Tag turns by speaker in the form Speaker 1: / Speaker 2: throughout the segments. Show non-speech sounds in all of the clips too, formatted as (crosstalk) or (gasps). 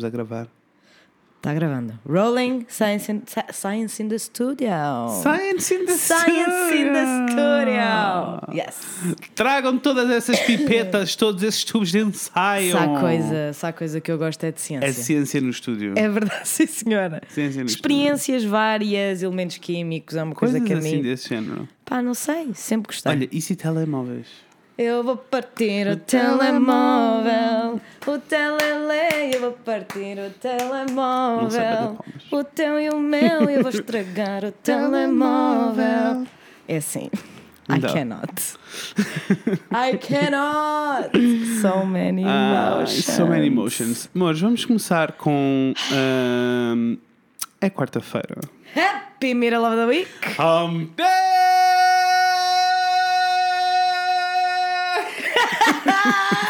Speaker 1: Estamos a gravar.
Speaker 2: Está Tá gravando. Rolling Science in, Sci- Science in the Studio.
Speaker 1: Science in the
Speaker 2: Science in the Studio. Yes.
Speaker 1: Tragam todas essas
Speaker 2: (coughs)
Speaker 1: pipetas, todos esses tubos de ensaio.
Speaker 2: Só coisa, só coisa que eu gosto é de ciência.
Speaker 1: É ciência no estúdio.
Speaker 2: É verdade, (laughs) sim, senhora.
Speaker 1: Ciência no
Speaker 2: Experiências várias, elementos químicos, é uma coisa
Speaker 1: Coisas
Speaker 2: que a
Speaker 1: assim
Speaker 2: mim.
Speaker 1: desse género.
Speaker 2: Pá, não sei, sempre gostei.
Speaker 1: Olha, e se telemóveis?
Speaker 2: Eu vou partir o telemóvel, o telele, eu vou partir o
Speaker 1: Não sei bater
Speaker 2: telemóvel,
Speaker 1: palmas.
Speaker 2: o teu e o meu, eu vou estragar
Speaker 1: (laughs)
Speaker 2: o telemóvel. É assim. I
Speaker 1: Não. (laughs)
Speaker 2: cannot. I cannot. So many
Speaker 1: Ah,
Speaker 2: emotions.
Speaker 1: so many emotions. Amores, vamos começar com. ahm, é quarta-feira.
Speaker 2: Happy middle of the week.
Speaker 1: Hump Day!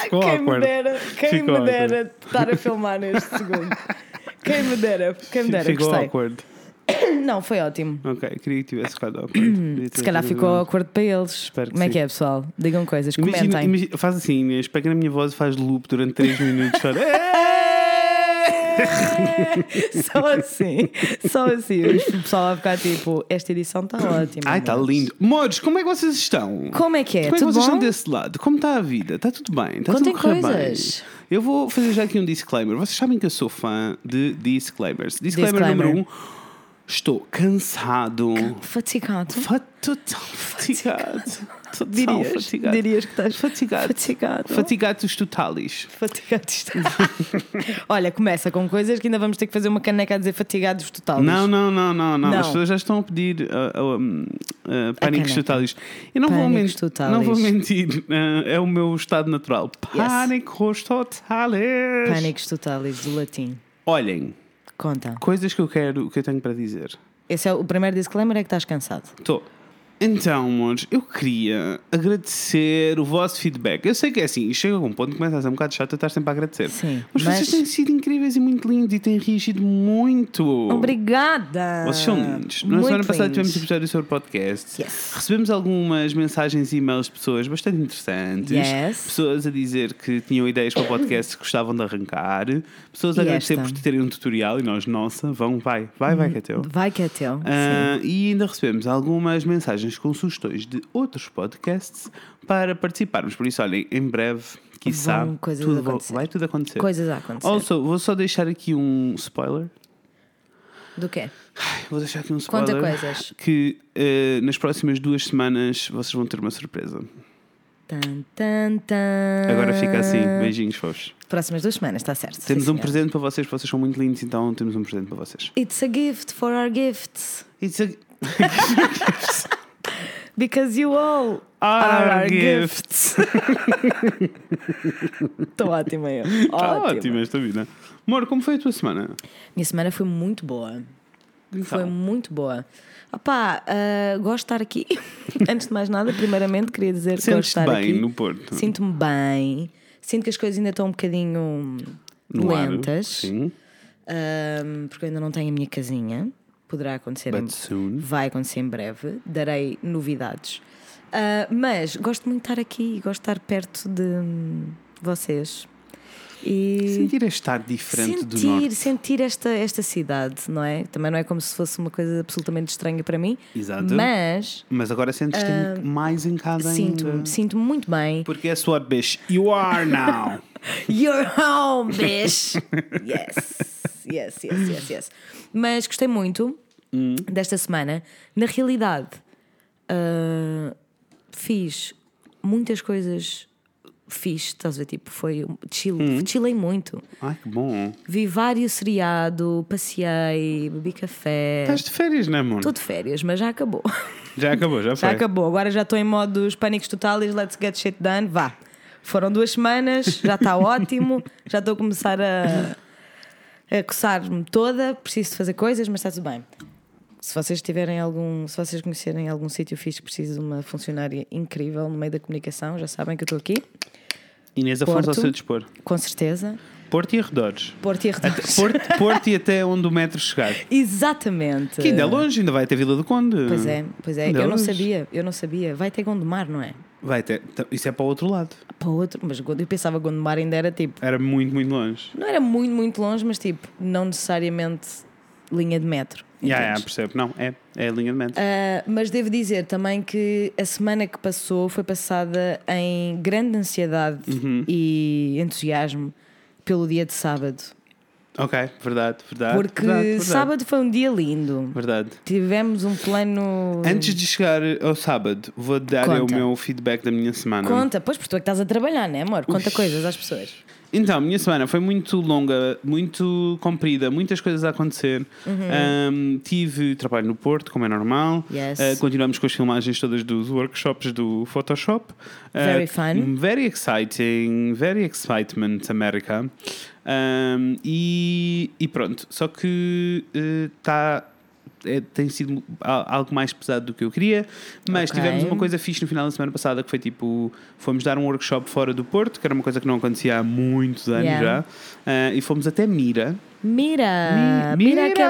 Speaker 1: Ficou
Speaker 2: quem me
Speaker 1: awkward.
Speaker 2: dera, quem
Speaker 1: Ficou
Speaker 2: me dera estar a filmar neste
Speaker 1: (laughs)
Speaker 2: segundo. quem me dera, quem me dera,
Speaker 1: Ficou
Speaker 2: gostei.
Speaker 1: awkward.
Speaker 2: Não, foi ótimo.
Speaker 1: Ok, queria que tivesse
Speaker 2: (coughs)
Speaker 1: ficado awkward.
Speaker 2: Se calhar ficou acordo para eles.
Speaker 1: Espero que
Speaker 2: Como é que
Speaker 1: sim.
Speaker 2: é, pessoal? Digam coisas,
Speaker 1: Imagina-
Speaker 2: comentem.
Speaker 1: imagina- faz assim, Inês, pega na minha voz e faz loop durante 3 minutos. Fala, "É,
Speaker 2: (laughs) só assim, só assim. O pessoal vai ficar tipo: esta edição está ótima.
Speaker 1: Ai, está
Speaker 2: mas-
Speaker 1: lindo. Mores, como é que vocês estão?
Speaker 2: Como é que é?
Speaker 1: Como é que
Speaker 2: Tudo
Speaker 1: vocês estão
Speaker 2: bom?
Speaker 1: desse lado? Como está a vida? Está tudo bem? Está
Speaker 2: Contem
Speaker 1: tudo a correr
Speaker 2: coisas.
Speaker 1: bem? Eu vou fazer já aqui um disclaimer. Vocês sabem que eu sou fã de disclaimers. Disclaimer,
Speaker 2: Disclaimer.
Speaker 1: número 1. Um, estou cansado.
Speaker 2: Fatigado.
Speaker 1: Fa- Total fatigado. Total
Speaker 2: Dirias,
Speaker 1: fatigado.
Speaker 2: dirias que estás
Speaker 1: Fatigado.
Speaker 2: fatigado.
Speaker 1: Fatigados totalis.
Speaker 2: Fatigados. (laughs) Olha, começa com coisas que ainda vamos ter que fazer uma caneca a dizer fatigados total.
Speaker 1: Não, não, não, não, não.
Speaker 2: Não.
Speaker 1: As pessoas já estão a pedir uh, uh, um, uh, pânicos
Speaker 2: caneca.
Speaker 1: totalis. Eu não vou,
Speaker 2: Pânicos
Speaker 1: mentir,
Speaker 2: totalis.
Speaker 1: não vou mentir. uh, é o meu estado natural. Pânicos totalis.
Speaker 2: Pânicos totais do latim.
Speaker 1: Olhem,
Speaker 2: Conta.
Speaker 1: coisas que eu quero, que eu tenho para dizer.
Speaker 2: Esse é o primeiro disclaimer: é que estás cansado.
Speaker 1: Estou. Então, amores, eu queria agradecer o vosso feedback. Eu sei que é assim, chega a um ponto que começa a ser um bocado chato, estar sempre a agradecer.
Speaker 2: Sim,
Speaker 1: mas,
Speaker 2: mas-
Speaker 1: vocês têm sido incríveis e muito lindos e têm reagido muito.
Speaker 2: Obrigada!
Speaker 1: Vocês são lindos. Nós,
Speaker 2: Ah, Muito
Speaker 1: semana passada,
Speaker 2: lindos.
Speaker 1: tivemos um episódio sobre podcast.
Speaker 2: Yes.
Speaker 1: Recebemos algumas mensagens e e-mails de pessoas bastante interessantes.
Speaker 2: Yes.
Speaker 1: Pessoas a dizer que tinham ideias para o podcast que gostavam de arrancar. Pessoas a
Speaker 2: E
Speaker 1: agradecer
Speaker 2: esta?
Speaker 1: por terem um tutorial e nós, nossa, vão, vai, vai, vai, que é teu.
Speaker 2: Vai que é teu.
Speaker 1: Ah, e ainda recebemos algumas mensagens com sugestões de outros podcasts para participarmos. Por isso, olhem, em breve, quiçá,
Speaker 2: Vão coisas
Speaker 1: tudo vai-
Speaker 2: acontecer.
Speaker 1: vai tudo acontecer.
Speaker 2: Coisas a acontecer.
Speaker 1: Also, vou só deixar aqui um spoiler.
Speaker 2: Do quê?
Speaker 1: Vou deixar aqui um spoiler.
Speaker 2: Conta coisas.
Speaker 1: Que eh, nas próximas duas semanas vocês vão ter uma surpresa.
Speaker 2: Tan, tan, tan.
Speaker 1: Agora fica assim.
Speaker 2: Eh,
Speaker 1: Beijinhos, fofos.
Speaker 2: Próximas duas semanas, está certo.
Speaker 1: Temos
Speaker 2: Sim,
Speaker 1: um
Speaker 2: senhora.
Speaker 1: presente para vocês, vocês são muito lindos, então temos um presente para vocês.
Speaker 2: It's a gift for our gifts.
Speaker 1: It's a...
Speaker 2: Because you all
Speaker 1: Are
Speaker 2: are
Speaker 1: our
Speaker 2: our gifts. (laughs) Estou ótima eu.
Speaker 1: Tá
Speaker 2: Ótima.
Speaker 1: ótimo esta vida. Amor, como foi a tua semana?
Speaker 2: Minha semana foi muito boa. Foi
Speaker 1: Então.
Speaker 2: muito boa. Opá, ah, gosto de estar aqui. (laughs) Antes de mais nada, primeiramente queria dizer que gosto de
Speaker 1: Sentes-te
Speaker 2: estar
Speaker 1: bem
Speaker 2: aqui.
Speaker 1: no Porto?
Speaker 2: Sinto-me bem. Sinto que as coisas ainda estão um bocadinho
Speaker 1: No ar?
Speaker 2: lentas.
Speaker 1: Sim.
Speaker 2: Ahm, porque eu ainda não tenho a minha casinha. Poderá acontecer. em-
Speaker 1: But soon.
Speaker 2: Vai acontecer em breve. Darei novidades. Ah, mas gosto muito de estar aqui e gosto de estar perto de hum, vocês. E
Speaker 1: Sentir é estar diferente do
Speaker 2: sentir,
Speaker 1: norte.
Speaker 2: sentir esta, esta cidade, não é? Também não é como se fosse uma coisa absolutamente estranha para mim.
Speaker 1: Exato.
Speaker 2: Mas
Speaker 1: Mas agora sentes-te em- mais em casa ainda.
Speaker 2: Ah, sinto-me sinto muito bem.
Speaker 1: Porque é sua bitch. You are
Speaker 2: (laughs)
Speaker 1: now.
Speaker 2: You're home, bitch! yes, yes, yes, yes, yes. Mas gostei muito desta semana. Na realidade, ah, fiz muitas coisas. Fiz, estás a ver? Tipo, foi. um- Chill, Chilei muito.
Speaker 1: Ai, que bom.
Speaker 2: Vi vários seriado, passeei, bebi café.
Speaker 1: Estás de férias, não é, amor?
Speaker 2: Estou de férias, mas já acabou. (laughs)
Speaker 1: Já acabou, já foi.
Speaker 2: Já Tá, acabou. Agora já estou em modo dos pânicos totais, let's get shit done, vá. Foram duas semanas, já
Speaker 1: (laughs)
Speaker 2: está ótimo, já estou a começar a, a coçar-me toda, preciso de fazer coisas, mas está tudo bem. Se vocês tiverem algum, se vocês conhecerem algum sítio fixe que precise de uma funcionária incrível no meio da comunicação, já sabem que eu estou aqui,
Speaker 1: Inês Afonso
Speaker 2: Porto.
Speaker 1: ao seu dispor.
Speaker 2: com certeza.
Speaker 1: Porto e arredores.
Speaker 2: Porto e
Speaker 1: Até-
Speaker 2: arredores.
Speaker 1: Porto, Porto e até onde o metro chegar.
Speaker 2: (laughs) Exatamente.
Speaker 1: Que ainda é longe, ainda vai até Vila do Conde.
Speaker 2: Pois é, pois é.
Speaker 1: Ainda
Speaker 2: Eu não
Speaker 1: longe.
Speaker 2: sabia, eu não sabia. Vai ter Gondomar, não é?
Speaker 1: Vai ter. então, Isso é para o outro lado.
Speaker 2: Para outro, mas Gondo- eu pensava que Gondomar ainda era tipo.
Speaker 1: Era muito, muito longe.
Speaker 2: Não era muito, muito longe, mas tipo, não necessariamente linha de metro.
Speaker 1: Yeah,
Speaker 2: entendes?
Speaker 1: yeah, percebo. Não, é. É a linha de mente.
Speaker 2: Ah, mas devo dizer também que a semana que passou foi passada em grande ansiedade
Speaker 1: Uhum.
Speaker 2: e entusiasmo pelo dia de sábado.
Speaker 1: Ok, verdade, verdade.
Speaker 2: Porque
Speaker 1: Ah, é verdade, verdade.
Speaker 2: sábado foi um dia lindo.
Speaker 1: Verdade.
Speaker 2: Tivemos um plano.
Speaker 1: Antes de chegar ao sábado, vou dar eu o
Speaker 2: Conta.
Speaker 1: meu feedback da minha semana.
Speaker 2: Conta, pois, porque tu é que estás a trabalhar, né, amor? Conta
Speaker 1: Ui.
Speaker 2: coisas às pessoas.
Speaker 1: Então, a minha semana foi muito longa, muito comprida, muitas coisas a acontecer.
Speaker 2: Uhum.
Speaker 1: Ahm, tive trabalho no Porto, como é normal.
Speaker 2: Yes.
Speaker 1: Ah, continuamos com as filmagens todas dos workshops do Photoshop. Ah,
Speaker 2: Very fun.
Speaker 1: Very exciting, very excitement, America. Ahm, e, e pronto, só que está. tem sido a- algo mais pesado do que eu queria, mas
Speaker 2: Ok.
Speaker 1: tivemos uma coisa fixe no final da semana passada que foi tipo: fomos dar um workshop fora do Porto, que era uma coisa que não acontecia há muitos anos já,
Speaker 2: Yeah.
Speaker 1: ah, e fomos até Mira, Mi-
Speaker 2: Mira! Ah, mira, que é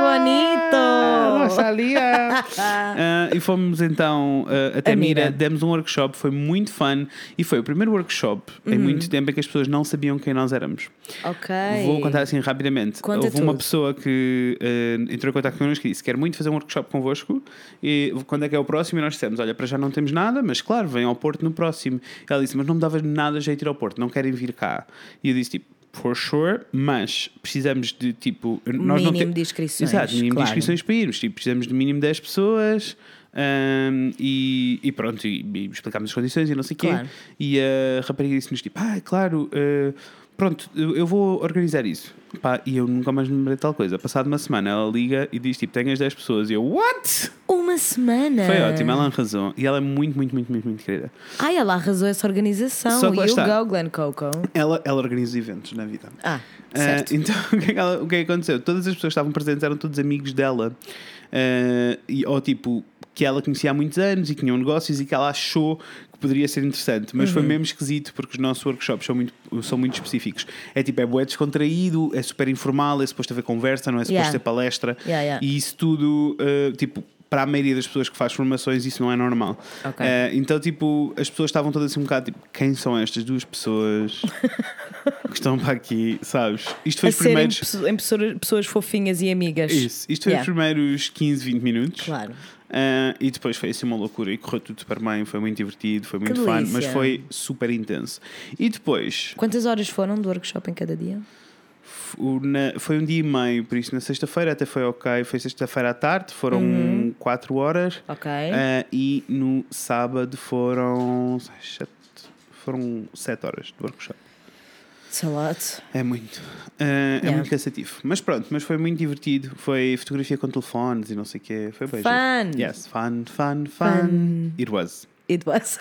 Speaker 2: bonito! (laughs)
Speaker 1: Rosalía! Ah, e fomos então ah, até
Speaker 2: A
Speaker 1: Mira.
Speaker 2: Mira.
Speaker 1: demos um workshop, foi muito fun e foi o primeiro workshop
Speaker 2: Uhum.
Speaker 1: em muito tempo em que as pessoas não sabiam quem nós éramos.
Speaker 2: Ok.
Speaker 1: Vou contar assim rapidamente.
Speaker 2: Conta
Speaker 1: Houve uma
Speaker 2: tudo.
Speaker 1: pessoa que eh, entrou em contato connosco e disse: Quero muito fazer um workshop convosco. E quando é que é o próximo? E nós dissemos: Olha, para já não temos nada, mas claro, vem ao Porto no próximo. Ela disse: Mas não me davas nada jeito de ir ao Porto, não querem vir cá. E eu disse: Tipo, for sure, mas precisamos de tipo. Nós não
Speaker 2: Mínimo
Speaker 1: te-
Speaker 2: de inscrições,
Speaker 1: Exato, mínimo
Speaker 2: claro.
Speaker 1: de inscrições para irmos. Tipo, precisamos de mínimo 10 pessoas. ahm, e, e pronto, e, e explicámos as condições e não sei o quê.
Speaker 2: Claro.
Speaker 1: E a rapariga disse-nos tipo, ah, claro, eh, pronto, eu eu vou organizar isso. Pá, e eu nunca mais me lembrei de tal coisa. Passado uma semana ela liga e diz tipo, tenho as 10 pessoas. E eu, what?
Speaker 2: Uma semana!
Speaker 1: Foi ótimo, ela arrasou. E ela é muito, muito, muito, muito, muito querida.
Speaker 2: Ai, ela arrasou essa organização.
Speaker 1: Só que lá
Speaker 2: You
Speaker 1: está.
Speaker 2: go, Glenn Coco.
Speaker 1: Ela, ela organiza eventos na vida.
Speaker 2: Ah,
Speaker 1: Ah,
Speaker 2: certo.
Speaker 1: então, (laughs) o que, é que ela- o que é que aconteceu? Todas as pessoas que estavam presentes eram todos amigos dela. Ah, e, ou tipo, que ela conhecia há muitos anos e que tinham negócios e que ela achou que poderia ser interessante. Mas
Speaker 2: Uhum.
Speaker 1: foi mesmo esquisito porque os nossos workshops são muito, são muito específicos. É tipo, é bué descontraído, é super informal, é suposto haver conversa, não é suposto
Speaker 2: Yeah.
Speaker 1: ter palestra.
Speaker 2: Yeah, yeah.
Speaker 1: E isso tudo, ah, tipo... Para a maioria das pessoas que faz formações, isso não é normal.
Speaker 2: Ok.
Speaker 1: Ah, então, tipo, as pessoas estavam todas assim um bocado tipo: quem são estas duas
Speaker 2: (laughs)
Speaker 1: pessoas? que estão para aqui, sabes? Isto foi
Speaker 2: a
Speaker 1: os
Speaker 2: serem
Speaker 1: primeiros.
Speaker 2: pesso- em pessoas, pessoas fofinhas e amigas.
Speaker 1: Isso, isto foi
Speaker 2: Yeah.
Speaker 1: os primeiros 15, 20 minutos.
Speaker 2: Claro.
Speaker 1: Ah, e depois foi assim uma loucura e correu tudo super bem, foi muito divertido, foi muito fun, mas
Speaker 2: delícia.
Speaker 1: foi super intenso. E depois
Speaker 2: Quantas horas foram do workshop em cada dia?
Speaker 1: f- o- na- foi um dia e meio, por isso na sexta-feira até foi ok, foi sexta-feira à tarde, foram 4 horas.
Speaker 2: Uhum. Ok.
Speaker 1: Ah, e no sábado foram 7 foram sete horas de workshop.
Speaker 2: Sei lá. t-
Speaker 1: É muito. É, é
Speaker 2: Yeah.
Speaker 1: muito cansativo. Mas pronto, mas foi muito divertido. Foi fotografia com telefones e não sei o quê. Foi bem.
Speaker 2: Fun.
Speaker 1: giro. Yes, fun, fun, fun. It was.
Speaker 2: It was.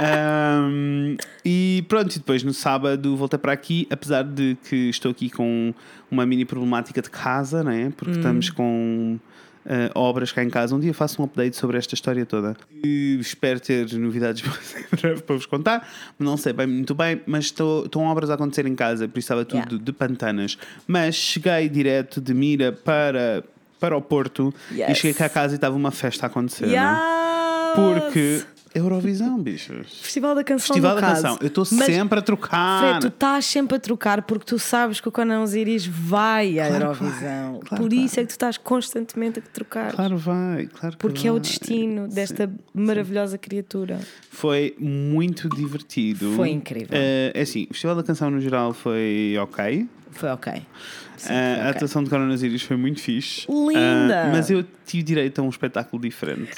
Speaker 1: Um, e pronto, e depois no sábado voltei para aqui, apesar de que estou aqui com uma mini problemática de casa, né? porque
Speaker 2: Hum.
Speaker 1: estamos com eh, obras cá em casa. Um dia faço um update sobre esta história toda. E espero ter novidades (laughs) em breve para vos contar, não sei bem muito bem, mas estou- estão obras a acontecer em casa, por isso estava tudo
Speaker 2: Yeah.
Speaker 1: de pantanas. Mas cheguei direto de Mira para, para o Porto e
Speaker 2: Yes.
Speaker 1: cheguei cá a casa e estava uma festa a acontecer. né?
Speaker 2: yes.
Speaker 1: Porque Eurovisão, bichos.
Speaker 2: Festival da Canção
Speaker 1: Festival
Speaker 2: no
Speaker 1: da
Speaker 2: caso.
Speaker 1: Canção. Eu estou
Speaker 2: Mas,
Speaker 1: sempre a trocar.
Speaker 2: Fred, tu estás sempre a trocar porque tu sabes que o Conan Osiris vai à
Speaker 1: Claro que
Speaker 2: Eurovisão.
Speaker 1: vai, claro
Speaker 2: Por
Speaker 1: que
Speaker 2: isso é que tu estás constantemente a trocar.
Speaker 1: Claro vai, claro que
Speaker 2: Porque é o
Speaker 1: vai.
Speaker 2: destino desta maravilhosa criatura.
Speaker 1: Foi muito divertido.
Speaker 2: Foi incrível.
Speaker 1: Eh, é assim, o Festival da Canção no geral foi ok.
Speaker 2: Foi ok.
Speaker 1: Eh,
Speaker 2: Sim, foi
Speaker 1: A
Speaker 2: ok. É
Speaker 1: atuação de Corona Íris foi muito fixe.
Speaker 2: Linda!
Speaker 1: Ah, mas eu tive direito a um espetáculo
Speaker 2: (laughs)
Speaker 1: diferente.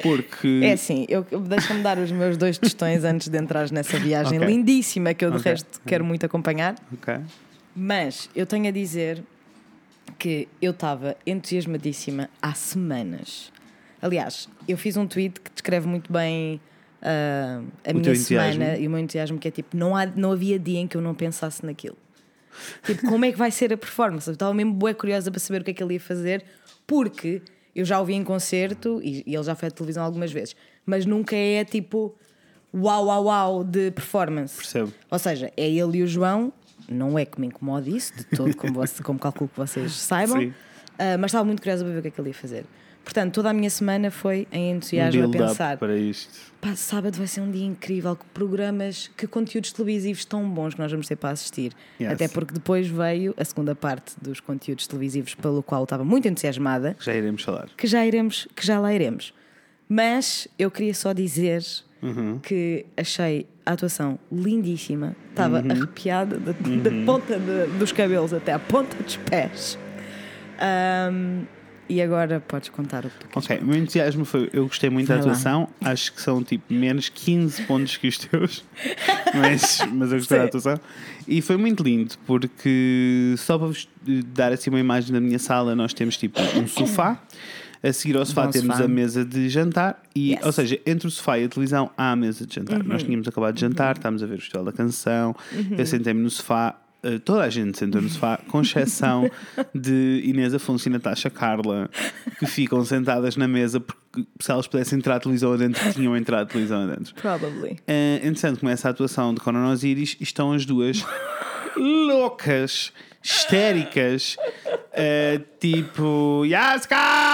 Speaker 1: Porque.
Speaker 2: É assim, eu, eu- deixa-me dar os meus dois tostões antes de entrares nessa viagem
Speaker 1: Ok.
Speaker 2: lindíssima que eu de
Speaker 1: Ok.
Speaker 2: resto quero muito acompanhar.
Speaker 1: Ok.
Speaker 2: Mas eu tenho a dizer que eu estava entusiasmadíssima há semanas. Aliás, eu fiz um tweet que descreve muito bem ah, a
Speaker 1: O teu
Speaker 2: minha semana
Speaker 1: entusiasmo.
Speaker 2: e o meu entusiasmo, que é tipo, não, há, não havia dia em que eu não pensasse naquilo. Tipo, como é que vai ser a performance? Eu estava mesmo bué curiosa para saber o que é que ele ia fazer, porque eu já o vi em concerto e, e ele já foi à televisão algumas vezes, mas nunca é tipo uau, uau, uau de performance.
Speaker 1: Percebo.
Speaker 2: Ou seja, é ele e o João, não é que me
Speaker 1: (laughs)
Speaker 2: incomode isso de todo, como, voce- como calculo que vocês saibam,
Speaker 1: Sim.
Speaker 2: ah, mas estava muito curiosa para ver o que é que ele ia fazer. Portanto, toda a minha semana foi em entusiasmo a
Speaker 1: Um build-up
Speaker 2: pensar.
Speaker 1: para isto.
Speaker 2: Pá, sábado vai ser um dia incrível. Que programas, que conteúdos televisivos tão bons que nós vamos ter para assistir.
Speaker 1: Yes.
Speaker 2: Até porque depois veio a segunda parte dos conteúdos televisivos, pelo qual eu estava muito entusiasmada,
Speaker 1: Já iremos falar.
Speaker 2: que já iremos, que já lá iremos. Mas eu queria só dizer
Speaker 1: Uhum.
Speaker 2: que achei a atuação lindíssima. Estava
Speaker 1: Uhum.
Speaker 2: arrepiada da, da ponta de- dos cabelos até à ponta dos pés. Ahm, e agora podes contar o que tu queres
Speaker 1: Ok, o meu entusiasmo foi. Eu gostei muito da
Speaker 2: Vai lá.
Speaker 1: atuação, acho que são tipo menos 15 pontos que os
Speaker 2: (laughs)
Speaker 1: teus, mas, mas eu gostei da
Speaker 2: Sim.
Speaker 1: atuação. E foi muito lindo, porque só para vos eh, dar assim uma imagem da minha sala, nós temos tipo um sofá. A seguir ao sofá
Speaker 2: Bom
Speaker 1: temos
Speaker 2: sofá.
Speaker 1: a mesa de jantar, e,
Speaker 2: Yes.
Speaker 1: ou seja, entre o sofá e a televisão há a mesa de jantar.
Speaker 2: Uhum.
Speaker 1: Nós tínhamos acabado de jantar, estávamos a ver o Festival da Canção, eu sentei-me no sofá. eh, Toda a gente sentou no sofá, com
Speaker 2: (laughs)
Speaker 1: exceção de Inês Afonso e Natasha Carla, que ficam sentadas na mesa porque se elas pudessem entrar à televisão adentro, tinham entrado à televisão adentro.
Speaker 2: Probably.
Speaker 1: Eh, entretanto, começa a atuação de Conan Osiris e estão as
Speaker 2: (laughs)
Speaker 1: duas loucas, histéricas, eh, tipo. Yaskar!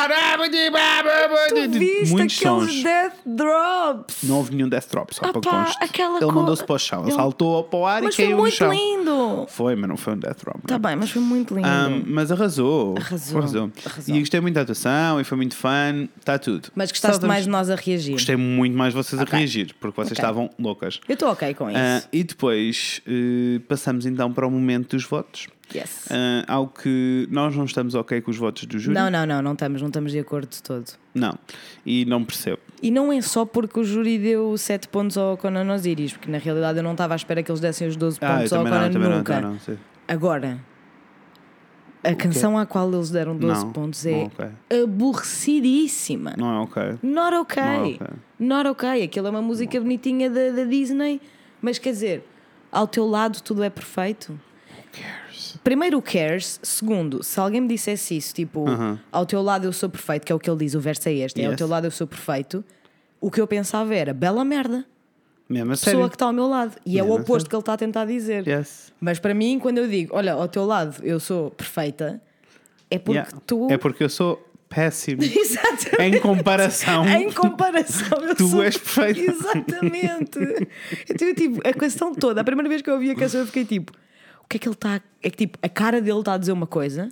Speaker 2: Tu viste
Speaker 1: Muitos
Speaker 2: aqueles
Speaker 1: sons.
Speaker 2: death drops?
Speaker 1: Não houve nenhum death drop, só
Speaker 2: Ah
Speaker 1: para
Speaker 2: pá,
Speaker 1: conste.
Speaker 2: aquela
Speaker 1: Ele
Speaker 2: co-
Speaker 1: mandou-se para o chão, ele
Speaker 2: Ele-
Speaker 1: saltou para o ar
Speaker 2: Mas
Speaker 1: e
Speaker 2: foi
Speaker 1: caiu no
Speaker 2: muito
Speaker 1: um chão.
Speaker 2: lindo!
Speaker 1: Foi, mas não foi um death drop.
Speaker 2: Tá bem, mas foi muito lindo.
Speaker 1: Ahm, mas arrasou.
Speaker 2: Arrasou, arrasou.
Speaker 1: E gostei muito da atuação e foi muito fã, está tudo.
Speaker 2: mas gostaste
Speaker 1: Só vamos-
Speaker 2: mais de nós a reagir.
Speaker 1: Gostei muito mais de vocês a
Speaker 2: Ok.
Speaker 1: reagir, porque vocês
Speaker 2: Ok.
Speaker 1: estavam loucas.
Speaker 2: Eu estou ok com isso.
Speaker 1: Ah, e depois eh, passamos então para o momento dos votos.
Speaker 2: yes.
Speaker 1: Ah, ao que nós não estamos ok com os votos do júri.
Speaker 2: não, não, não, não estamos, não estamos de acordo de todo.
Speaker 1: Não. E não percebo.
Speaker 2: E não é só porque o júri deu 7 pontos ao Conan Osiris, porque na realidade eu não estava à espera que eles dessem os 12
Speaker 1: Ah, eu
Speaker 2: pontos ao
Speaker 1: também
Speaker 2: Conan
Speaker 1: não, também não,
Speaker 2: nunca.
Speaker 1: também não. Sim.
Speaker 2: Agora, a canção à qual eles deram 12
Speaker 1: Não,
Speaker 2: pontos
Speaker 1: não é
Speaker 2: é
Speaker 1: ok.
Speaker 2: aborrecidíssima.
Speaker 1: Não é ok.
Speaker 2: Not okay.
Speaker 1: Not okay.
Speaker 2: Not okay. Aquilo é uma música bonitinha da, da Disney, mas quer dizer, ao teu lado tudo é perfeito. Primeiro, o cares. Segundo, se alguém me dissesse isso, tipo,
Speaker 1: Aham.
Speaker 2: ao teu lado eu sou perfeito, que é o que ele diz, o verso é este, é ao
Speaker 1: Yes.
Speaker 2: teu lado eu sou perfeito, o que eu pensava era bela merda,
Speaker 1: Mesmo a
Speaker 2: pessoa
Speaker 1: sério.
Speaker 2: que está ao meu lado. E é
Speaker 1: Mesmo
Speaker 2: o
Speaker 1: a
Speaker 2: oposto
Speaker 1: sério.
Speaker 2: que ele está a tentar dizer.
Speaker 1: Yes.
Speaker 2: Mas para mim, quando eu digo, olha, ao teu lado eu sou perfeita, é porque
Speaker 1: Yeah.
Speaker 2: tu.
Speaker 1: É porque eu sou
Speaker 2: (laughs)
Speaker 1: péssimo.
Speaker 2: Exatamente.
Speaker 1: em comparação.
Speaker 2: Em comparação, eu
Speaker 1: Tu
Speaker 2: sou-
Speaker 1: és perfeita.
Speaker 2: Exatamente. Então, eu, tipo, a questão toda, a primeira vez que eu ouvi a canção, eu fiquei tipo: o que é que ele está. É que tipo, a cara dele está a dizer uma coisa,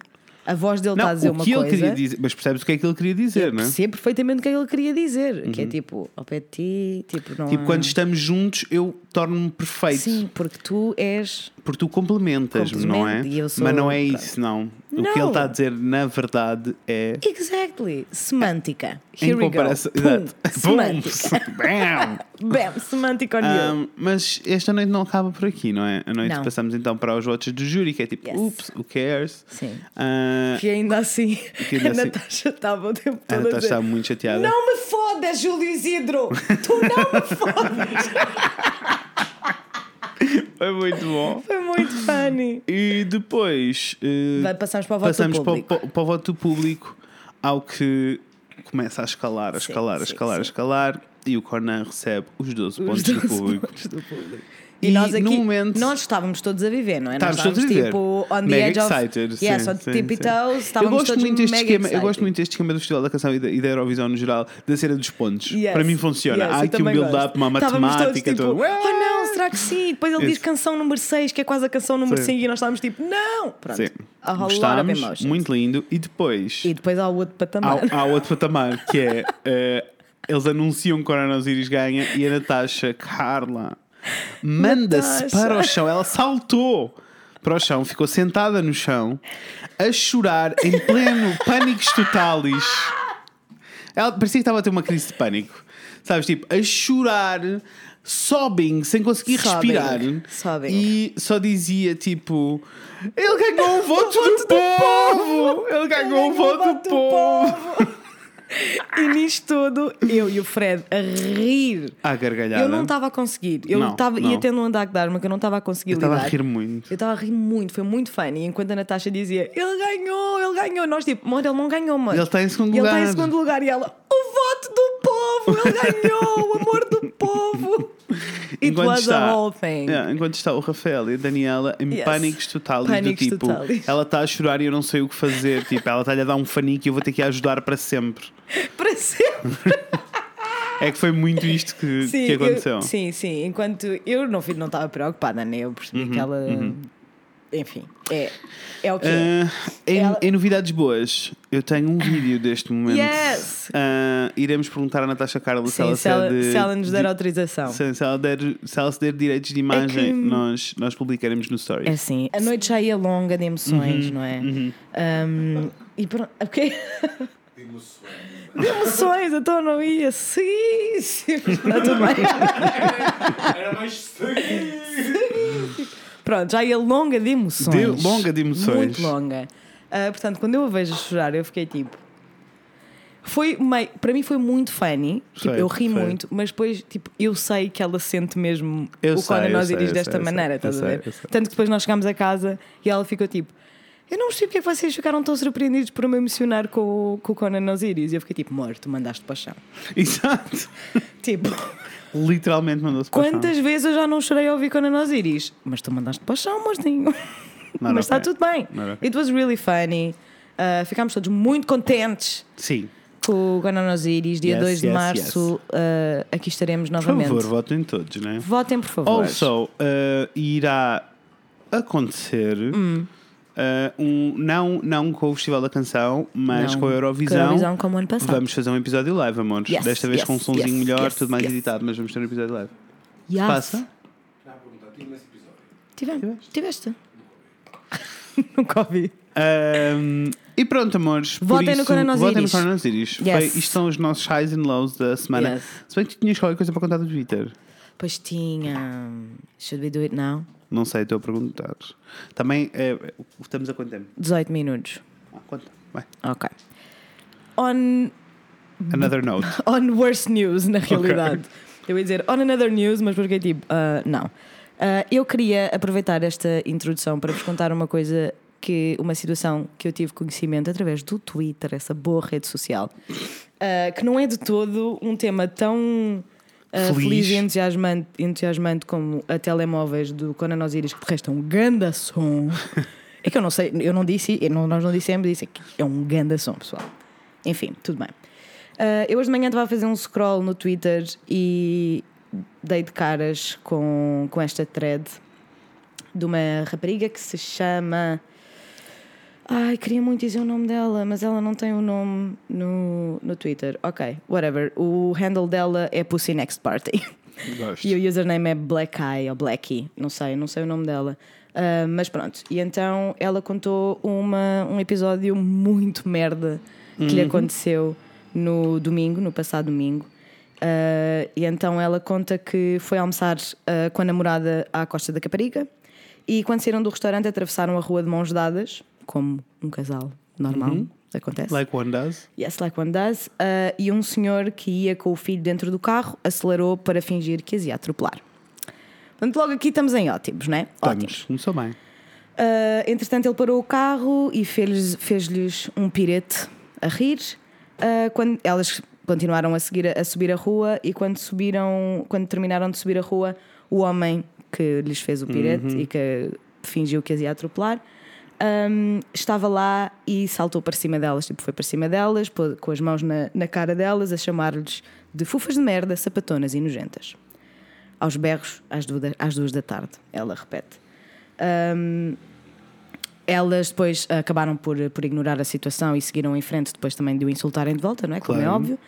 Speaker 2: a voz dele está a
Speaker 1: Não,
Speaker 2: dizer
Speaker 1: o
Speaker 2: uma
Speaker 1: que ele
Speaker 2: coisa.
Speaker 1: queria dizer. Mas percebes o que é que ele queria dizer, não é?
Speaker 2: Percebo perfeitamente o que é que ele queria dizer. Que é tipo, ao pé de ti, tipo, não.
Speaker 1: Uhum. Tipo,
Speaker 2: há-
Speaker 1: quando estamos juntos, eu torno-me perfeito.
Speaker 2: Sim, porque tu és.
Speaker 1: Porque tu complementas-me, não é?
Speaker 2: Complemento e eu sou-
Speaker 1: Mas não é isso, não. O que ele
Speaker 2: Não.
Speaker 1: está a dizer, na verdade, é.
Speaker 2: Exactly. Semântica. Here
Speaker 1: em
Speaker 2: we go.
Speaker 1: comparação.
Speaker 2: Pum.
Speaker 1: Exato. (laughs)
Speaker 2: Semântica.
Speaker 1: Pum.
Speaker 2: (laughs)
Speaker 1: Bam.
Speaker 2: Bam, semântica on you.
Speaker 1: Ahm, mas esta noite não acaba por aqui, não é? A noite
Speaker 2: Não.
Speaker 1: passamos então para os votos do júri, que é tipo,
Speaker 2: Yes.
Speaker 1: ups, who cares?
Speaker 2: Sim.
Speaker 1: Ah,
Speaker 2: Que (laughs) ainda assim,
Speaker 1: Que ainda
Speaker 2: a
Speaker 1: assim-
Speaker 2: Natasha estava o tempo
Speaker 1: a
Speaker 2: todo
Speaker 1: Natasha
Speaker 2: a dizer,
Speaker 1: está muito chateada.
Speaker 2: Não me fodas, Júlio Isidro! Tu não me
Speaker 1: (laughs)
Speaker 2: fodas!
Speaker 1: Foi é muito bom.
Speaker 2: Foi muito funny.
Speaker 1: E depois. eh,
Speaker 2: Vai, passamos para o voto
Speaker 1: passamos para, o-
Speaker 2: público.
Speaker 1: para o voto do público, ao que começa a escalar, a
Speaker 2: Sim,
Speaker 1: escalar, a
Speaker 2: sim,
Speaker 1: escalar, a
Speaker 2: sim.
Speaker 1: escalar, e o Conan recebe os 12 pontos
Speaker 2: Os
Speaker 1: do
Speaker 2: 12
Speaker 1: público.
Speaker 2: pontos do público.
Speaker 1: E
Speaker 2: E, nós aqui,
Speaker 1: no momento-
Speaker 2: nós estávamos todos a viver, não é?
Speaker 1: Estávamos
Speaker 2: nós
Speaker 1: todos a viver.
Speaker 2: tipo on the
Speaker 1: Mega
Speaker 2: edge of.
Speaker 1: excited,
Speaker 2: Yes,
Speaker 1: sim,
Speaker 2: on
Speaker 1: sim,
Speaker 2: tippy
Speaker 1: sim.
Speaker 2: toes,
Speaker 1: Eu
Speaker 2: estávamos
Speaker 1: gosto,
Speaker 2: todos
Speaker 1: muito deste
Speaker 2: mega
Speaker 1: esquema, eu
Speaker 2: excited.
Speaker 1: gosto muito deste esquema do Festival da Canção e da, e da Eurovisão no geral, da cena dos pontos.
Speaker 2: Yes,
Speaker 1: Para mim funciona.
Speaker 2: yes,
Speaker 1: Há
Speaker 2: eu
Speaker 1: aqui um
Speaker 2: também
Speaker 1: build-up,
Speaker 2: gosto.
Speaker 1: uma
Speaker 2: Estávamos todos
Speaker 1: matemática,
Speaker 2: tipo,
Speaker 1: tudo.
Speaker 2: Oh não, será que sim? Depois ele diz
Speaker 1: Isso.
Speaker 2: canção número 6, que é quase a canção número
Speaker 1: Sim.
Speaker 2: 5, e nós estávamos tipo, não! Pronto.
Speaker 1: Sim.
Speaker 2: A whole lot of
Speaker 1: Gostámos,
Speaker 2: emotions.
Speaker 1: muito lindo. E depois
Speaker 2: E depois há o outro patamar.
Speaker 1: há, há outro patamar que é eh, eles anunciam que o Coronel Osiris ganha e a Natasha Carla manda-se
Speaker 2: Natasha.
Speaker 1: para o chão. Ela saltou para o chão, ficou sentada no chão a chorar em (laughs) pleno pânico totalis. Ela parecia que estava a ter uma crise de pânico. Sabes, tipo, a chorar, sobbing, sem conseguir
Speaker 2: Sobbing,
Speaker 1: respirar.
Speaker 2: sobbing.
Speaker 1: E só dizia, tipo, ele ganhou (laughs) o voto, do, povo! Ele ganhou o voto do povo!
Speaker 2: (laughs) e nisto tudo, eu e o Fred a rir.
Speaker 1: À gargalhada.
Speaker 2: Eu não estava a conseguir. Eu
Speaker 1: Não,
Speaker 2: tava,
Speaker 1: não.
Speaker 2: ia tendo um andar de arma que eu não estava a conseguir
Speaker 1: Eu estava a
Speaker 2: lidar.
Speaker 1: rir muito.
Speaker 2: Eu estava a rir muito, foi muito funny. Enquanto a Natasha dizia, ele ganhou, ele ganhou. Nós tipo, mano, ele não ganhou, mano.
Speaker 1: Ele está em segundo
Speaker 2: E ele
Speaker 1: lugar.
Speaker 2: está em segundo
Speaker 1: (laughs)
Speaker 2: lugar e ela, o voto do povo, ele ganhou, o amor do povo. E It
Speaker 1: enquanto
Speaker 2: was
Speaker 1: está, É.
Speaker 2: a whole thing.
Speaker 1: Yeah, enquanto está o Rafael e a Daniela em
Speaker 2: Yes.
Speaker 1: pânicos totais
Speaker 2: Pânicos
Speaker 1: do tipo,
Speaker 2: totais.
Speaker 1: ela está a chorar e eu não sei o que fazer, tipo, ela está-lhe a dar um fanico e eu vou ter que a ajudar para sempre.
Speaker 2: Para sempre.
Speaker 1: É que foi muito isto que,
Speaker 2: (laughs) Sim,
Speaker 1: que
Speaker 2: eu-
Speaker 1: aconteceu.
Speaker 2: sim, sim. Enquanto eu não fui- não estava preocupada, né? Eu percebi
Speaker 1: Uhum,
Speaker 2: que ela. Enfim, é, é o que é.
Speaker 1: Ah, em,
Speaker 2: Ela-
Speaker 1: em novidades boas, eu tenho um vídeo deste momento.
Speaker 2: Yes!
Speaker 1: Ah, iremos perguntar à Natasha Carla se
Speaker 2: Sim,
Speaker 1: ela
Speaker 2: se ela,
Speaker 1: cede-
Speaker 2: se ela nos der
Speaker 1: de-
Speaker 2: autorização.
Speaker 1: se, se ela der, se ela se der direitos de imagem,
Speaker 2: que-
Speaker 1: nós, nós publicaremos no Stories.
Speaker 2: É assim, a noite já ia longa de
Speaker 1: Uhum,
Speaker 2: emoções, não é? Um, e pronto, o quê? De emoções, então não ia. Sim, sim, está tudo bem.
Speaker 3: Era mais sangue.
Speaker 2: Pronto, já ia longa de emoções.
Speaker 1: De- longa de emoções.
Speaker 2: Muito longa. Ah, portanto, quando eu a vejo chorar, eu fiquei tipo. Foi meio, para mim foi muito funny, tipo,
Speaker 1: Foi,
Speaker 2: eu ri
Speaker 1: foi.
Speaker 2: muito, mas depois tipo, eu sei que ela sente mesmo
Speaker 1: Eu
Speaker 2: o
Speaker 1: sei,
Speaker 2: quando
Speaker 1: eu
Speaker 2: nós
Speaker 1: sei,
Speaker 2: iris
Speaker 1: eu
Speaker 2: desta
Speaker 1: sei, eu
Speaker 2: maneira,
Speaker 1: sei, eu
Speaker 2: estás a
Speaker 1: sei,
Speaker 2: ver?
Speaker 1: eu sei.
Speaker 2: Tanto que depois nós chegámos a casa e ela ficou tipo. Eu não percebo porque é que vocês ficaram tão surpreendidos por eu me emocionar com, o- com o Conan Osiris. E eu fiquei tipo, morto, tu mandaste paixão.
Speaker 1: (laughs) Exato.
Speaker 2: Tipo,
Speaker 1: Literalmente mandou-se para o chão.
Speaker 2: quantas vezes eu já não chorei ao ouvir Conan Osiris? Mas tu mandaste paixão, mocinho.
Speaker 1: Not
Speaker 2: (laughs) Mas está
Speaker 1: okay.
Speaker 2: tudo bem.
Speaker 1: Not okay.
Speaker 2: It was really funny. Uh, ficámos todos muito contentes
Speaker 1: Sim.
Speaker 2: com o Conan Osiris. Dia
Speaker 1: Yes,
Speaker 2: 2 de
Speaker 1: yes,
Speaker 2: março uh, aqui estaremos
Speaker 1: Por
Speaker 2: novamente.
Speaker 1: favor, votem todos, né?
Speaker 2: Votem, por favor.
Speaker 1: Also, eh, irá acontecer
Speaker 2: Hum.
Speaker 1: eh, um, não, não com o Festival da Canção, mas
Speaker 2: Não,
Speaker 1: com a
Speaker 2: com a
Speaker 1: Eurovisão.
Speaker 2: Eurovisão como ano passado.
Speaker 1: Vamos fazer um episódio live, amores.
Speaker 2: Yes,
Speaker 1: Desta vez
Speaker 2: yes,
Speaker 1: com um somzinho
Speaker 2: yes,
Speaker 1: melhor,
Speaker 2: yes,
Speaker 1: tudo mais
Speaker 2: yes. Ah.
Speaker 1: editado, mas vamos ter um episódio live.
Speaker 2: Yes.
Speaker 1: Passa?
Speaker 3: Já perguntar, tive nesse episódio.
Speaker 2: Tivemos. Tiveste? (laughs) Nunca ouvi.
Speaker 1: Ahm, Um, e pronto, amores. por
Speaker 2: Votem no
Speaker 1: isso,
Speaker 2: Conan Osiris.
Speaker 1: Votem no Conan Osiris.
Speaker 2: Yes.
Speaker 1: Foi- isto são os nossos highs and lows da semana.
Speaker 2: Yes.
Speaker 1: Se bem que tu tinhas qualquer coisa para contar do Twitter.
Speaker 2: Pois tinha. Should we do it now?
Speaker 1: Não sei, estou a perguntar. Também, eh, estamos a quanto tempo?
Speaker 2: 18 minutos.
Speaker 1: Ah, quanto? Vai.
Speaker 2: Ok. On
Speaker 1: Another note.
Speaker 2: on worse news, na realidade. Eu ia dizer on another news, mas porque tipo, ah, não. Ah, eu queria aproveitar esta introdução para vos contar uma coisa que uma situação que eu tive conhecimento através do Twitter, essa boa rede social, ah, que não é de todo um tema tão ah,
Speaker 1: Feliz.
Speaker 2: feliz e entusiasmante, entusiasmante como a telemóveis do Conan Osiris, que de resto é um ganda som. é que eu não sei, eu não disse, eu não- nós não dissemos, disse que é um ganda som, pessoal. Enfim, tudo bem. Ah, eu hoje de manhã estava a fazer um scroll no Twitter e dei de caras com, com esta thread de uma rapariga que se chama. Ai, queria muito dizer o nome dela, mas ela não tem o nome no, no Twitter. Ok, whatever. O handle dela é Pussy Next Party. (laughs)
Speaker 1: Gosto.
Speaker 2: E o username é Black Eye ou Blackie, não sei, não sei o nome dela. Ah, mas pronto, e então ela contou uma, um episódio muito merda que lhe aconteceu no domingo, no passado domingo. Ah, e então ela conta que foi almoçar ah, com a namorada à Costa da Caparica e quando saíram do restaurante atravessaram a rua de mãos dadas, como um casal normal acontece.
Speaker 1: Like one does.
Speaker 2: Yes, like one does. Uh, e um senhor que ia com o filho dentro do carro acelerou para fingir que as ia atropelar. Portanto, logo aqui estamos em ótimos, né? Ótimos.
Speaker 1: Estamos. Começou bem.
Speaker 2: Uh, entretanto, ele parou o carro e fez-lhes fez-lhes um pirete a rir. Uh, quando elas continuaram a, seguir, a subir a rua e quando subiram, quando terminaram de subir a rua, o homem que lhes fez o pirete e que fingiu que as ia atropelar um, estava lá e saltou para cima delas, tipo, foi para cima delas, pô- com as mãos na, na cara delas, a chamar-lhes de fufas de merda, sapatonas e nojentas. Aos berros, às duas, às duas da tarde, ela repete. Elas depois acabaram por, por ignorar a situação e seguiram em frente depois também de o insultarem de volta, não é? Como é
Speaker 1: Claro.
Speaker 2: óbvio.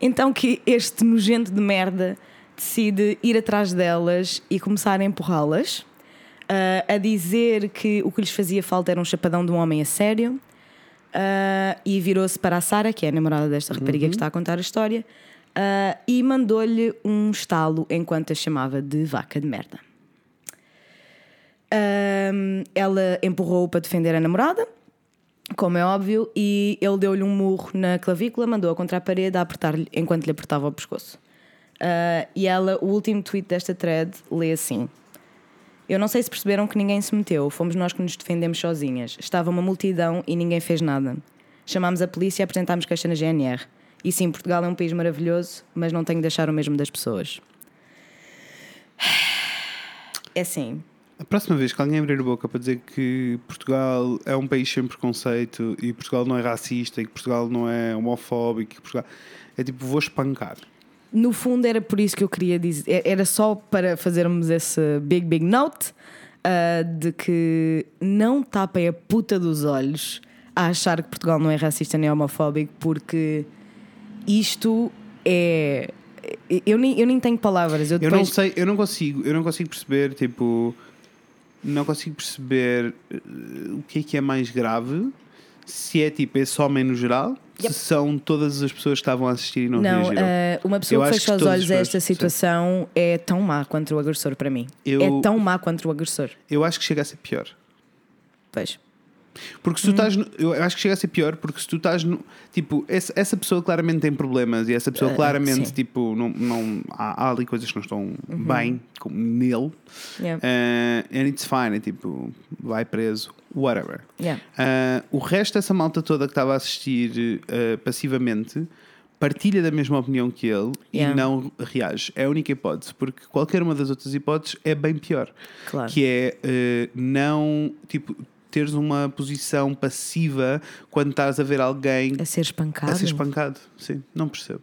Speaker 2: Então que este nojento de merda decide ir atrás delas e começar a empurrá-las, ah, a dizer que o que lhes fazia falta era um chapadão de um homem a sério. ah, e virou-se para a Sara, que é a namorada desta rapariga que está a contar a história, ah, e mandou-lhe um estalo enquanto a chamava de vaca de merda. Ahm, ela empurrou-o para defender a namorada, como é óbvio, e ele deu-lhe um murro na clavícula, mandou-a contra a parede a apertar-lhe enquanto lhe apertava o pescoço. Ah, e ela, o último tweet desta thread, lê assim: Eu não sei se perceberam que ninguém se meteu, fomos nós que nos defendemos sozinhas. Estava uma multidão e ninguém fez nada. Chamámos a polícia e apresentámos queixa na GNR. E sim, Portugal é um país maravilhoso, mas não tenho de achar o mesmo das pessoas. (sighs) É assim.
Speaker 1: A próxima vez que alguém abrir a boca para dizer que Portugal é um país sem preconceito e Portugal não é racista e que Portugal não é homofóbico, e que Portugal... é tipo, vou espancar.
Speaker 2: No fundo, era por isso que eu queria dizer. e- Era só para fazermos esse big, big note ah, de que não tapem a puta dos olhos a achar que Portugal não é racista nem homofóbico, porque isto é. Eu nem, eu nem tenho palavras. Eu,
Speaker 1: Eu
Speaker 2: depois-
Speaker 1: não sei, eu não consigo, eu não consigo perceber, tipo, não consigo perceber eh, o que é que é mais grave, se é tipo esse homem no geral, se são todas as pessoas que estavam a assistir e não,
Speaker 2: Não,
Speaker 1: reagiram.
Speaker 2: ah, uma
Speaker 1: Eu
Speaker 2: pessoa que
Speaker 1: acho que
Speaker 2: fecha os
Speaker 1: todos
Speaker 2: olhos a esta
Speaker 1: fazem, sim.
Speaker 2: situação é tão má quanto o agressor para mim.
Speaker 1: Eu-
Speaker 2: É tão má quanto o agressor.
Speaker 1: Eu acho que chega a ser pior.
Speaker 2: Pois.
Speaker 1: Porque se tu
Speaker 2: Hum.
Speaker 1: estás. no- eu acho que chega a ser pior, porque se tu estás. No, tipo, essa, essa pessoa claramente tem problemas e essa pessoa
Speaker 2: Ah,
Speaker 1: claramente,
Speaker 2: sim. Uhum.
Speaker 1: tipo, não, não, há, há ali coisas que não estão bem com, nele.
Speaker 2: Yeah.
Speaker 1: Eh, and it's fine, é tipo, vai preso, whatever.
Speaker 2: Yeah.
Speaker 1: Ah, o resto dessa malta toda que estava a assistir ah, passivamente partilha da mesma opinião que ele
Speaker 2: Yeah.
Speaker 1: e não reage. É a única hipótese, porque qualquer uma das outras hipóteses é bem pior.
Speaker 2: Claro.
Speaker 1: Que é ah, não, tipo, teres uma posição passiva quando estás a ver alguém
Speaker 2: A ser espancado.
Speaker 1: é a ser espancado. Sim, não percebo.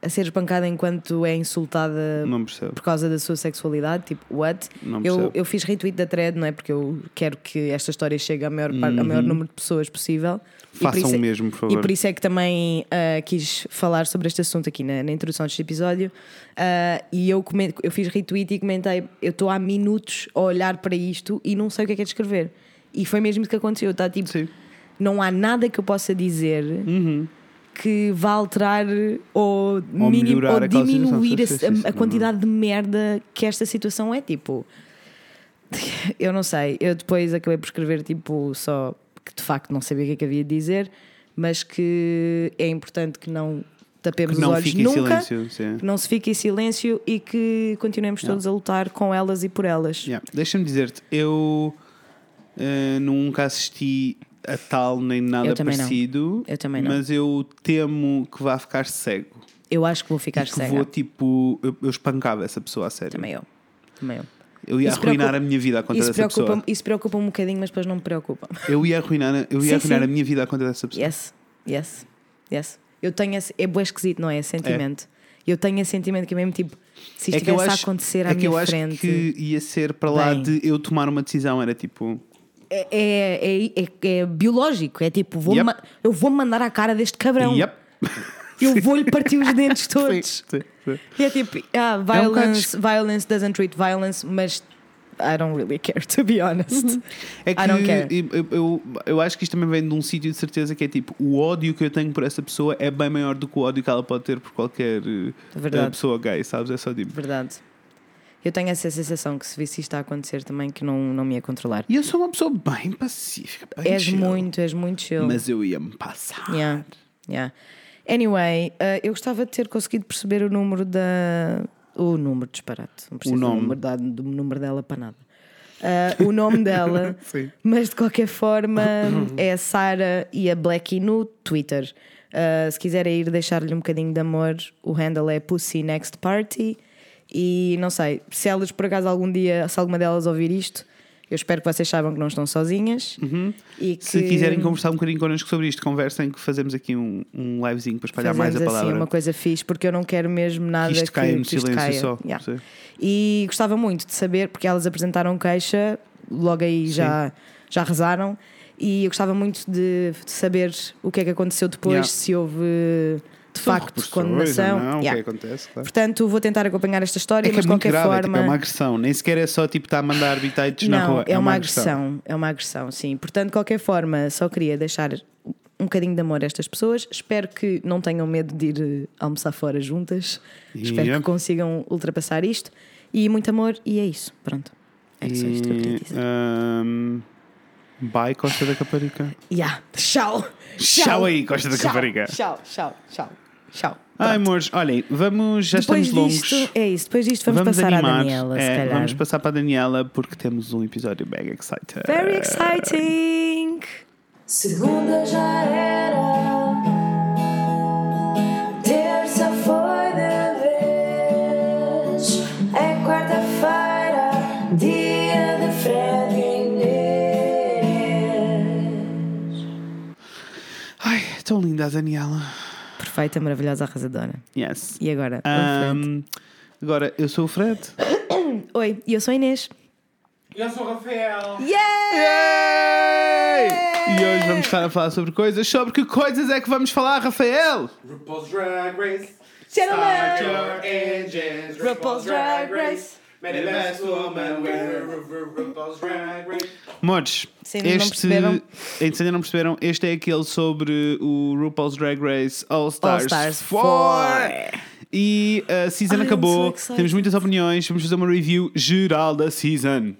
Speaker 2: a ser espancada enquanto é insultada
Speaker 1: Não percebo.
Speaker 2: por causa da sua sexualidade, tipo, what?
Speaker 1: Não percebo.
Speaker 2: eu, eu fiz retweet da thread, não é? Porque eu quero que esta história chegue ao maior, par- ao maior número de pessoas possível. E por
Speaker 1: Uhum. Façam
Speaker 2: isso é-
Speaker 1: o mesmo, por
Speaker 2: E
Speaker 1: favor.
Speaker 2: por isso é que também ah, quis falar sobre este assunto aqui na, na introdução deste episódio. Ah, e eu, comen- eu fiz retweet e comentei: eu estou há minutos a olhar para isto e não sei o que é que é de escrever. E foi mesmo isso que aconteceu. Está tipo,
Speaker 1: Sim. Uhum.
Speaker 2: não há nada que eu possa dizer que vá alterar ou, minim-
Speaker 1: melhorar
Speaker 2: ou
Speaker 1: aquela situação.
Speaker 2: diminuir
Speaker 1: Sim,
Speaker 2: a,
Speaker 1: sim, sim,
Speaker 2: a-
Speaker 1: sim,
Speaker 2: a
Speaker 1: não-
Speaker 2: quantidade de merda que esta situação é. Tipo, (laughs) eu não sei. Eu depois acabei por escrever, tipo, só que de facto não sabia o que é que havia de dizer, mas que é importante que não tapemos
Speaker 1: Que não
Speaker 2: os olhos
Speaker 1: fique em
Speaker 2: nunca,
Speaker 1: silêncio, sim.
Speaker 2: que não se fique em silêncio e que continuemos todos a lutar com elas e por elas.
Speaker 1: Yeah. Deixa-me dizer-te, eu eh, nunca assisti a tal nem nada
Speaker 2: Eu também não.
Speaker 1: parecido,
Speaker 2: Eu também não.
Speaker 1: mas eu temo que vá ficar cego.
Speaker 2: Eu acho que vou
Speaker 1: E
Speaker 2: ficar
Speaker 1: que
Speaker 2: cega.
Speaker 1: vou tipo, eu, eu espancava essa pessoa a sério.
Speaker 2: Também eu. Também eu.
Speaker 1: Eu ia
Speaker 2: Isso
Speaker 1: arruinar
Speaker 2: preocupa-
Speaker 1: a minha vida à conta
Speaker 2: Isso
Speaker 1: dessa
Speaker 2: preocupa,
Speaker 1: pessoa.
Speaker 2: isso preocupa um bocadinho, mas depois não me preocupa.
Speaker 1: Eu ia arruinar, eu ia
Speaker 2: Sim,
Speaker 1: arruinar
Speaker 2: sim.
Speaker 1: a minha vida à conta dessa pessoa.
Speaker 2: Yes, yes, yes. Eu tenho esse. É bué esquisito, não é? Esse sentimento. Eu tenho esse sentimento que é mesmo tipo, se isto
Speaker 1: É que eu
Speaker 2: estivesse
Speaker 1: acho-
Speaker 2: a acontecer à
Speaker 1: é que
Speaker 2: minha
Speaker 1: eu acho
Speaker 2: frente.
Speaker 1: que ia ser para lá
Speaker 2: Bem.
Speaker 1: de eu tomar uma decisão, era tipo,
Speaker 2: É, é, é- é- é biológico. É tipo, vou
Speaker 1: Yep.
Speaker 2: ma- eu vou mandar à cara deste cabrão.
Speaker 1: yep.
Speaker 2: Eu vou-lhe partir
Speaker 1: (laughs)
Speaker 2: os dentes todos.
Speaker 1: Sim, sim.
Speaker 2: E é tipo, ah,
Speaker 1: bocado
Speaker 2: violence, violence doesn't treat violence, mas I don't really care, to be honest.
Speaker 1: É que
Speaker 2: I don't care.
Speaker 1: Eu, eu- eu, eu acho que isto também vem de um sítio de certeza que é tipo o ódio que eu tenho por essa pessoa é bem maior do que o ódio que ela pode ter por qualquer eh,
Speaker 2: É Verdade.
Speaker 1: eh, pessoa gay, sabes? É só tipo.
Speaker 2: Verdade. Eu tenho essa sensação que se visse isto a acontecer também, que não, não me ia controlar.
Speaker 1: E eu sou uma pessoa bem pacífica, bem
Speaker 2: És
Speaker 1: chill,
Speaker 2: muito, és muito chill.
Speaker 1: Mas eu ia me passar.
Speaker 2: Yeah, yeah. Anyway, eh, eu gostava de ter conseguido perceber o número da. O número disparate. Não preciso do
Speaker 1: nome.
Speaker 2: número, da- do número dela para nada. Eh, o nome dela,
Speaker 1: (laughs) Sim.
Speaker 2: mas de qualquer
Speaker 1: (coughs)
Speaker 2: forma é a Sara e a Blackie no Twitter. Eh, se quiserem ir deixar-lhe um bocadinho de amor, o handle é Pussy Next Party. E não sei, se elas por acaso algum dia, se alguma delas ouvir isto, eu espero que vocês saibam que não estão sozinhas. E
Speaker 1: Uhum. Se
Speaker 2: que-
Speaker 1: quiserem conversar um bocadinho connosco sobre isto, conversem que fazemos aqui um, um livezinho para espalhar mais a
Speaker 2: Fazemos
Speaker 1: palavra.
Speaker 2: assim uma coisa fixe, porque eu não quero mesmo nada
Speaker 1: Que isto caia no
Speaker 2: que isto
Speaker 1: silêncio
Speaker 2: caia.
Speaker 1: só,
Speaker 2: Yeah.
Speaker 1: sim.
Speaker 2: E gostava muito de saber, porque elas apresentaram queixa, logo aí já, já rezaram, e eu gostava muito de, de saber o que é que aconteceu depois,
Speaker 1: Yeah.
Speaker 2: se houve de
Speaker 1: São
Speaker 2: facto
Speaker 1: repressores,
Speaker 2: condenação.
Speaker 1: ou Não,
Speaker 2: Yeah.
Speaker 1: O que acontece, claro.
Speaker 2: Portanto, vou tentar acompanhar esta história,
Speaker 1: É que é
Speaker 2: mas de
Speaker 1: muito
Speaker 2: qualquer
Speaker 1: grave, é, tipo,
Speaker 2: forma.
Speaker 1: é uma agressão. Nem sequer é só tipo estar a mandar bitites
Speaker 2: não,
Speaker 1: na rua.
Speaker 2: é, uma, agressão. é uma agressão, sim. Portanto, de qualquer forma, só queria deixar um bocadinho de amor a estas pessoas. Espero que não tenham medo de ir eh, almoçar fora juntas. Espero
Speaker 1: Yeah.
Speaker 2: que consigam ultrapassar isto. E muito amor, e é isso. Pronto. É só isto que eu queria
Speaker 1: E, eh,
Speaker 2: dizer.
Speaker 1: ahm, Bye, Costa da Caparica.
Speaker 2: Yeah. Tchau.
Speaker 1: Tchau aí, Costa da
Speaker 2: Tchau,
Speaker 1: Caparica.
Speaker 2: Tchau, tchau, tchau, tchau.
Speaker 1: Ai, amores, olhem, vamos, já
Speaker 2: Depois
Speaker 1: estamos
Speaker 2: disto,
Speaker 1: longos.
Speaker 2: é isso. Depois disto, vamos, passar
Speaker 1: animar.
Speaker 2: à Daniela, se
Speaker 1: É,
Speaker 2: calhar.
Speaker 1: Vamos passar para a Daniela porque temos um episódio bem excited.
Speaker 2: Very exciting! Segunda já era, terça foi de vez, é quarta-feira.
Speaker 1: tão linda a Daniela.
Speaker 2: Perfeita, maravilhosa, arrasadora.
Speaker 1: Yes.
Speaker 2: E agora?
Speaker 1: Ahm, agora, eu sou o Fred.
Speaker 2: Oi, e eu sou a Inês.
Speaker 3: Eu sou o Rafael.
Speaker 1: Yay! E hoje vamos estar a falar sobre coisas. Sobre que coisas é que vamos falar, Rafael?
Speaker 3: RuPaul's Drag Race. Start
Speaker 2: Gentlemen!
Speaker 3: your engines.
Speaker 2: RuPaul's Drag Race.
Speaker 3: Many best woman wear Ru- Ru- RuPaul's Drag Race.
Speaker 1: Modes,
Speaker 2: Se ainda não perceberam.
Speaker 1: Este ainda não perceberam. Este é aquele sobre o RuPaul's Drag Race All Stars,
Speaker 2: All Stars
Speaker 1: 4. E a season
Speaker 2: Ai, I'm
Speaker 1: acabou.
Speaker 2: so excited.
Speaker 1: Temos muitas opiniões. Vamos fazer uma review geral da season.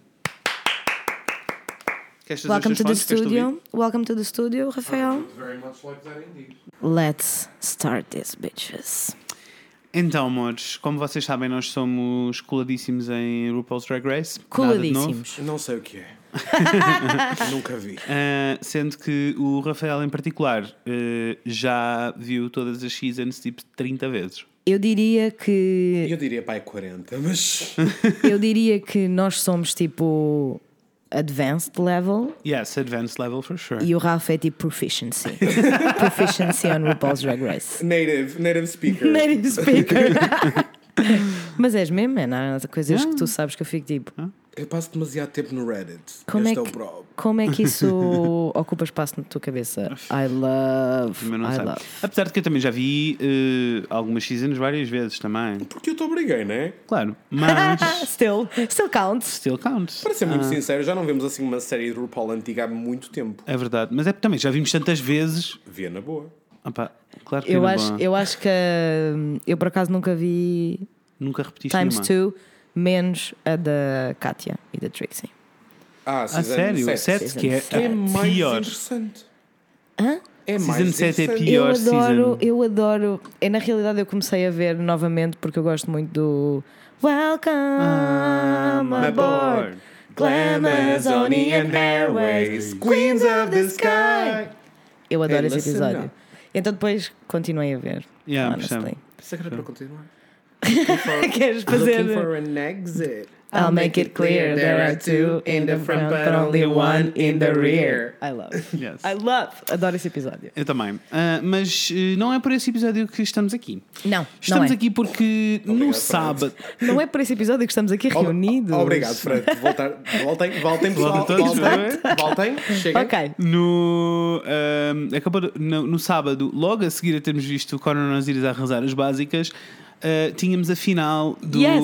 Speaker 1: Queres fazer os
Speaker 2: Welcome
Speaker 1: teus
Speaker 2: to the
Speaker 1: fones? Queres te ouvir?
Speaker 2: studio. Welcome to the studio, Rafael.
Speaker 3: Very much like that indeed.
Speaker 2: Let's start this, bitches.
Speaker 1: Então, modos, como vocês sabem, nós somos coladíssimos em RuPaul's Drag Race. Nada de novo.
Speaker 2: Coladíssimos.
Speaker 3: Não sei o
Speaker 2: (laughs)
Speaker 3: que é. Nunca vi.
Speaker 1: Uh, sendo que o Rafael, em particular, uh, já viu todas as seasons tipo 30 vezes.
Speaker 2: Eu diria que
Speaker 3: Eu diria pai 40, mas.
Speaker 2: eu diria que nós somos tipo advanced level
Speaker 1: Yes, advanced level for sure.
Speaker 2: e o Rafa é tipo proficiency. proficiency on RuPaul's Drag Race.
Speaker 3: Native, native speaker.
Speaker 2: Native speaker. (laughs) Mas és mesmo, é não, coisas que tu sabes que eu fico tipo,
Speaker 3: Eu passo demasiado tempo no Reddit.
Speaker 2: como é
Speaker 3: este é, o
Speaker 2: que,
Speaker 3: pro.
Speaker 2: como é que (laughs) isso ocupa espaço na tua cabeça? I love,
Speaker 1: Mas não
Speaker 2: I
Speaker 1: sabe.
Speaker 2: love.
Speaker 1: Apesar de que eu também já vi uh, algumas seasons várias vezes também.
Speaker 3: Porque eu te obriguei, não é?
Speaker 1: Claro, mas
Speaker 2: Ah, (laughs) Still, still counts.
Speaker 1: still counts. Ah,
Speaker 3: Para ser muito
Speaker 2: Ah.
Speaker 3: sincero, já não vemos assim uma série de RuPaul antiga há muito tempo.
Speaker 1: É verdade, mas é porque também já vimos tantas vezes.
Speaker 3: Via na boa.
Speaker 1: Opa, claro que
Speaker 2: Eu
Speaker 1: era
Speaker 2: acho,
Speaker 1: boa.
Speaker 2: eu acho que hum, eu por acaso nunca vi
Speaker 1: nunca repetiste
Speaker 2: Times
Speaker 1: nenhuma.
Speaker 2: 2 menos a da Katia e da Trixie.
Speaker 3: Ah,
Speaker 1: A
Speaker 3: season
Speaker 1: sério,
Speaker 3: sete.
Speaker 1: 7 que é,
Speaker 2: Season
Speaker 1: a
Speaker 3: É mais
Speaker 1: pior.
Speaker 3: interessante.
Speaker 2: Hã?
Speaker 3: É
Speaker 1: Season
Speaker 3: mais
Speaker 1: sete é
Speaker 3: interessante.
Speaker 1: pior.
Speaker 2: eu adoro,
Speaker 1: season.
Speaker 2: eu adoro. É na realidade eu comecei a ver novamente porque eu gosto muito do Welcome aboard. Glamazonian Airways, Queens of the Sky. Eu adoro
Speaker 3: É,
Speaker 2: esse
Speaker 3: listen
Speaker 2: episódio.
Speaker 3: up.
Speaker 2: Então depois continuei a ver.
Speaker 1: Yeah,
Speaker 2: honestly.
Speaker 1: percebo.
Speaker 3: Será que era para continuar?
Speaker 2: (laughs) Queres fazer?
Speaker 3: an exit.
Speaker 2: I'll make it clear there are two in the front, but only one in the rear. I love.
Speaker 1: Yes.
Speaker 2: I love. Adoro esse episódio.
Speaker 1: Eu também. Ah, mas eh, não é por esse episódio que estamos aqui.
Speaker 2: Não,
Speaker 1: Estamos
Speaker 2: não é.
Speaker 1: aqui porque no
Speaker 3: Obrigado,
Speaker 1: sábado.
Speaker 2: Não é por esse episódio que estamos aqui reunidos.
Speaker 3: Obrigado, Fred. Voltar. Voltem, voltem, pessoal.
Speaker 1: Voltem todos,
Speaker 3: Voltem, voltem. Cheguem.
Speaker 2: Ok.
Speaker 1: No, ahm, acabou de- no, no sábado, logo a seguir a termos visto o Coronavírus a arrasar as básicas, ah, tínhamos a final do
Speaker 2: Yes.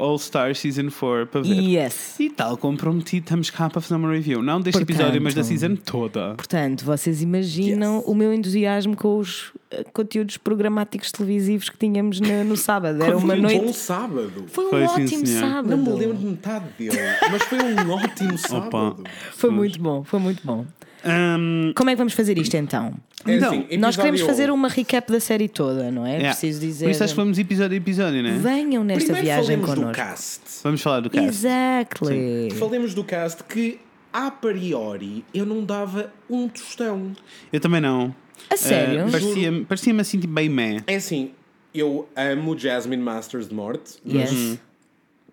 Speaker 1: All Star Season 4 para ver.
Speaker 2: Yes.
Speaker 1: E tal como prometido, estamos cá para fazer uma review. Não deste
Speaker 2: Portanto.
Speaker 1: episódio, mas da season toda.
Speaker 2: Portanto, vocês imaginam
Speaker 3: Yes.
Speaker 2: o meu entusiasmo com os eh, conteúdos programáticos televisivos que tínhamos na- no, sábado. Era uma
Speaker 3: Foi um bom
Speaker 2: noite.
Speaker 3: sábado.
Speaker 2: Foi um
Speaker 1: Foi, sim,
Speaker 2: ótimo
Speaker 1: senhor.
Speaker 2: sábado.
Speaker 3: Não me lembro de metade dele, mas foi um (laughs) ótimo sábado.
Speaker 2: Foi muito bom, foi muito bom.
Speaker 1: Ahm,
Speaker 2: Como é que vamos fazer isto então?
Speaker 3: É
Speaker 1: Então,
Speaker 2: Nós
Speaker 3: episódio
Speaker 2: queremos fazer
Speaker 3: um.
Speaker 2: uma recap da série toda, não é?
Speaker 1: yeah.
Speaker 2: Preciso dizer.
Speaker 1: Por isso acho que fomos episódio a episódio, né?
Speaker 2: Venham nesta
Speaker 3: Primeiro
Speaker 2: viagem
Speaker 3: falemos do
Speaker 2: connosco.
Speaker 3: cast.
Speaker 1: Vamos falar do caso.
Speaker 2: Exactly.
Speaker 3: Falemos do cast que, a priori, eu não dava um tostão.
Speaker 1: Eu também não.
Speaker 2: A sério?
Speaker 1: Ah, Parecia-me parecia-me assim tipo, bem meh.
Speaker 3: É assim, eu amo Jasmine Masters de morte.
Speaker 2: Yes.
Speaker 1: uhum.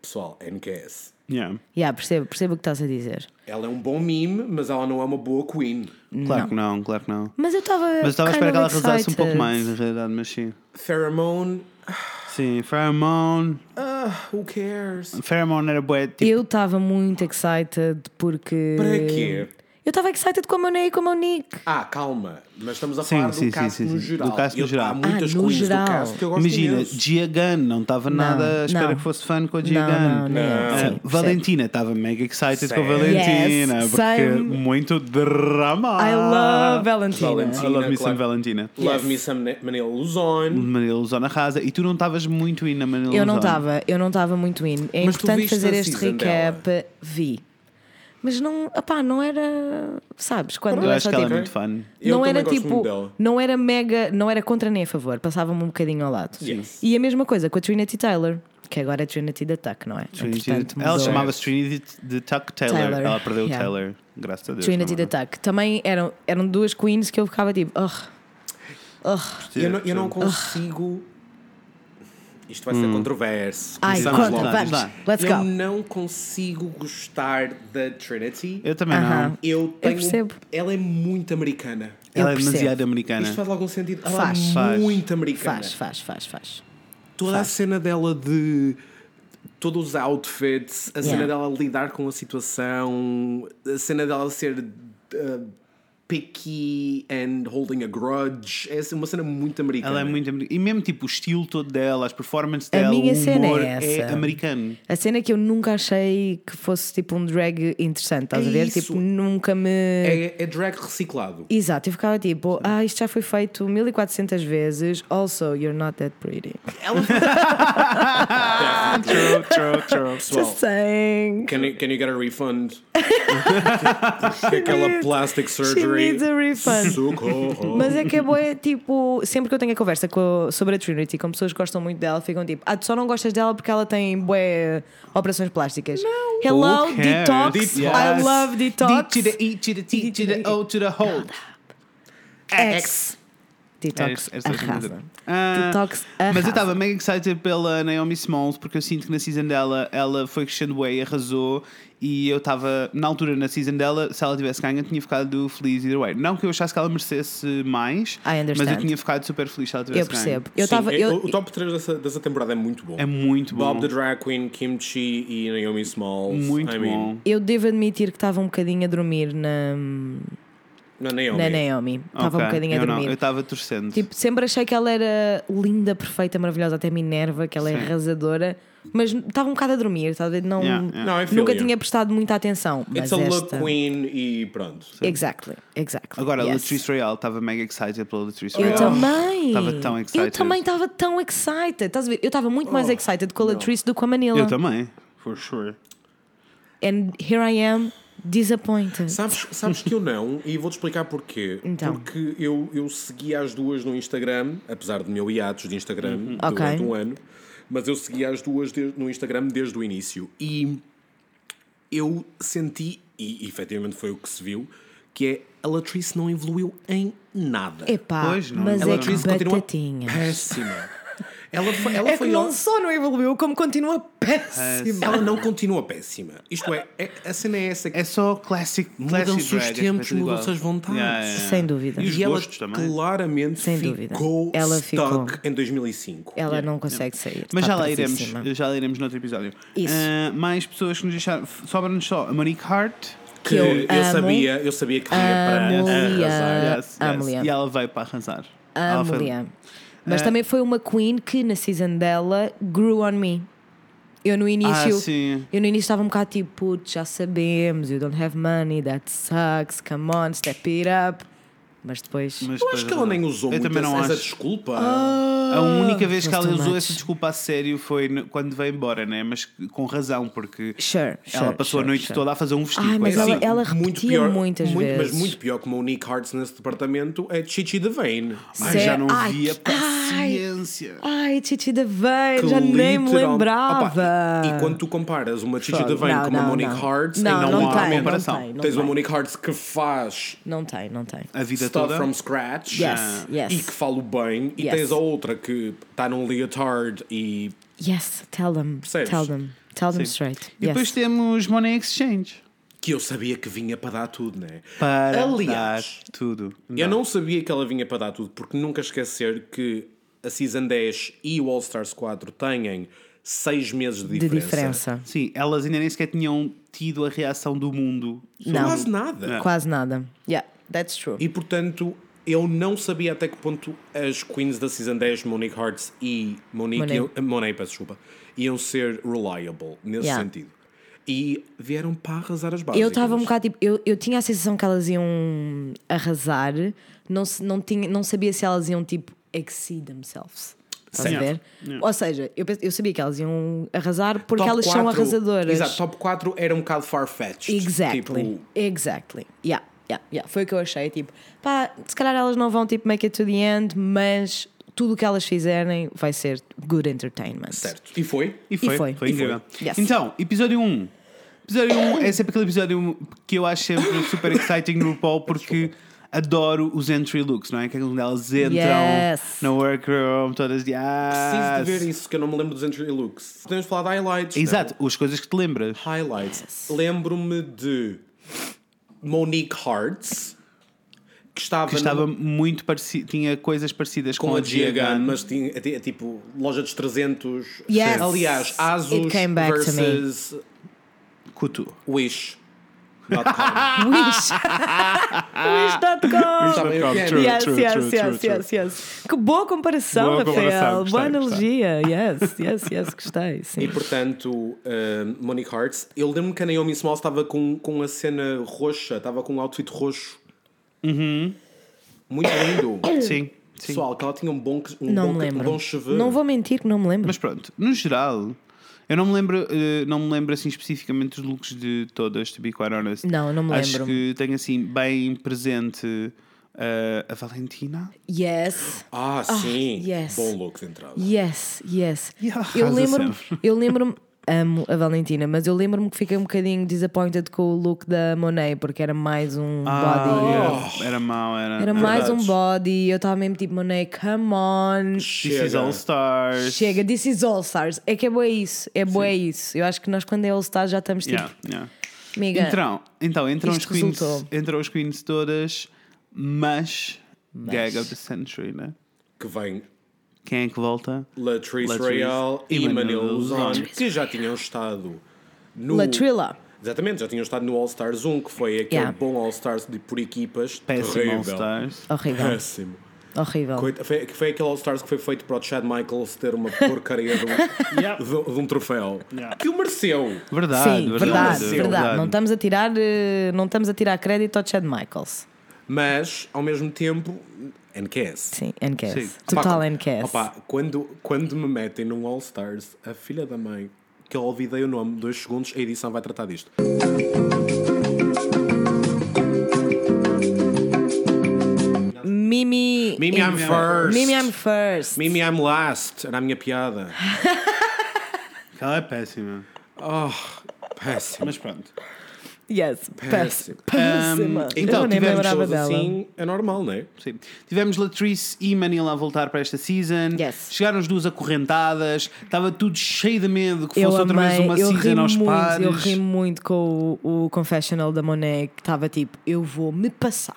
Speaker 3: Pessoal, NKS.
Speaker 1: Yeah.
Speaker 2: Yeah, percebo, percebo o que estás a dizer.
Speaker 3: Ela é um bom meme, mas ela não é uma boa queen.
Speaker 1: Claro que não, claro que não.
Speaker 2: Mas eu estava.
Speaker 1: Mas eu estava a esperar que ela arrasasse um pouco mais,
Speaker 2: excited.
Speaker 1: na realidade, mas sim.
Speaker 3: Pheromone,
Speaker 1: Sim, Pheromone.
Speaker 3: ah, who cares?
Speaker 1: Pheromone era bué, tipo,
Speaker 2: Eu estava muito excited porque.
Speaker 3: Para quê?
Speaker 2: Eu estava excited com a Monet e com o Monique.
Speaker 3: Ah, calma, mas estamos a
Speaker 1: Sim,
Speaker 3: falar
Speaker 1: sim,
Speaker 3: do cast
Speaker 1: sim, sim,
Speaker 3: no
Speaker 1: sim.
Speaker 3: geral.
Speaker 1: Do cast no
Speaker 3: Eu-
Speaker 1: geral.
Speaker 3: Há muitas
Speaker 2: Ah, no
Speaker 3: queens
Speaker 2: geral.
Speaker 3: do cast que eu gosto
Speaker 1: Imagina,
Speaker 3: imenso.
Speaker 1: Gia Gunn, não estava nada à espera
Speaker 2: não.
Speaker 1: que fosse fã com a Gia
Speaker 2: Não, não,
Speaker 1: Gunn.
Speaker 2: não.
Speaker 3: Não.
Speaker 1: Ah,
Speaker 2: Sim, percebo.
Speaker 1: Valentina estava mega excited com a
Speaker 3: Sim.
Speaker 1: Valentina
Speaker 2: Yes,
Speaker 1: porque
Speaker 2: same.
Speaker 1: muito drama.
Speaker 2: I love Valentina.
Speaker 1: I
Speaker 3: Valentina.
Speaker 1: love me
Speaker 3: Claro.
Speaker 1: some Valentina.
Speaker 3: Love Me Some Ne- Manila Luzon.
Speaker 1: Manila Luzona rasa e tu não estavas muito in na Manila
Speaker 2: Eu não
Speaker 1: Luzon.
Speaker 2: estava, eu não estava muito in. É
Speaker 3: Mas tu
Speaker 2: importante
Speaker 3: viste
Speaker 2: fazer
Speaker 3: a
Speaker 2: este
Speaker 3: season
Speaker 2: recap. Vi. Mas não, opá, não era. Sabes? Quando
Speaker 1: Eu
Speaker 2: é
Speaker 1: acho
Speaker 2: só
Speaker 1: que ela é
Speaker 2: tipo-
Speaker 1: muito fã.
Speaker 3: Eu
Speaker 2: não
Speaker 3: também
Speaker 2: era
Speaker 3: gosto
Speaker 2: tipo,
Speaker 3: muito dela.
Speaker 2: não era mega, não era contra nem a favor, passava-me um bocadinho ao lado.
Speaker 3: Yes.
Speaker 2: E a mesma coisa com a Trinity Taylor, que agora é Trinity da Tuck, não é?
Speaker 1: Trinity-
Speaker 2: Entretanto,
Speaker 1: ela
Speaker 2: mudou.
Speaker 1: chamava-se Trinity de Tuck Taylor.
Speaker 2: é. Taylor,
Speaker 1: Ela perdeu o
Speaker 2: yeah.
Speaker 1: Taylor, graças a Deus.
Speaker 2: Trinity
Speaker 1: não é?
Speaker 2: da Tuck. Também eram, eram duas queens que eu ficava tipo, oh,
Speaker 1: Sim,
Speaker 3: Eu não, eu não
Speaker 1: sim.
Speaker 3: consigo. Isto vai ser
Speaker 1: Hum.
Speaker 3: controverso.
Speaker 2: Ai,
Speaker 1: Vamos lá,
Speaker 2: conta,
Speaker 1: vamos
Speaker 2: vamos.
Speaker 1: lá.
Speaker 2: Let's
Speaker 3: eu
Speaker 2: go.
Speaker 3: não consigo gostar da Trinity.
Speaker 1: Eu também
Speaker 2: Aham.
Speaker 1: não.
Speaker 3: Eu tenho.
Speaker 2: percebo.
Speaker 3: Ela é muito americana.
Speaker 2: Eu
Speaker 1: Ela é
Speaker 2: percebo.
Speaker 1: demasiado americana.
Speaker 3: Isto faz algum sentido? Ela
Speaker 2: Faz.
Speaker 3: é
Speaker 1: Faz.
Speaker 3: muito americana.
Speaker 2: Faz, faz, faz, faz.
Speaker 3: Toda a cena dela de. Todos os outfits, a cena
Speaker 2: Yeah.
Speaker 3: dela lidar com a situação, a cena dela ser uh, picky and holding a grudge. É assim, uma cena muito americana.
Speaker 1: Ela é muito americana. E mesmo tipo o estilo todo dela, as performances dela,
Speaker 2: minha
Speaker 1: o
Speaker 2: cena é
Speaker 1: humor
Speaker 2: essa.
Speaker 1: americano.
Speaker 2: A cena é que eu nunca achei que fosse tipo um drag interessante, estás
Speaker 3: É
Speaker 2: a ver?
Speaker 3: isso.
Speaker 2: Tipo, nunca me.
Speaker 3: É, é drag reciclado.
Speaker 2: Exato, eu ficava tipo, ah, isto já foi feito 1400 vezes. Also, you're not that pretty.
Speaker 3: Ela
Speaker 1: True, true, true.
Speaker 3: Pessoal,
Speaker 2: Ah, Just saying.
Speaker 3: can you, can you get
Speaker 2: (laughs)
Speaker 3: a refund? Porque Aquela plastic
Speaker 2: She
Speaker 3: surgery.
Speaker 2: needs a refund.
Speaker 3: Socorro.
Speaker 2: Mas é que é boa, tipo, sempre que eu tenho a conversa com- sobre a Trinity, com pessoas que gostam muito dela, ficam tipo, ah, tu só não gostas dela porque ela tem boé operações plásticas. Não. Hello,
Speaker 1: Who cares?
Speaker 2: detox. I
Speaker 1: Yes.
Speaker 2: love detox.
Speaker 1: D to the E to the T to the O to the whole.
Speaker 2: X.
Speaker 1: Era
Speaker 2: Detox.
Speaker 1: É isso- era isso que eu
Speaker 2: arrasa.
Speaker 1: queria dizer. Ah,
Speaker 2: Detox
Speaker 1: Mas eu
Speaker 2: arrasa.
Speaker 1: estava mega excited pela Naomi Smalls porque eu sinto que na season dela ela foi crescendo bem, arrasou e eu estava, na altura, na season dela, se ela tivesse ganho, eu tinha ficado feliz either way. Não que eu achasse que ela merecesse mais,
Speaker 2: I understand.
Speaker 1: mas eu tinha ficado super feliz se ela tivesse
Speaker 2: Eu percebo.
Speaker 1: ganho.
Speaker 2: Eu
Speaker 3: Sim,
Speaker 2: estava.
Speaker 3: é-
Speaker 2: Eu,
Speaker 3: O top 3 dessa, dessa temporada é muito bom.
Speaker 1: É muito bom.
Speaker 3: Bob the Drag Queen, Kimchi e Naomi Smalls.
Speaker 1: Muito
Speaker 3: I
Speaker 1: bom.
Speaker 3: mean,
Speaker 2: eu devo admitir que estava um bocadinho a dormir na,
Speaker 3: Na é Naomi.
Speaker 2: na Naomi. Estava um
Speaker 1: Ok,
Speaker 2: bocadinho a
Speaker 1: eu não,
Speaker 2: dormir.
Speaker 1: eu estava torcendo.
Speaker 2: Tipo, sempre achei que ela era linda, perfeita, maravilhosa, até me enerva, que ela é
Speaker 1: Sim.
Speaker 2: arrasadora, mas estava um bocado a dormir, talvez não,
Speaker 1: Yeah, yeah.
Speaker 3: Não, I feel
Speaker 2: nunca
Speaker 3: you.
Speaker 2: tinha prestado muita atenção. Mas
Speaker 3: It's a look
Speaker 2: esta...
Speaker 3: queen e pronto.
Speaker 2: Exactly, exactly.
Speaker 1: Agora,
Speaker 2: yes.
Speaker 1: a Latrice Royale estava mega excited pela Latrice
Speaker 2: Eu
Speaker 1: Royale.
Speaker 2: também.
Speaker 1: Estava tão
Speaker 2: Eu
Speaker 1: excited. Oh,
Speaker 2: também estava tão excited. Estás a ver? Eu estava muito mais excited com a Latrice do que com a Manila.
Speaker 1: Eu também, for sure.
Speaker 2: And here I am, disappointed. (laughs)
Speaker 3: Sabes, sabes que eu não, e vou-te explicar porquê.
Speaker 2: Então.
Speaker 3: Porque eu, eu segui as duas no Instagram, apesar do meu hiatus de Instagram durante
Speaker 2: Uhum. Ok.
Speaker 3: um ano, mas eu segui as duas de- no Instagram desde o início. E eu senti, e efetivamente foi o que se viu, que é a Latrice não evoluiu em nada.
Speaker 2: Epá,
Speaker 1: Pois não,
Speaker 2: mas
Speaker 1: ela
Speaker 2: é
Speaker 1: não.
Speaker 2: que
Speaker 3: Latrice continua
Speaker 2: batatinha.
Speaker 3: péssima. Ela foi, ela
Speaker 2: É que
Speaker 3: foi
Speaker 2: não
Speaker 3: ao-
Speaker 2: só não evoluiu, como continua
Speaker 1: É.
Speaker 2: péssima.
Speaker 3: Ela não continua péssima. Isto é, é- a cena é essa.
Speaker 1: É só classic, classic
Speaker 3: Mudam-se os
Speaker 1: drag, é
Speaker 3: tempos,
Speaker 1: tudo igual.
Speaker 3: mudam-se as vontades.
Speaker 2: Sem dúvida.
Speaker 1: E os
Speaker 3: e ela
Speaker 1: gostos também.
Speaker 3: claramente
Speaker 2: Sem dúvida.
Speaker 3: ficou
Speaker 2: Ela
Speaker 3: stuck
Speaker 2: ficou. É
Speaker 3: em 2005.
Speaker 2: Ela não consegue sair.
Speaker 1: Mas
Speaker 2: está
Speaker 1: já lá iremos,
Speaker 2: perigosíssima.
Speaker 1: já lá iremos noutro episódio.
Speaker 2: Isso.
Speaker 1: Ah, mais pessoas que nos deixaram. Sobra-nos só a Monique Hart.
Speaker 3: Que
Speaker 2: eu
Speaker 3: eu,
Speaker 2: amo.
Speaker 3: sabia, eu sabia que ia
Speaker 2: Amo-lhe.
Speaker 3: para arrasar.
Speaker 2: Ah, amo-lhe.
Speaker 1: E ela veio para arrasar. Ela Ah, foi- é.
Speaker 2: Amo-lhe. Mas também foi uma queen que na season dela grew on me. Eu no início.
Speaker 1: Ah, sim.
Speaker 2: Eu no início estava um bocado tipo, "Putz, já sabemos, you don't have money, that sucks, come on, step it up. Mas
Speaker 1: Mas
Speaker 2: depois.
Speaker 3: Eu
Speaker 1: depois
Speaker 3: acho que ela nem
Speaker 1: Eu
Speaker 3: usou muito
Speaker 1: também
Speaker 3: essa,
Speaker 1: não
Speaker 3: essa
Speaker 1: acho.
Speaker 3: desculpa.
Speaker 2: Ah,
Speaker 1: A única vez que
Speaker 2: Mas
Speaker 1: ela
Speaker 2: too
Speaker 1: usou
Speaker 2: much.
Speaker 1: essa desculpa a sério foi no- quando veio embora, né? Mas com razão, porque
Speaker 2: Sure,
Speaker 1: ela
Speaker 2: sure,
Speaker 1: passou a
Speaker 2: sure,
Speaker 1: noite
Speaker 2: sure.
Speaker 1: toda a fazer um vestido.
Speaker 2: Ai, mas
Speaker 1: coisa
Speaker 2: ela- é
Speaker 1: assim.
Speaker 2: ela repetia muitas
Speaker 3: É muito-
Speaker 2: vezes.
Speaker 3: Mas muito pior que Monique Hartz nesse departamento é Chichi Devane.
Speaker 1: Ai,
Speaker 2: Sério?
Speaker 1: já não
Speaker 2: Ai,
Speaker 1: via
Speaker 2: que-
Speaker 1: paciência.
Speaker 2: Ai, Titi da Veia,
Speaker 3: Que
Speaker 2: já nem me
Speaker 3: literal-
Speaker 2: lembrava.
Speaker 3: Opa, e quando tu comparas uma Chichi
Speaker 2: Fogo.
Speaker 3: Devane
Speaker 2: Não,
Speaker 3: com uma
Speaker 2: não,
Speaker 3: Monique
Speaker 2: não.
Speaker 3: Hartz,
Speaker 2: Não,
Speaker 1: não
Speaker 2: não,
Speaker 1: há
Speaker 2: tem,
Speaker 1: comparação.
Speaker 2: Não tem, não
Speaker 3: tens uma
Speaker 2: tem.
Speaker 3: Monique Hartz que faz
Speaker 2: Não tem, não tem.
Speaker 1: A vida
Speaker 3: Stuff
Speaker 1: toda.
Speaker 3: from scratch Ah,
Speaker 2: Yes, yes.
Speaker 3: e que falo bem e
Speaker 2: Yes.
Speaker 3: tens a outra que está num leotard e
Speaker 2: Yes, tell them.
Speaker 3: Percebes?
Speaker 2: Tell them. Tell them
Speaker 1: Sim.
Speaker 2: straight.
Speaker 1: E depois
Speaker 2: Yes.
Speaker 1: temos Money Exchange.
Speaker 3: que eu sabia que vinha para dar tudo, né?
Speaker 1: Para
Speaker 3: Aliás,
Speaker 1: dar tudo.
Speaker 3: eu não sabia que ela vinha para dar tudo porque nunca esquecer que a Season 10 e o All Stars 4 têm seis meses de
Speaker 2: De
Speaker 3: diferença.
Speaker 2: diferença.
Speaker 1: Sim, elas ainda nem sequer tinham tido a reação do mundo.
Speaker 2: Não.
Speaker 3: Quase nada.
Speaker 2: Quase nada. Yeah, that's true.
Speaker 3: É. E portanto, eu não sabia até que ponto as queens da Season 10, Monique Hearts e Monique,
Speaker 2: Monet.
Speaker 3: iam- eh, Monet, peço desculpa, iam ser reliable nesse
Speaker 2: Yeah.
Speaker 3: sentido. E vieram para arrasar as bases.
Speaker 2: Eu estava um bocado tipo, eu, eu tinha a sensação que elas iam arrasar, não, se- não, tinha, não sabia se elas iam tipo exceed themselves. Estás a
Speaker 3: Certo.
Speaker 2: ver? Ou seja, eu, pe- eu sabia que elas iam arrasar porque
Speaker 3: Top
Speaker 2: elas são
Speaker 3: quatro-
Speaker 2: arrasadoras.
Speaker 3: Exato, top 4 era um bocado far-fetched.
Speaker 2: Exactly.
Speaker 3: Tipo,
Speaker 2: Exactly. Yeah, yeah, yeah. Foi o que eu achei. Tipo, pá, se calhar elas não vão tipo make it to the end, mas tudo o que elas fizerem vai ser good entertainment.
Speaker 3: certo. E foi.
Speaker 1: E foi,
Speaker 2: foi.
Speaker 1: foi,
Speaker 2: E
Speaker 1: incrível.
Speaker 2: foi. Yes.
Speaker 1: Então, episódio 1. (laughs) Episódio 1 é sempre aquele episódio que eu acho sempre super exciting no RuPaul porque adoro os entry looks, não é? Que é quando elas entram
Speaker 2: Yes.
Speaker 1: na workroom, todas de. "Ah,
Speaker 3: Preciso de ver
Speaker 1: Yes.
Speaker 3: isso, que eu não me lembro dos entry looks. Podemos falar de highlights. não? é?
Speaker 1: Exato, as coisas que te lembras.
Speaker 3: Highlights. Lembro-me de Monique Hartz, que estava,
Speaker 1: Que estava
Speaker 3: no-
Speaker 1: muito parecido, tinha coisas parecidas com,
Speaker 3: com a Gia
Speaker 1: Gia
Speaker 3: Gunn,
Speaker 1: Gunn.
Speaker 3: mas tinha é ti- é tipo loja dos 300.
Speaker 2: Yes.
Speaker 3: Aliás,
Speaker 2: It
Speaker 3: Asus
Speaker 2: came back to me.
Speaker 3: versus
Speaker 1: Couture.
Speaker 3: Wish. .com.
Speaker 2: (laughs) Wish. Wish.com.
Speaker 3: Também
Speaker 1: Wish.com,
Speaker 3: o que é.
Speaker 1: true,
Speaker 2: yes,
Speaker 1: true,
Speaker 2: yes,
Speaker 1: true,
Speaker 2: yes,
Speaker 1: true,
Speaker 2: yes, yes. Que boa comparação,
Speaker 1: Boa
Speaker 2: Rafael.
Speaker 1: comparação, gostei,
Speaker 2: boa
Speaker 1: gostei.
Speaker 2: analogia. Yes, yes, yes, gostei.
Speaker 3: E
Speaker 2: Sim.
Speaker 3: portanto, um, Monique Hartz, eu lembro-me que a Naomi Small estava com, com a cena roxa, estava com um outfit roxo.
Speaker 2: Uhum. (coughs)
Speaker 3: Muito lindo.
Speaker 1: Sim, sim.
Speaker 3: Pessoal, que ela tinha um bom, um
Speaker 2: Não
Speaker 3: bom,
Speaker 2: me
Speaker 3: um
Speaker 2: lembro.
Speaker 3: bom cheveux.
Speaker 2: Não vou mentir que não me lembro.
Speaker 1: Mas pronto, no geral, eu não me lembro, eh, não me lembro assim especificamente os looks de todas, to be quite honest.
Speaker 2: Não, não me
Speaker 1: Acho
Speaker 2: lembro.
Speaker 1: que tenho assim bem presente eh, a Valentina.
Speaker 2: Yes.
Speaker 3: Ah, sim.
Speaker 2: yes.
Speaker 3: Bom look de entrada.
Speaker 2: Yes, yes.
Speaker 1: Yeah,
Speaker 2: Eu
Speaker 1: arrasa
Speaker 2: lembro-me,
Speaker 1: sempre.
Speaker 2: eu lembro-me, amo a Valentina, mas eu lembro-me que fiquei um bocadinho disappointed com o look da Monet, porque era mais um
Speaker 1: Ah,
Speaker 2: body.
Speaker 1: era, era mau, era.
Speaker 2: Era mais um
Speaker 3: Verdade.
Speaker 2: body, eu estava mesmo tipo, Monet, come on.
Speaker 1: This is
Speaker 3: Chega.
Speaker 1: All Stars.
Speaker 2: Chega, this is All Stars. É que é boa isso, é boa isso. Eu acho que nós, quando é All Stars, já estamos tipo,
Speaker 1: Yeah, yeah.
Speaker 2: amiga.
Speaker 1: Então, então entram, os
Speaker 2: Isto
Speaker 1: queens,
Speaker 2: resultou.
Speaker 1: entram os queens todas, mas, Gag of the Century, né?
Speaker 3: Que vem
Speaker 1: Quem é que volta?
Speaker 3: Latrice
Speaker 1: Latrice
Speaker 3: Real
Speaker 1: e
Speaker 3: e Manil
Speaker 1: Manil
Speaker 3: Luzon,
Speaker 1: Luzon.
Speaker 3: que já tinham estado no.
Speaker 2: Latrilla.
Speaker 3: Exatamente, já tinham estado no All Stars 1, que foi aquele
Speaker 2: Yeah.
Speaker 3: bom All Stars de, por equipas.
Speaker 1: Péssimo Ah,
Speaker 3: terrível.
Speaker 1: All Stars.
Speaker 2: Horrível,
Speaker 3: Péssimo.
Speaker 2: horrível.
Speaker 3: Coita, foi, que foi aquele All Stars que foi feito para o Chad Michaels ter uma porcaria de
Speaker 1: (laughs)
Speaker 3: um,
Speaker 1: Yeah.
Speaker 3: de, um- de um troféu.
Speaker 1: Yeah.
Speaker 3: Que o mereceu.
Speaker 1: Verdade,
Speaker 2: Sim, verdade,
Speaker 1: verdade,
Speaker 2: verdade, Não tá- estamos a tirar, eh, não estamos a tirar crédito ao Chad Michaels.
Speaker 3: Mas, ao mesmo tempo, NKS.
Speaker 2: Sim, NKS.
Speaker 1: Sim.
Speaker 2: Total
Speaker 3: Opa,
Speaker 2: NKS.
Speaker 3: opa, quando, quando me metem num All Stars, a filha da mãe, que eu olvidei o nome, dois segundos, a edição vai tratar disto.
Speaker 2: Mimi.
Speaker 3: Mimi, I'm Ah. first.
Speaker 2: Mimi, I'm first.
Speaker 3: Mimi, I'm last. Era a minha piada.
Speaker 1: Ela é péssima.
Speaker 3: Oh, Péssimo.
Speaker 1: Mas pronto.
Speaker 2: Yes, péssima.
Speaker 3: Péssimo.
Speaker 2: Péssima.
Speaker 1: então,
Speaker 2: eu nem me
Speaker 1: tivemos
Speaker 2: lembrava
Speaker 3: Mas
Speaker 2: dela.
Speaker 3: assim, é normal, não é?
Speaker 1: Sim. Tivemos Latrice e Manila a voltar para esta season.
Speaker 2: Yes.
Speaker 1: Chegaram as duas acorrentadas. Estava tudo cheio de medo que fosse
Speaker 2: Eu
Speaker 1: outra vez
Speaker 2: amei,
Speaker 1: uma
Speaker 2: eu ri
Speaker 1: season aos
Speaker 2: muito,
Speaker 1: pares.
Speaker 2: eu ri muito com o, o confessional da Monet que estava tipo, eu vou me passar.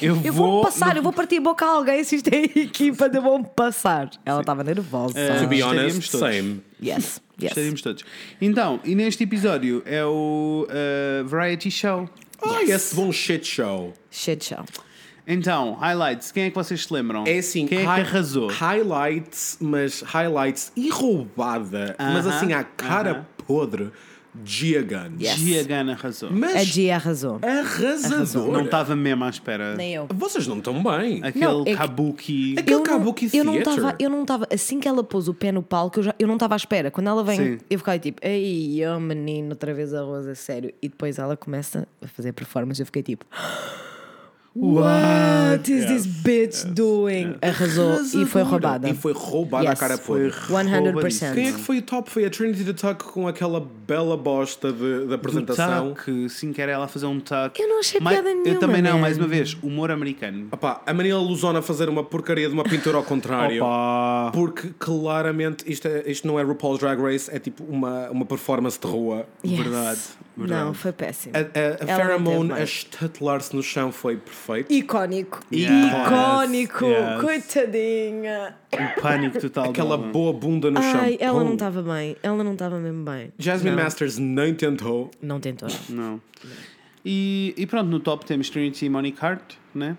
Speaker 1: Eu
Speaker 2: Eu vou, passar, eu vou partir a boca a alguém se isto é a equipa de vou me passar. Ela estava nervosa.
Speaker 1: Eh,
Speaker 3: To be
Speaker 1: Gostaríamos
Speaker 3: honest,
Speaker 1: todos.
Speaker 3: same.
Speaker 2: Yes, yes.
Speaker 1: Gostaríamos todos. Então, e neste episódio é o uh, Variety Show.
Speaker 3: Ai, esse bom shit show.
Speaker 2: Shit show.
Speaker 1: Então, highlights. Quem é que vocês se lembram?
Speaker 3: É assim,
Speaker 1: Quem é que
Speaker 3: hi-
Speaker 1: arrasou?
Speaker 3: Highlights, mas highlights e roubada, mas
Speaker 1: Aham,
Speaker 3: assim à cara podre, Gia Gunn.
Speaker 2: Yes. É
Speaker 1: Gia Gunn arrasou.
Speaker 2: A
Speaker 3: Mas
Speaker 2: Gia arrasou.
Speaker 3: arrasador.
Speaker 1: Não estava mesmo à espera.
Speaker 2: Nem eu.
Speaker 3: tá- Vocês não estão bem.
Speaker 1: Aquele
Speaker 2: Não, é que-
Speaker 1: kabuki.
Speaker 3: Aquele
Speaker 2: não-
Speaker 3: Kabuki
Speaker 2: eu não
Speaker 3: Theater.
Speaker 2: tava, eu não estava assim que ela pôs o pé no palco, eu, já, eu não estava à espera. Quando ela vem,
Speaker 1: Sim.
Speaker 2: eu fiquei tipo, ei, oh menino, outra vez a Rosa, sério. E depois ela começa a fazer performance, eu fiquei
Speaker 3: (gasps)
Speaker 2: tipo, what is this bitch doing? Arrasou e foi
Speaker 3: Arrasadora.
Speaker 2: roubada.
Speaker 3: E foi roubada à
Speaker 2: Yes.
Speaker 3: cara podre.
Speaker 2: 100%.
Speaker 3: Quem é que foi o top? Foi a Trinity the Tuck com aquela bela bosta de, da apresentação.
Speaker 1: que sim, que era ela fazer um tuck.
Speaker 2: Eu não achei
Speaker 1: Mas-
Speaker 2: piada
Speaker 1: Eu
Speaker 2: nenhuma, né?
Speaker 1: também não,
Speaker 2: man.
Speaker 1: mais uma vez, humor americano.
Speaker 3: Opa, a Manila Luzona a fazer uma porcaria de uma pintura ao contrário.
Speaker 1: Opa!
Speaker 3: Porque claramente isto, é- isto não é RuPaul's Drag Race, é tipo uma, uma performance de rua.
Speaker 2: Yes.
Speaker 1: Verdade, verdade.
Speaker 2: Não, foi péssimo.
Speaker 3: A, a, a
Speaker 2: Ela não teve
Speaker 3: Pheromone a
Speaker 2: mais.
Speaker 3: estatelar-se no chão foi perfeito.
Speaker 2: Icónico.
Speaker 1: Yes,
Speaker 2: Icónico.
Speaker 1: yes.
Speaker 2: Coitadinha.
Speaker 1: Um pânico total.
Speaker 3: Aquela
Speaker 1: dela.
Speaker 3: boa bunda no chão.
Speaker 2: Ai, ela
Speaker 3: Pum.
Speaker 2: não estava bem. Ela não estava mesmo bem.
Speaker 3: Jasmine Masters nem tentou.
Speaker 2: Não tentou.
Speaker 1: Não. E, e pronto, no top temos Trinity e Monique Hart, né?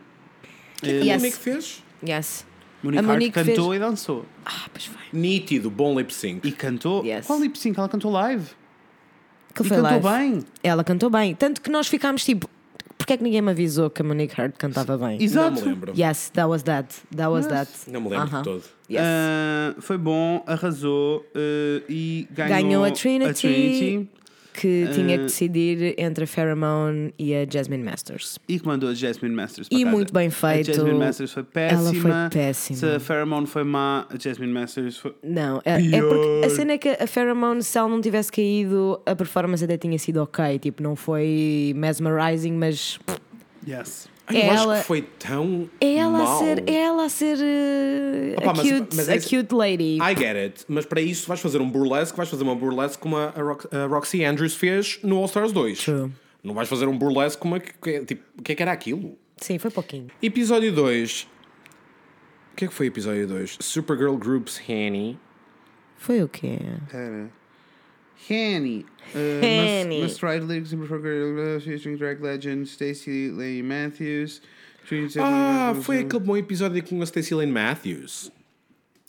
Speaker 3: O que
Speaker 2: Yes.
Speaker 3: é que fez?
Speaker 2: Yes.
Speaker 1: Monique,
Speaker 2: Monique
Speaker 1: Hart
Speaker 2: fez-
Speaker 1: cantou e dançou.
Speaker 2: Ah, pois foi.
Speaker 3: Nítido, bom lip sync.
Speaker 1: E cantou.
Speaker 2: Yes.
Speaker 1: Qual lip sync? Ela cantou live.
Speaker 2: Que
Speaker 1: e
Speaker 2: foi
Speaker 1: cantou
Speaker 2: live.
Speaker 1: bem.
Speaker 2: Ela cantou bem. Tanto que nós ficámos tipo, porque é que ninguém me avisou que a Monique Hart cantava bem?
Speaker 1: Exato.
Speaker 3: Não me lembro.
Speaker 2: Yes, that was that. That was that.
Speaker 3: Não me lembro de
Speaker 2: Aham.
Speaker 3: todo.
Speaker 2: Yes.
Speaker 1: Ah, foi bom, arrasou ah, e ganhou,
Speaker 2: Ganhou a Trinity, que tinha que
Speaker 1: ah.
Speaker 2: decidir entre a Pheromone e a Jasmine Masters.
Speaker 1: E que mandou a Jasmine Masters para
Speaker 2: E
Speaker 1: casa.
Speaker 2: muito bem feito.
Speaker 1: A Jasmine Masters foi
Speaker 2: Ela foi
Speaker 1: péssima.
Speaker 2: péssima.
Speaker 1: Se a Pheromone foi má, a Jasmine Masters foi.
Speaker 2: Não, é, é porque a cena é que a Pheromone, se ela não tivesse caído, a performance até tinha sido ok. Tipo, não foi mesmerizing, mas pff,
Speaker 1: Yes.
Speaker 3: Ai, eu
Speaker 2: É
Speaker 3: acho
Speaker 2: ela-
Speaker 3: que foi tão.
Speaker 2: É ela a
Speaker 3: mau.
Speaker 2: ser, é ela a, ser eh,
Speaker 3: Opa,
Speaker 2: a,
Speaker 3: mas-
Speaker 2: cute,
Speaker 3: mas
Speaker 2: a
Speaker 3: esse-
Speaker 2: cute lady.
Speaker 3: I get it, mas para isso vais fazer um burlesque, vais fazer uma burlesque como a, a Rox- a Roxy Andrews fez no All Stars 2.
Speaker 2: True.
Speaker 3: Não vais fazer um burlesque como a, que- que, tipo, o que é que era aquilo?
Speaker 2: Sim, foi pouquinho.
Speaker 3: Episódio 2. O que é que foi episódio 2? Supergirl Groups Hanny.
Speaker 2: Foi o quê?
Speaker 1: Pera. Hanny. Uh,
Speaker 2: Hanny.
Speaker 1: Must, must Ride Lyrics in Program featuring Drag Legend Stacey Lane Matthews. Oh
Speaker 3: Ah, foi aquele bom episódio com a Stacey Lane Matthews.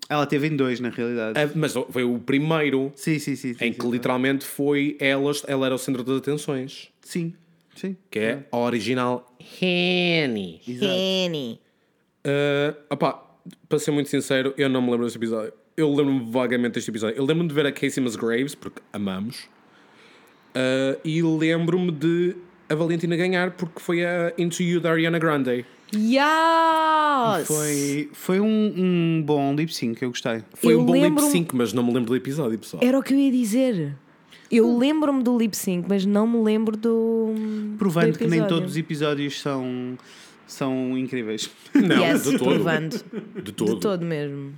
Speaker 1: Ela teve em dois, na realidade.
Speaker 3: Ah, Mas foi o primeiro
Speaker 1: É, Sim, sim, sim. sim,
Speaker 3: em
Speaker 1: sim,
Speaker 3: que
Speaker 1: sim.
Speaker 3: literalmente foi ela, ela era o centro das atenções.
Speaker 1: Sim, sim.
Speaker 3: Que é a original Hanny.
Speaker 1: Exato.
Speaker 2: Annie.
Speaker 3: Ah, opá, para ser muito sincero, eu não me lembro deste episódio. Eu lembro-me vagamente deste episódio. Eu lembro-me de ver a Casey Musgraves, porque amamos. Ah, e lembro-me de a Valentina ganhar, porque foi a Into You da Ariana Grande.
Speaker 2: Yes!
Speaker 1: Foi, foi um, um bom lip sync, eu gostei.
Speaker 3: Foi
Speaker 2: Eu
Speaker 3: um bom
Speaker 2: lembro-me-
Speaker 3: lip sync, mas não me lembro do episódio, pessoal.
Speaker 2: Era o que eu ia dizer. Eu lembro-me do lip sync, mas não me lembro do.
Speaker 1: Provando
Speaker 2: do
Speaker 1: que nem
Speaker 2: episódio.
Speaker 1: todos os episódios são, são incríveis.
Speaker 3: (laughs)
Speaker 1: (laughs)
Speaker 3: Não,
Speaker 2: Yes,
Speaker 3: de todo.
Speaker 2: provando.
Speaker 3: De todo.
Speaker 2: De todo mesmo.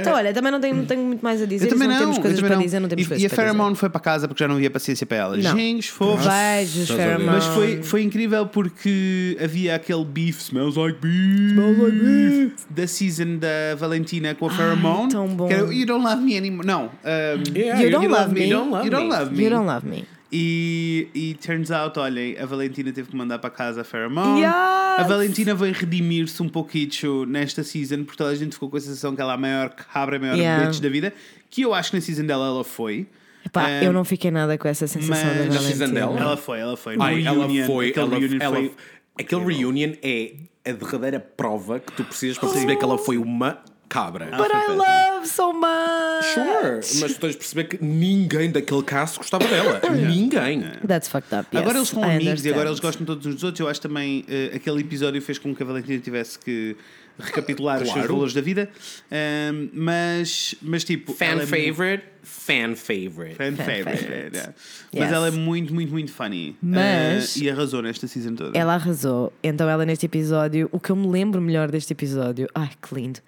Speaker 2: Então, olha, também não tenho, tenho muito mais a dizer.
Speaker 1: Eh, hum. Eu também
Speaker 2: não,
Speaker 1: não.
Speaker 2: temos
Speaker 1: eu
Speaker 2: coisas
Speaker 1: também
Speaker 2: para
Speaker 1: não.
Speaker 2: dizer, não temos
Speaker 1: E-
Speaker 2: coisas
Speaker 1: e a
Speaker 2: para dizer.
Speaker 1: Pheromone foi para casa porque já não havia paciência para ela.
Speaker 2: Não.
Speaker 1: Gente, fofos.
Speaker 2: Beijos,
Speaker 3: Estás a ver?
Speaker 2: Pheromone.
Speaker 1: Mas foi, foi incrível porque havia aquele beef, smells like beef, smells like beef, da season da Valentina com a Pheromone.
Speaker 2: tão bom.
Speaker 1: Que era, you don't love me anymore. Não. um,
Speaker 3: Yeah,
Speaker 2: You don't love me.
Speaker 1: You don't love,
Speaker 3: me.
Speaker 1: me.
Speaker 2: You don't love me.
Speaker 1: E, e turns out, olhem, a Valentina teve que mandar para casa a Pheromone.
Speaker 2: Yes!
Speaker 1: A Valentina veio redimir-se um pouquinho nesta season, porque toda a gente ficou com a sensação que ela é a maior cabra, a maior
Speaker 2: Yeah.
Speaker 1: bitch da vida. Que eu acho que na season dela ela foi.
Speaker 2: Pá,
Speaker 1: Ah,
Speaker 2: eu não fiquei nada com essa sensação
Speaker 1: mas-
Speaker 2: da
Speaker 1: Na
Speaker 3: season
Speaker 2: Valentina.
Speaker 3: dela?
Speaker 1: Ela foi, ela foi. No
Speaker 3: Ai, ela
Speaker 1: reunion,
Speaker 3: foi.
Speaker 1: aquele
Speaker 3: ela-
Speaker 1: reunion
Speaker 3: ela-
Speaker 1: foi-
Speaker 3: Aquele reunion é a derradeira prova que tu precisas para perceber que ela foi uma cabra.
Speaker 2: But I love so much!
Speaker 3: Sure, mas tu tens de perceber que ninguém daquele caso
Speaker 2: (laughs)
Speaker 3: gostava dela. ninguém.
Speaker 2: That's fucked up.
Speaker 1: Agora
Speaker 2: yes,
Speaker 1: eles são
Speaker 2: I
Speaker 1: amigos e
Speaker 2: understand.
Speaker 1: agora eles gostam todos uns dos outros. Eu acho também eh, aquele episódio fez com que a Valentina tivesse que recapitular os seus
Speaker 3: Claro.
Speaker 1: valores da vida. Ahm, mas, mas tipo. ela é muito-
Speaker 3: fan favorite.
Speaker 1: Fan,
Speaker 2: Fan
Speaker 1: favorite.
Speaker 2: favorite.
Speaker 1: yeah.
Speaker 2: Yes.
Speaker 1: Mas ela é muito, muito, muito funny.
Speaker 2: Mas-
Speaker 1: Eh, e arrasou nesta season toda.
Speaker 2: Ela arrasou. Então, ela neste episódio, o que eu me lembro melhor deste episódio. Ai, que lindo.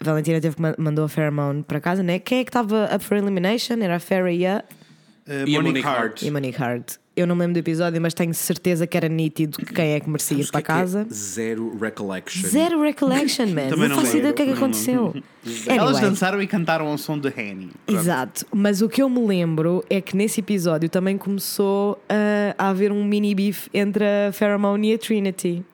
Speaker 2: A Valentina teve que ma- mandou a Pheromone para casa, né? Quem é que estava up for elimination? Era a Feria
Speaker 1: Eh,
Speaker 3: E a
Speaker 1: Monique
Speaker 3: Monique
Speaker 1: Hart.
Speaker 2: e a Monique Hart. Eu não me lembro do episódio, mas tenho certeza que era nítido quem é que merecia ir para casa.
Speaker 3: Zero recollection.
Speaker 2: Zero recollection, man.
Speaker 1: Também
Speaker 2: não
Speaker 1: não
Speaker 2: faço ideia
Speaker 1: lembro.
Speaker 2: do que é que
Speaker 1: Não
Speaker 2: aconteceu.
Speaker 1: (laughs) Elas
Speaker 2: Anyway.
Speaker 1: dançaram e cantaram ao som de Hanny.
Speaker 2: Exato, mas o que eu me lembro é que nesse episódio também começou ah, a haver um mini beef entre a Pheromone e a Trinity.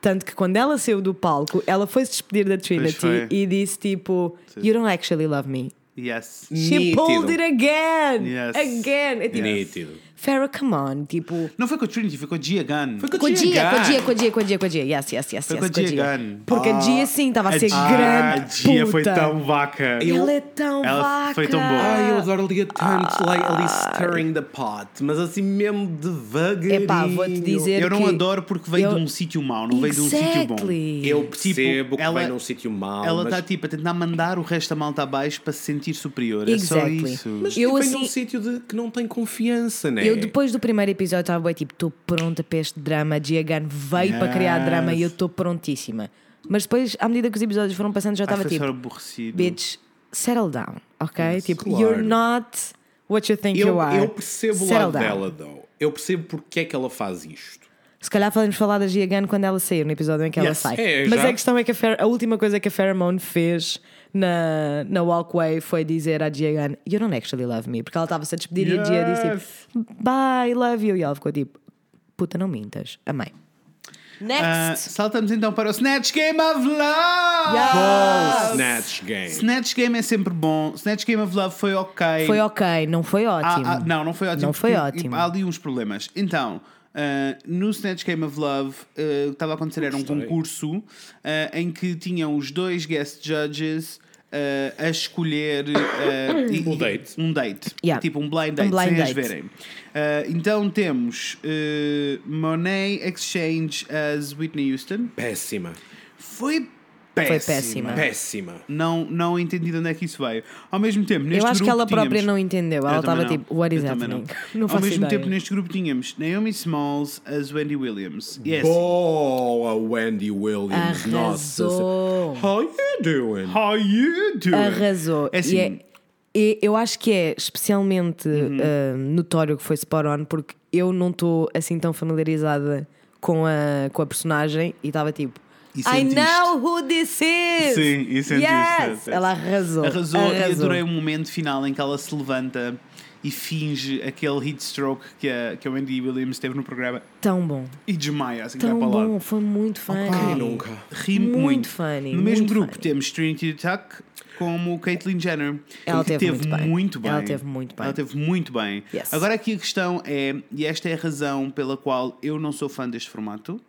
Speaker 2: Tanto que quando ela saiu do palco, ela foi se despedir da Trinity
Speaker 1: foi.
Speaker 2: e disse tipo: You don't actually love me.
Speaker 1: Yes.
Speaker 2: She
Speaker 3: Nítido.
Speaker 2: pulled it again!
Speaker 1: Yes.
Speaker 2: Again! É tipo,
Speaker 3: Nítido.
Speaker 2: Farrah, come on! Tipo,
Speaker 1: Não foi com a Trinity, foi com a Gia Gunn.
Speaker 3: Foi com
Speaker 2: com a Gia,
Speaker 3: Gia
Speaker 2: com a
Speaker 3: Gunn.
Speaker 2: Gia, com a Gia, com a Gia, com a Gia. Yes, yes, yes,
Speaker 1: Foi
Speaker 2: yes.
Speaker 1: com a Gia Gunn.
Speaker 2: Porque a Gia sim estava a ser
Speaker 1: Ah,
Speaker 2: grande.
Speaker 1: A Gia
Speaker 2: puta.
Speaker 1: foi tão vaca.
Speaker 2: Ela é tão
Speaker 1: Ela
Speaker 2: vaca.
Speaker 1: foi tão boa.
Speaker 3: Ai, eu adoro ali a tanto, like, ali
Speaker 2: Ah.
Speaker 3: stirring the pot, mas assim mesmo devagarinho.
Speaker 2: Epá, vou-te dizer
Speaker 1: Eu não
Speaker 2: que
Speaker 1: adoro porque veio
Speaker 2: eu-
Speaker 1: de um sítio mau, não veio de um sítio bom.
Speaker 2: Exactly.
Speaker 3: Eu percebo que
Speaker 1: ela-
Speaker 3: vem num sítio mau,
Speaker 1: Ela
Speaker 3: mas,
Speaker 2: tá
Speaker 1: está tipo a tentar mandar o resto da malta abaixo para se sentir superior. É só
Speaker 2: Exactly.
Speaker 1: isso.
Speaker 3: mas
Speaker 2: Eu,
Speaker 3: tipo, vem
Speaker 2: assim-
Speaker 3: num sítio de, que não tem confiança, né?
Speaker 2: Eu depois do primeiro episódio estava bem tipo, estou pronta para este drama. A Gia Gunn veio para criar drama e eu
Speaker 1: Yes.
Speaker 2: estou prontíssima. Mas depois, à medida que os episódios foram passando,
Speaker 1: Ai,
Speaker 2: já estava
Speaker 1: foi só um
Speaker 2: tipo,
Speaker 1: aborrecido.
Speaker 2: bitch, settle down, ok? tipo,
Speaker 3: claro.
Speaker 2: you're not what you think
Speaker 3: eu,
Speaker 2: you are.
Speaker 3: eu percebo o
Speaker 2: Settle
Speaker 3: lado
Speaker 2: down.
Speaker 3: dela, though. Eu percebo porque é que ela faz isto.
Speaker 2: Se calhar podemos falar da Gia Gunn quando ela sair, no episódio em que ela
Speaker 1: Yes,
Speaker 2: sai.
Speaker 3: é,
Speaker 2: Mas
Speaker 3: já.
Speaker 2: a questão é que a, Fer- a última coisa que a Pheromone fez na, na Walkway foi dizer à Gia Gunn: You don't actually love me. Porque ela estava-se a despedir e a Gia
Speaker 1: Yes.
Speaker 2: disse tipo: Bye, love you. E ela ficou tipo: Puta, não mintas. Amém.
Speaker 1: Ah,
Speaker 2: Next!
Speaker 1: saltamos então para o Snatch Game of Love!
Speaker 2: Yes!
Speaker 3: Ah, Snatch Game.
Speaker 1: Snatch Game é sempre bom. Snatch Game of Love foi ok.
Speaker 2: Foi ok, não foi ótimo.
Speaker 1: Ah, ah, não, não foi ótimo.
Speaker 2: Não foi
Speaker 1: porque
Speaker 2: ótimo.
Speaker 1: Há ali uns problemas. Então, ah, no Snatch Game of Love, ah, o que estava a acontecer era um concurso ah, em que tinham os dois guest judges ah, a escolher ah, e-
Speaker 3: Um date.
Speaker 1: Um date.
Speaker 2: Yeah.
Speaker 1: Tipo um blind date,
Speaker 2: Um blind
Speaker 1: sem as
Speaker 2: date.
Speaker 1: verem. Ah, então temos ah, Monet Exchange as Whitney Houston.
Speaker 3: Péssima.
Speaker 1: Foi péssima.
Speaker 2: péssima.
Speaker 3: Péssima.
Speaker 1: Não, não entendi de onde é que isso veio. Ao mesmo tempo, neste
Speaker 2: Eu acho que
Speaker 1: grupo
Speaker 2: ela própria
Speaker 1: tínhamos-
Speaker 2: não entendeu. Ela
Speaker 1: Eu também
Speaker 2: estava
Speaker 1: não.
Speaker 2: tipo, what is
Speaker 1: Eu também
Speaker 2: happening? (laughs)
Speaker 1: Não. Ao
Speaker 2: faço
Speaker 1: mesmo
Speaker 2: ideia.
Speaker 1: tempo, neste grupo tínhamos Naomi Smalls as Wendy
Speaker 2: Uhum.
Speaker 1: Williams. Yes.
Speaker 3: Boa, Wendy Williams.
Speaker 2: Arrasou.
Speaker 3: Nossa. How you doing?
Speaker 1: How you doing?
Speaker 2: Arrasou.
Speaker 1: É assim, Uhum.
Speaker 2: E é- e eu acho que é especialmente ah, notório que foi spot on, porque eu não estou assim tão familiarizada com a, com a personagem e estava tipo.
Speaker 1: E
Speaker 2: I
Speaker 1: sentiste.
Speaker 2: know who this is!
Speaker 1: Sim, é e sentiste,
Speaker 2: yes!
Speaker 1: sim, sim.
Speaker 2: Ela arrasou.
Speaker 1: arrasou, e adorei o momento final em que ela se levanta e finge aquele heat stroke que a, que a Wendy Williams teve no programa
Speaker 2: Tão bom.
Speaker 1: e desmaia assim que vai
Speaker 2: Tão
Speaker 1: para lá.
Speaker 2: bom. Foi muito funny.
Speaker 3: Quem nunca?
Speaker 1: Ri
Speaker 2: Muito
Speaker 1: muito.
Speaker 2: funny,
Speaker 1: No mesmo
Speaker 2: muito
Speaker 1: grupo
Speaker 2: funny.
Speaker 1: temos Trinity Tuck como Caitlyn Jenner.
Speaker 2: Ela
Speaker 1: que
Speaker 2: teve muito bem. Ela teve muito bem.
Speaker 1: Ela teve muito bem.
Speaker 2: Yes.
Speaker 1: Agora aqui a questão é, e esta é a razão pela qual eu não sou fã deste formato,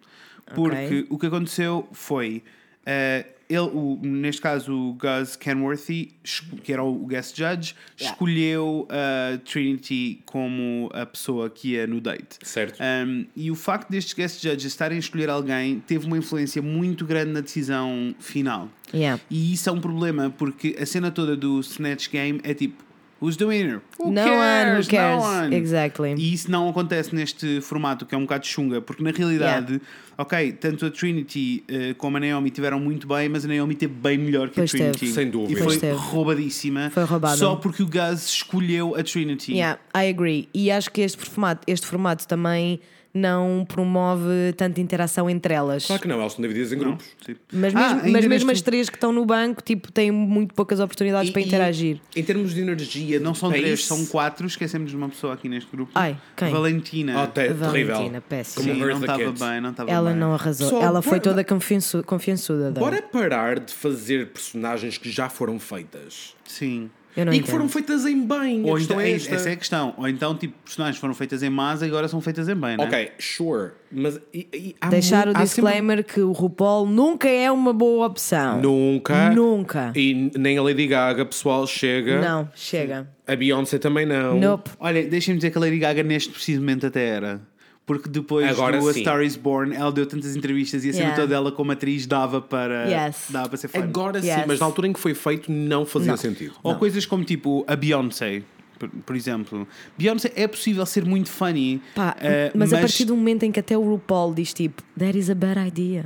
Speaker 1: porque
Speaker 2: Ok.
Speaker 1: o que aconteceu foi. eh, ele, o- neste caso, o Gus Kenworthy, esco- que era o guest judge,
Speaker 2: Yeah.
Speaker 1: escolheu a Trinity como a pessoa que ia no date.
Speaker 3: Certo.
Speaker 1: Um, e o facto destes guest judges estarem a escolher alguém teve uma influência muito grande na decisão final.
Speaker 2: Yeah.
Speaker 1: E isso é um problema porque a cena toda do Snatch Game é tipo: who's the winner? Who
Speaker 2: No one,
Speaker 1: cares?
Speaker 2: who cares?
Speaker 1: No one.
Speaker 2: Exactly.
Speaker 1: E isso não acontece neste formato, que é um bocado chunga, porque na realidade, ok, tanto a Trinity eh, como a Naomi tiveram muito bem, mas a Naomi teve bem melhor que
Speaker 2: Pois
Speaker 1: a
Speaker 2: teve.
Speaker 1: Trinity.
Speaker 3: Sem dúvida.
Speaker 1: E
Speaker 2: Pois
Speaker 1: foi
Speaker 2: teve.
Speaker 1: roubadíssima.
Speaker 2: Foi roubada.
Speaker 1: Só porque o Gus escolheu a Trinity.
Speaker 2: Yeah, I agree. E acho que este formato, este formato também não promove tanta interação entre elas.
Speaker 3: Claro que não, elas estão divididas em grupos.
Speaker 1: Sim.
Speaker 2: Mas
Speaker 1: Ah,
Speaker 2: mesmo,
Speaker 1: ainda
Speaker 2: mas mesmo
Speaker 1: neste-
Speaker 2: as três que estão no banco tipo, têm muito poucas oportunidades
Speaker 3: E-
Speaker 2: para
Speaker 3: e-
Speaker 2: interagir.
Speaker 3: Em termos de energia, é
Speaker 1: Não são
Speaker 3: de
Speaker 1: três,
Speaker 3: pace-
Speaker 1: são quatro. Esquecemos de uma pessoa aqui neste grupo.
Speaker 2: Ai, quem?
Speaker 1: Valentina.
Speaker 3: Ah, te-
Speaker 2: Valentina,
Speaker 3: terrível.
Speaker 2: péssimo.
Speaker 1: Sim,
Speaker 3: Como
Speaker 1: não
Speaker 3: Eartha
Speaker 1: estava
Speaker 3: Kitt.
Speaker 1: bem, não estava
Speaker 2: Ela
Speaker 1: bem.
Speaker 2: não arrasou.
Speaker 3: Pessoal,
Speaker 2: Ela foi
Speaker 3: bora-
Speaker 2: toda confiançu- confiançuda. Dani.
Speaker 3: Bora parar de fazer personagens que já foram feitas.
Speaker 2: é-
Speaker 1: Sim.
Speaker 2: Eu não
Speaker 3: e que um
Speaker 2: entendo.
Speaker 3: foram feitas em bem. a
Speaker 1: Ou
Speaker 3: questão
Speaker 1: então,
Speaker 3: é
Speaker 1: é-
Speaker 3: esta.
Speaker 1: Essa é a questão. Ou então, tipo, personagens foram feitas em más e agora são feitas em bem, né?
Speaker 3: Ok, sure. Mas e, e, há
Speaker 2: Deixar
Speaker 3: mu-
Speaker 2: o
Speaker 3: há Ah, sempre-
Speaker 2: disclaimer que o RuPaul nunca é uma boa opção.
Speaker 3: Nunca.
Speaker 2: Nunca.
Speaker 3: E nem a Lady Gaga, pessoal, chega.
Speaker 2: Não, chega.
Speaker 3: A Beyoncé também não.
Speaker 2: Nope.
Speaker 1: Olha, deixem-me dizer que a Lady Gaga neste preciso momento até era. Porque depois
Speaker 3: Agora
Speaker 1: do A
Speaker 3: sim.
Speaker 1: Star Is Born, ela deu tantas entrevistas e a cena
Speaker 2: Yeah.
Speaker 1: toda dela como atriz dava para,
Speaker 2: Yes.
Speaker 1: dava para ser fã.
Speaker 3: Agora
Speaker 2: Yes.
Speaker 3: sim, mas na altura em que foi feito não fazia
Speaker 2: Não.
Speaker 3: sentido.
Speaker 1: Ou coisas como tipo a Beyoncé, por, por exemplo. Beyoncé é possível ser muito funny,
Speaker 2: Pá,
Speaker 1: eh,
Speaker 2: mas, a partir do momento em que até o RuPaul diz tipo, that is a bad idea.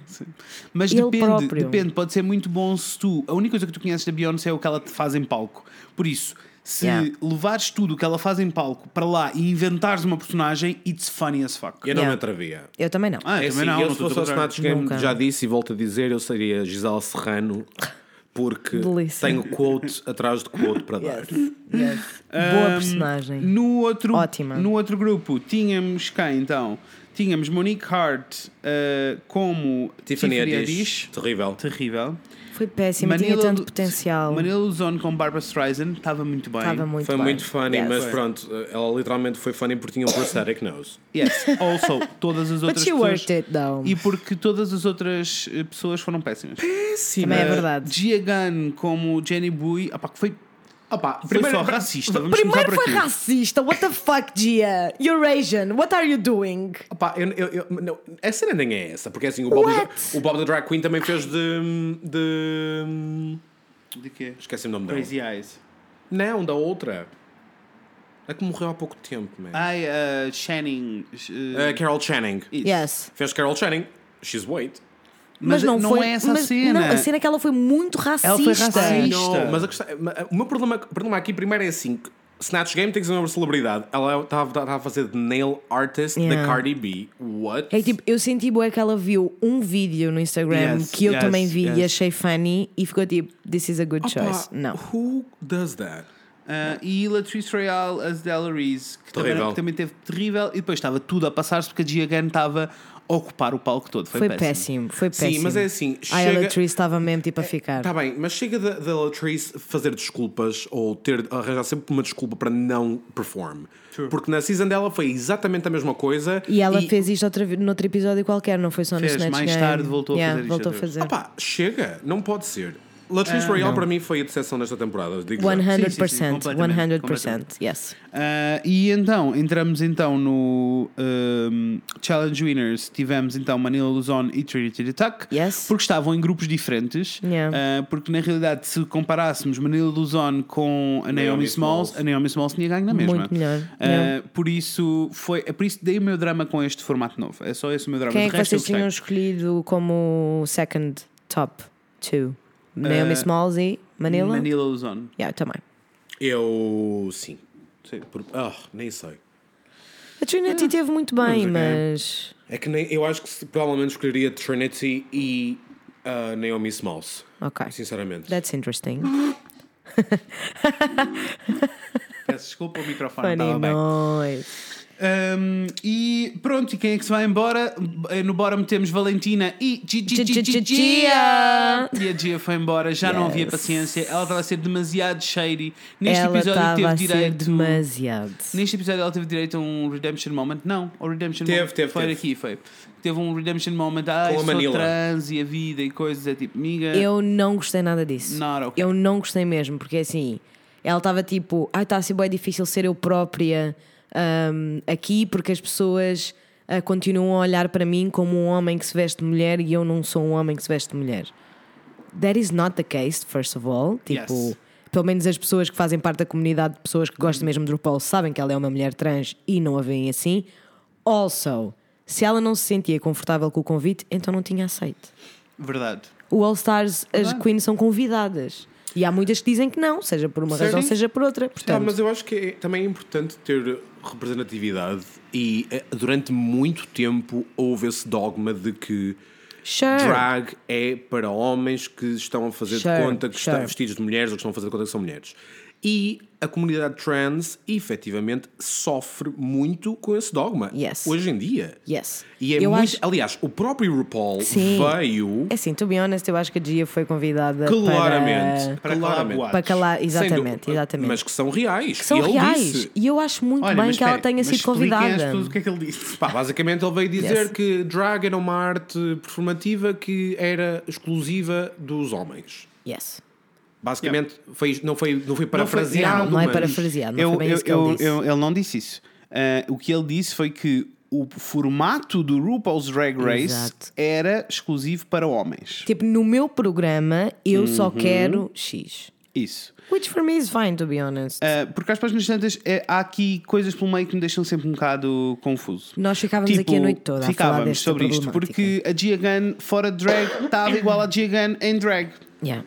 Speaker 1: Mas
Speaker 2: Ele
Speaker 1: depende,
Speaker 2: próprio.
Speaker 1: depende, pode ser muito bom se tu. A única coisa que tu conheces da Beyoncé é o que ela te faz em palco. Por isso, se
Speaker 2: Yeah.
Speaker 1: levares tudo o que ela faz em palco para lá e inventares uma personagem, it's funny as fuck.
Speaker 3: Eu não
Speaker 2: Yeah.
Speaker 3: me atrevia.
Speaker 2: Eu também não.
Speaker 1: Ah,
Speaker 3: É
Speaker 1: eu
Speaker 3: assim,
Speaker 1: também não, não
Speaker 3: eu se
Speaker 1: estou a
Speaker 3: fosse ao
Speaker 1: dizer-
Speaker 3: Snatch Game,
Speaker 2: Nunca.
Speaker 3: já disse e volto a dizer, eu seria Gisele Serrano, porque
Speaker 2: Delícia.
Speaker 3: tenho quote atrás de quote para dar. (laughs)
Speaker 2: Boa
Speaker 3: Um,
Speaker 2: personagem.
Speaker 1: No outro,
Speaker 2: Ótima.
Speaker 1: no outro grupo tínhamos quem então? Tínhamos Monique Hart eh, como
Speaker 3: Tiffany Haddish,
Speaker 1: Haddish.
Speaker 3: terrível.
Speaker 1: Terrível.
Speaker 2: Foi péssima, tinha tanto potencial.
Speaker 1: Manila Luzon com Barbara Streisand estava muito bem.
Speaker 2: Estava muito
Speaker 3: Foi
Speaker 2: bem.
Speaker 3: muito funny,
Speaker 2: Yes.
Speaker 3: mas pronto, ela literalmente foi funny porque tinha um prosthetic nose.
Speaker 1: Yes, also, todas as
Speaker 2: But
Speaker 1: outras
Speaker 2: she
Speaker 1: pessoas.
Speaker 2: worked it though.
Speaker 1: E porque todas as outras eh, pessoas foram péssimas.
Speaker 3: assim,
Speaker 2: Também é verdade.
Speaker 1: Gia Gunn como Jenny Bui, opá, que foi, opá,
Speaker 3: Primeiro-
Speaker 1: foi só racista. Vamos começar
Speaker 2: Primeiro
Speaker 1: por
Speaker 2: foi
Speaker 1: aqui.
Speaker 2: racista. What the fuck, Gia? You're Asian. What are you doing?
Speaker 3: Opa, eu, eu, eu, não, a cena nem é essa, porque assim, o Bob,
Speaker 2: What?
Speaker 3: o Bob the Drag Queen também fez de. de
Speaker 1: De quê?
Speaker 3: esqueci o nome dela.
Speaker 1: Crazy Eyes.
Speaker 3: Não, é um da outra. A que morreu há pouco tempo,
Speaker 2: Ah.
Speaker 3: man.
Speaker 1: Ai, eh, Channing. eh,
Speaker 3: A Carol Channing.
Speaker 1: isso.
Speaker 2: Yes.
Speaker 3: Fez Carol Channing. She's white.
Speaker 2: Mas, não, foi.
Speaker 1: é essa a
Speaker 2: mas-
Speaker 1: cena.
Speaker 2: Não, a cena é que ela foi muito racista.
Speaker 1: Ela foi racista.
Speaker 3: Não, Oh, mas a questão, mas o meu problema, o problema aqui primeiro é assim: que Snatch Game tem que ser uma celebridade. Ela estava estava a fazer de nail artist
Speaker 2: Yeah.
Speaker 3: da Cardi B. What?
Speaker 2: É tipo, eu senti bué que ela viu um vídeo no Instagram
Speaker 1: Yes,
Speaker 2: que eu
Speaker 1: yes,
Speaker 2: também vi e
Speaker 1: yes.
Speaker 2: achei funny e ficou tipo, this is a good
Speaker 3: Opa,
Speaker 2: choice. Não.
Speaker 3: Who does that?
Speaker 1: Eh, e Latrice Royale as Della Reese, que também,
Speaker 3: Terrível.
Speaker 1: que também teve terrível. E depois estava tudo a passar-se porque a Gia Gunn estava a ocupar o palco todo. Foi,
Speaker 2: Foi, péssimo. Foi péssimo.
Speaker 3: Sim, mas é assim:
Speaker 2: Ai, a
Speaker 3: chega-
Speaker 2: Latrice estava mesmo tipo
Speaker 1: É,
Speaker 2: a ficar.
Speaker 3: Tá bem, mas chega da, da Latrice fazer desculpas ou ter arranjar sempre uma desculpa para não perform. Porque na season dela foi exatamente a mesma coisa.
Speaker 2: E ela fez isto outra, vi- noutro episódio qualquer, não foi só
Speaker 1: Fez,
Speaker 2: no Snatch
Speaker 1: mais
Speaker 2: Game.
Speaker 1: tarde voltou a
Speaker 2: Yeah,
Speaker 1: fazer isto
Speaker 2: voltou a
Speaker 1: outra vez.
Speaker 2: fazer.
Speaker 3: Opá, chega, Ah não pode ser. Latrice Royale para mim foi a decepção desta temporada. Digo já.
Speaker 2: 100%,
Speaker 1: Sim, sim, sim, completamente,
Speaker 2: 100%,
Speaker 1: completamente.
Speaker 2: yes.
Speaker 1: Ah, e então, entramos então no ahm, Challenge Winners. Tivemos então Manila Luzon e Trinity the Tuck.
Speaker 2: Yes.
Speaker 1: Porque estavam em grupos diferentes.
Speaker 2: Yeah.
Speaker 1: Ah, porque na realidade, se comparássemos Manila Luzon com a Naomi,
Speaker 3: Naomi
Speaker 1: Smalls,
Speaker 3: Smalls.
Speaker 1: a Naomi Smalls tinha ganho na mesma.
Speaker 2: Muito melhor.
Speaker 1: Ah,
Speaker 2: Yeah.
Speaker 1: Por isso, foi, é por isso que dei o meu drama com este formato novo. É só esse o meu drama.
Speaker 2: Quem é
Speaker 1: De
Speaker 2: que
Speaker 1: resto, eu
Speaker 2: vocês tinham
Speaker 1: gostei.
Speaker 2: escolhido como second top two? Naomi Smalls e Manila?
Speaker 1: Eh, Manila Luzon.
Speaker 2: Yeah, também.
Speaker 3: Eu sim.
Speaker 1: Sim.
Speaker 3: Por- ah, nem sei.
Speaker 2: A Trinity teve muito bem, mas.
Speaker 3: É que nem, eu acho que se- provavelmente escolheria Trinity e ah, Naomi Smalls,
Speaker 2: Ok.
Speaker 3: sinceramente.
Speaker 2: That's interesting.
Speaker 1: Peço desculpa, o microfone
Speaker 2: Funny
Speaker 1: estava Tá bem.
Speaker 2: noise.
Speaker 1: Um, e pronto, e quem é que se vai embora? Eh, No bottom temos Valentina e Gi- Gi- Gi- Gi- Gia.
Speaker 2: Gia.
Speaker 1: E a Gia foi embora, já não
Speaker 2: Yes.
Speaker 1: havia paciência. Ela estava a ser demasiado shady. Neste
Speaker 2: Ela
Speaker 1: episódio
Speaker 2: estava
Speaker 1: teve
Speaker 2: a ser
Speaker 1: direito.
Speaker 2: demasiado.
Speaker 1: Neste episódio ela teve direito a um redemption moment. Não, o redemption
Speaker 3: Teve,
Speaker 1: moment
Speaker 3: teve,
Speaker 1: foi
Speaker 3: teve.
Speaker 1: aqui, foi. Teve um redemption moment. Ah,
Speaker 3: Com a
Speaker 1: eu sou
Speaker 3: Manila.
Speaker 1: trans e a vida e coisas. É tipo, miga.
Speaker 2: Eu não gostei nada disso.
Speaker 1: Not okay.
Speaker 2: Eu não gostei mesmo, porque assim, ela estava tipo, ai, está a ser bem difícil ser eu própria ahm, aqui, porque as pessoas ah, continuam a olhar para mim como um homem que se veste de mulher e eu não sou um homem que se veste de mulher. That is not the case, first of all. Tipo,
Speaker 1: Yes.
Speaker 2: pelo menos as pessoas que fazem parte da comunidade de pessoas que
Speaker 1: Uhum.
Speaker 2: gostam mesmo do RuPaul sabem que ela é uma mulher trans e não a veem assim. Also, se ela não se sentia confortável com o convite, então não tinha aceito
Speaker 1: Verdade.
Speaker 2: o All Stars, as
Speaker 1: Verdade.
Speaker 2: Queens são convidadas. E há muitas que dizem que não, seja por uma
Speaker 3: Sim.
Speaker 2: razão, seja por outra.
Speaker 3: Ah,
Speaker 2: Portanto,
Speaker 3: mas eu acho que é- também é importante ter representatividade e eh, durante muito tempo houve esse dogma de que
Speaker 2: sure.
Speaker 3: drag é para homens que estão a fazer
Speaker 2: Sure,
Speaker 3: de conta que estão
Speaker 2: sure.
Speaker 3: vestidos de mulheres ou que estão a fazer de conta que são mulheres. E a comunidade trans efetivamente sofre muito com esse dogma
Speaker 2: Yes.
Speaker 3: hoje em dia.
Speaker 2: Yes.
Speaker 3: E é
Speaker 2: eu
Speaker 3: muito.
Speaker 2: acho.
Speaker 3: Aliás, o próprio RuPaul
Speaker 2: Sim.
Speaker 3: veio
Speaker 2: É assim, to be honest, eu acho que a Gia foi convidada
Speaker 3: claramente.
Speaker 1: Para calar
Speaker 3: claramente.
Speaker 1: boatos.
Speaker 2: para, para calar.
Speaker 3: Sem dúvida.
Speaker 2: Exatamente, exatamente.
Speaker 3: Mas que são reais.
Speaker 2: que são
Speaker 3: Ele
Speaker 2: reais.
Speaker 3: disse.
Speaker 2: E eu acho muito bem
Speaker 1: mas
Speaker 2: que ela
Speaker 1: espera,
Speaker 2: tenha
Speaker 1: mas
Speaker 2: sido
Speaker 1: expliquem às
Speaker 2: convidada.
Speaker 1: pessoas O que é que ele disse?
Speaker 3: Pá, basicamente ele veio dizer
Speaker 2: Yes.
Speaker 3: que drag era uma arte performativa que era exclusiva dos homens.
Speaker 2: Yes.
Speaker 3: Basicamente, foi, não, foi, não foi parafraseado.
Speaker 2: Não, não é
Speaker 3: mas-
Speaker 2: parafraseado, não
Speaker 1: eu,
Speaker 2: foi bem
Speaker 1: eu-
Speaker 2: isso que
Speaker 1: eu-
Speaker 2: ele disse.
Speaker 1: eu- ele não disse isso. Ah, o que ele disse foi que o formato do RuPaul's Drag Race
Speaker 2: Exato.
Speaker 1: era exclusivo para homens.
Speaker 2: Tipo, no meu programa, eu só
Speaker 3: Uhum.
Speaker 2: quero X.
Speaker 1: Isso.
Speaker 2: Which for me is fine, to be honest.
Speaker 3: É,
Speaker 1: Ah, porque às páginas tantas é, há aqui coisas pelo meio que me deixam sempre um bocado confuso.
Speaker 2: Nós ficávamos
Speaker 1: Tipo,
Speaker 2: aqui a noite toda a falar
Speaker 1: Ficávamos
Speaker 2: desta
Speaker 1: sobre isto,
Speaker 2: problemática.
Speaker 1: porque a Gia Gunn fora de drag estava igual a Gia Gunn em drag.
Speaker 2: Yeah.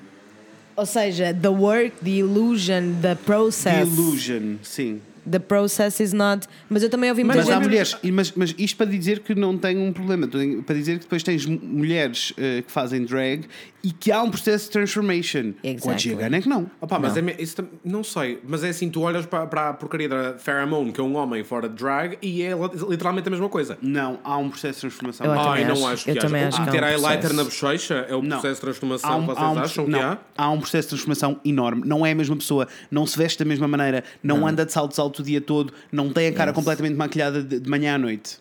Speaker 2: Ou seja, the work, the illusion,
Speaker 1: The
Speaker 2: the process.
Speaker 1: Illusion, sim.
Speaker 2: The process is not. Mas eu também ouvi muita
Speaker 1: Mas é há
Speaker 2: gente.
Speaker 1: mulheres, e mas, mas isto para dizer que não tem um problema, tem- para dizer que depois tens mu- mulheres eh, que fazem drag e que há um processo de transformation. Com a
Speaker 2: Exactly.
Speaker 1: Gia Gunn é que não.
Speaker 3: Ah, pá, mas é me- isso tam- não sei, mas é assim: tu olhas para, para a porcaria da Pheromone, que é um homem fora de drag, e é li- literalmente a mesma coisa.
Speaker 1: Não, há um processo de transformação.
Speaker 2: Eu
Speaker 1: Há-
Speaker 2: também
Speaker 3: Ai, não
Speaker 2: acho-
Speaker 3: acho que
Speaker 2: eu
Speaker 3: haja.
Speaker 2: também acho que há um
Speaker 3: Ter highlighter
Speaker 2: processo.
Speaker 3: na bochecha é o
Speaker 1: não.
Speaker 3: processo de transformação
Speaker 1: Há um-
Speaker 3: que vocês
Speaker 1: há um-
Speaker 3: acham
Speaker 1: não,
Speaker 3: que há?
Speaker 1: há um processo de transformação enorme. Não é a mesma pessoa, não se veste da mesma maneira, não, anda de saltos alto o dia todo, não tem a cara completamente maquilhada de, de manhã à noite.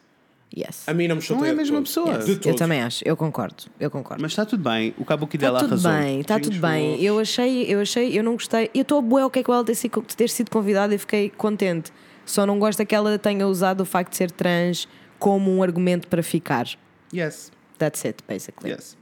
Speaker 2: Yes.
Speaker 3: A mim não me chateia.
Speaker 1: Não é a
Speaker 3: de
Speaker 1: mesma
Speaker 3: todo.
Speaker 1: pessoa.
Speaker 3: De todo.
Speaker 2: Eu também acho, eu concordo, eu concordo.
Speaker 1: Mas está tudo bem, o Kabuki
Speaker 2: Está
Speaker 1: dela
Speaker 2: tudo
Speaker 1: arrasou.
Speaker 2: bem, está tudo
Speaker 1: Beijinhos
Speaker 2: bem.
Speaker 1: fofos.
Speaker 2: Eu achei, eu achei, eu não gostei. Eu estou a boé o que é que ela ter sido, ter sido convidada e fiquei contente. Só não gosto é que ela tenha usado o facto de ser trans como um argumento para ficar.
Speaker 1: Yes.
Speaker 2: That's it, basically.
Speaker 1: Yes.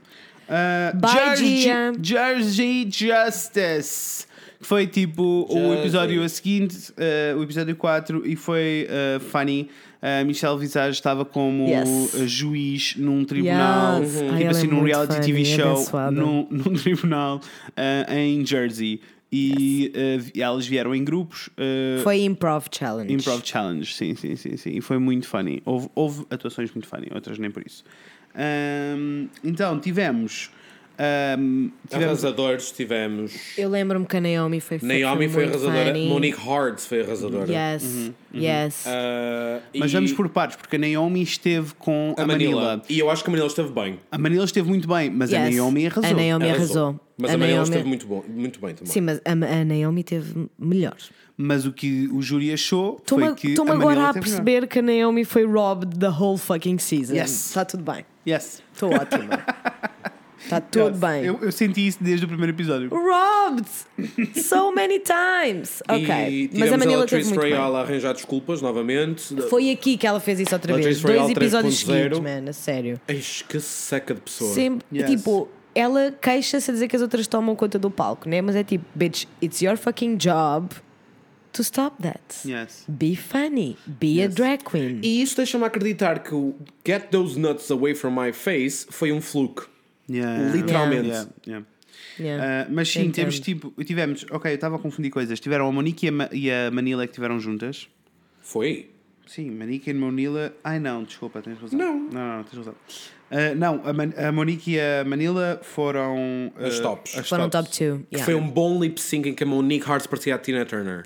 Speaker 1: Uh,
Speaker 2: Bye,
Speaker 1: Jersey,
Speaker 2: Gia.
Speaker 1: Jersey Justice. que Foi tipo o
Speaker 3: Jersey.
Speaker 1: episódio a seguinte, uh, o episódio 4, e foi uh, funny. A Michelle Visage estava como
Speaker 2: Yes.
Speaker 1: uh, juiz num tribunal,
Speaker 2: Yes. Uhum. Ai,
Speaker 1: tipo
Speaker 2: ela
Speaker 1: assim,
Speaker 2: é
Speaker 1: num
Speaker 2: muito
Speaker 1: reality
Speaker 2: funny,
Speaker 1: TV
Speaker 2: é
Speaker 1: show,
Speaker 2: abençoada.
Speaker 1: num, (laughs) num tribunal uh, em Jersey. E uh, vi- elas vieram em grupos. uh,
Speaker 2: Foi improv challenge.
Speaker 1: Improv Challenge, sim, sim, sim, sim. E foi muito funny. Houve, houve atuações muito funny, outras nem por isso. Ahm, então, tivemos. ahm, tivemos
Speaker 3: Arrasadores tivemos.
Speaker 2: Eu lembro-me que a Naomi foi
Speaker 3: Naomi foi
Speaker 2: muito
Speaker 3: arrasadora.
Speaker 2: funny.
Speaker 3: Monique Hards foi arrasadora.
Speaker 2: Yes,
Speaker 1: Uhum, Uh,
Speaker 2: yes.
Speaker 3: Ah,
Speaker 1: mas
Speaker 3: e
Speaker 1: vamos por partes, porque a Naomi esteve com a,
Speaker 3: a
Speaker 1: Manila.
Speaker 3: Manila. E eu acho que a Manila esteve bem.
Speaker 1: A Manila esteve muito bem, mas a
Speaker 2: Yes.
Speaker 1: Naomi arrasou.
Speaker 2: A Naomi arrasou.
Speaker 3: Mas a, Manila esteve muito, bom, muito bem também.
Speaker 2: Sim, mas a, a Naomi teve melhor.
Speaker 1: Mas o que o júri achou foi que.
Speaker 2: Estou-me
Speaker 1: a Manila
Speaker 2: agora a
Speaker 1: esteve melhor.
Speaker 2: perceber que a Naomi foi robbed the whole fucking season. Tá
Speaker 1: Yes.
Speaker 2: Está tudo bem.
Speaker 1: (laughs) Yes.
Speaker 2: Estou ótima. Está Tá tudo bem.
Speaker 1: Eu, eu senti isso desde o primeiro episódio.
Speaker 2: Robbed! So many times!
Speaker 3: E
Speaker 2: Ok. Mas
Speaker 3: tivemos
Speaker 2: a Manila teve
Speaker 3: ela, Trace
Speaker 2: muito bem.
Speaker 3: Royale, a arranjar desculpas novamente.
Speaker 2: Foi aqui que ela fez isso outra
Speaker 3: A
Speaker 2: vez.
Speaker 3: Trace
Speaker 2: Dois
Speaker 3: Royale
Speaker 2: episódios seguidos,
Speaker 3: 3.0.
Speaker 2: man, a sério.
Speaker 3: Eis que seca de pessoa.
Speaker 2: Sempre,
Speaker 1: Yes.
Speaker 2: Tipo, ela queixa-se a dizer que as outras tomam conta do palco, né? Mas é tipo, bitch, it's your fucking job to stop that.
Speaker 1: Yes.
Speaker 2: Be funny. Be a drag queen.
Speaker 3: E isso deixa-me acreditar que o Get Those Nuts Away From My Face foi um fluke.
Speaker 1: Yeah.
Speaker 3: Literalmente.
Speaker 1: Yeah, yeah.
Speaker 3: eh,
Speaker 2: Yeah.
Speaker 1: Ah, mas sim,
Speaker 2: Entendo.
Speaker 1: temos tipo. Tivemos. Ok, eu estava a confundir coisas. Tiveram a Monique e a, Ma- e a Manila que tiveram juntas.
Speaker 3: Foi.
Speaker 1: Sim, Monique e Manila. Ai não, desculpa, tens razão.
Speaker 3: Não.
Speaker 1: Não, não, não, tens razão. Ah, não, a, Man- a Monique e a Manila foram. ah,
Speaker 3: As tops.
Speaker 2: Foram top
Speaker 1: tops.
Speaker 2: 2.
Speaker 3: Que foi um bom lip sync em que a Monique Hart parecia a Tina Turner.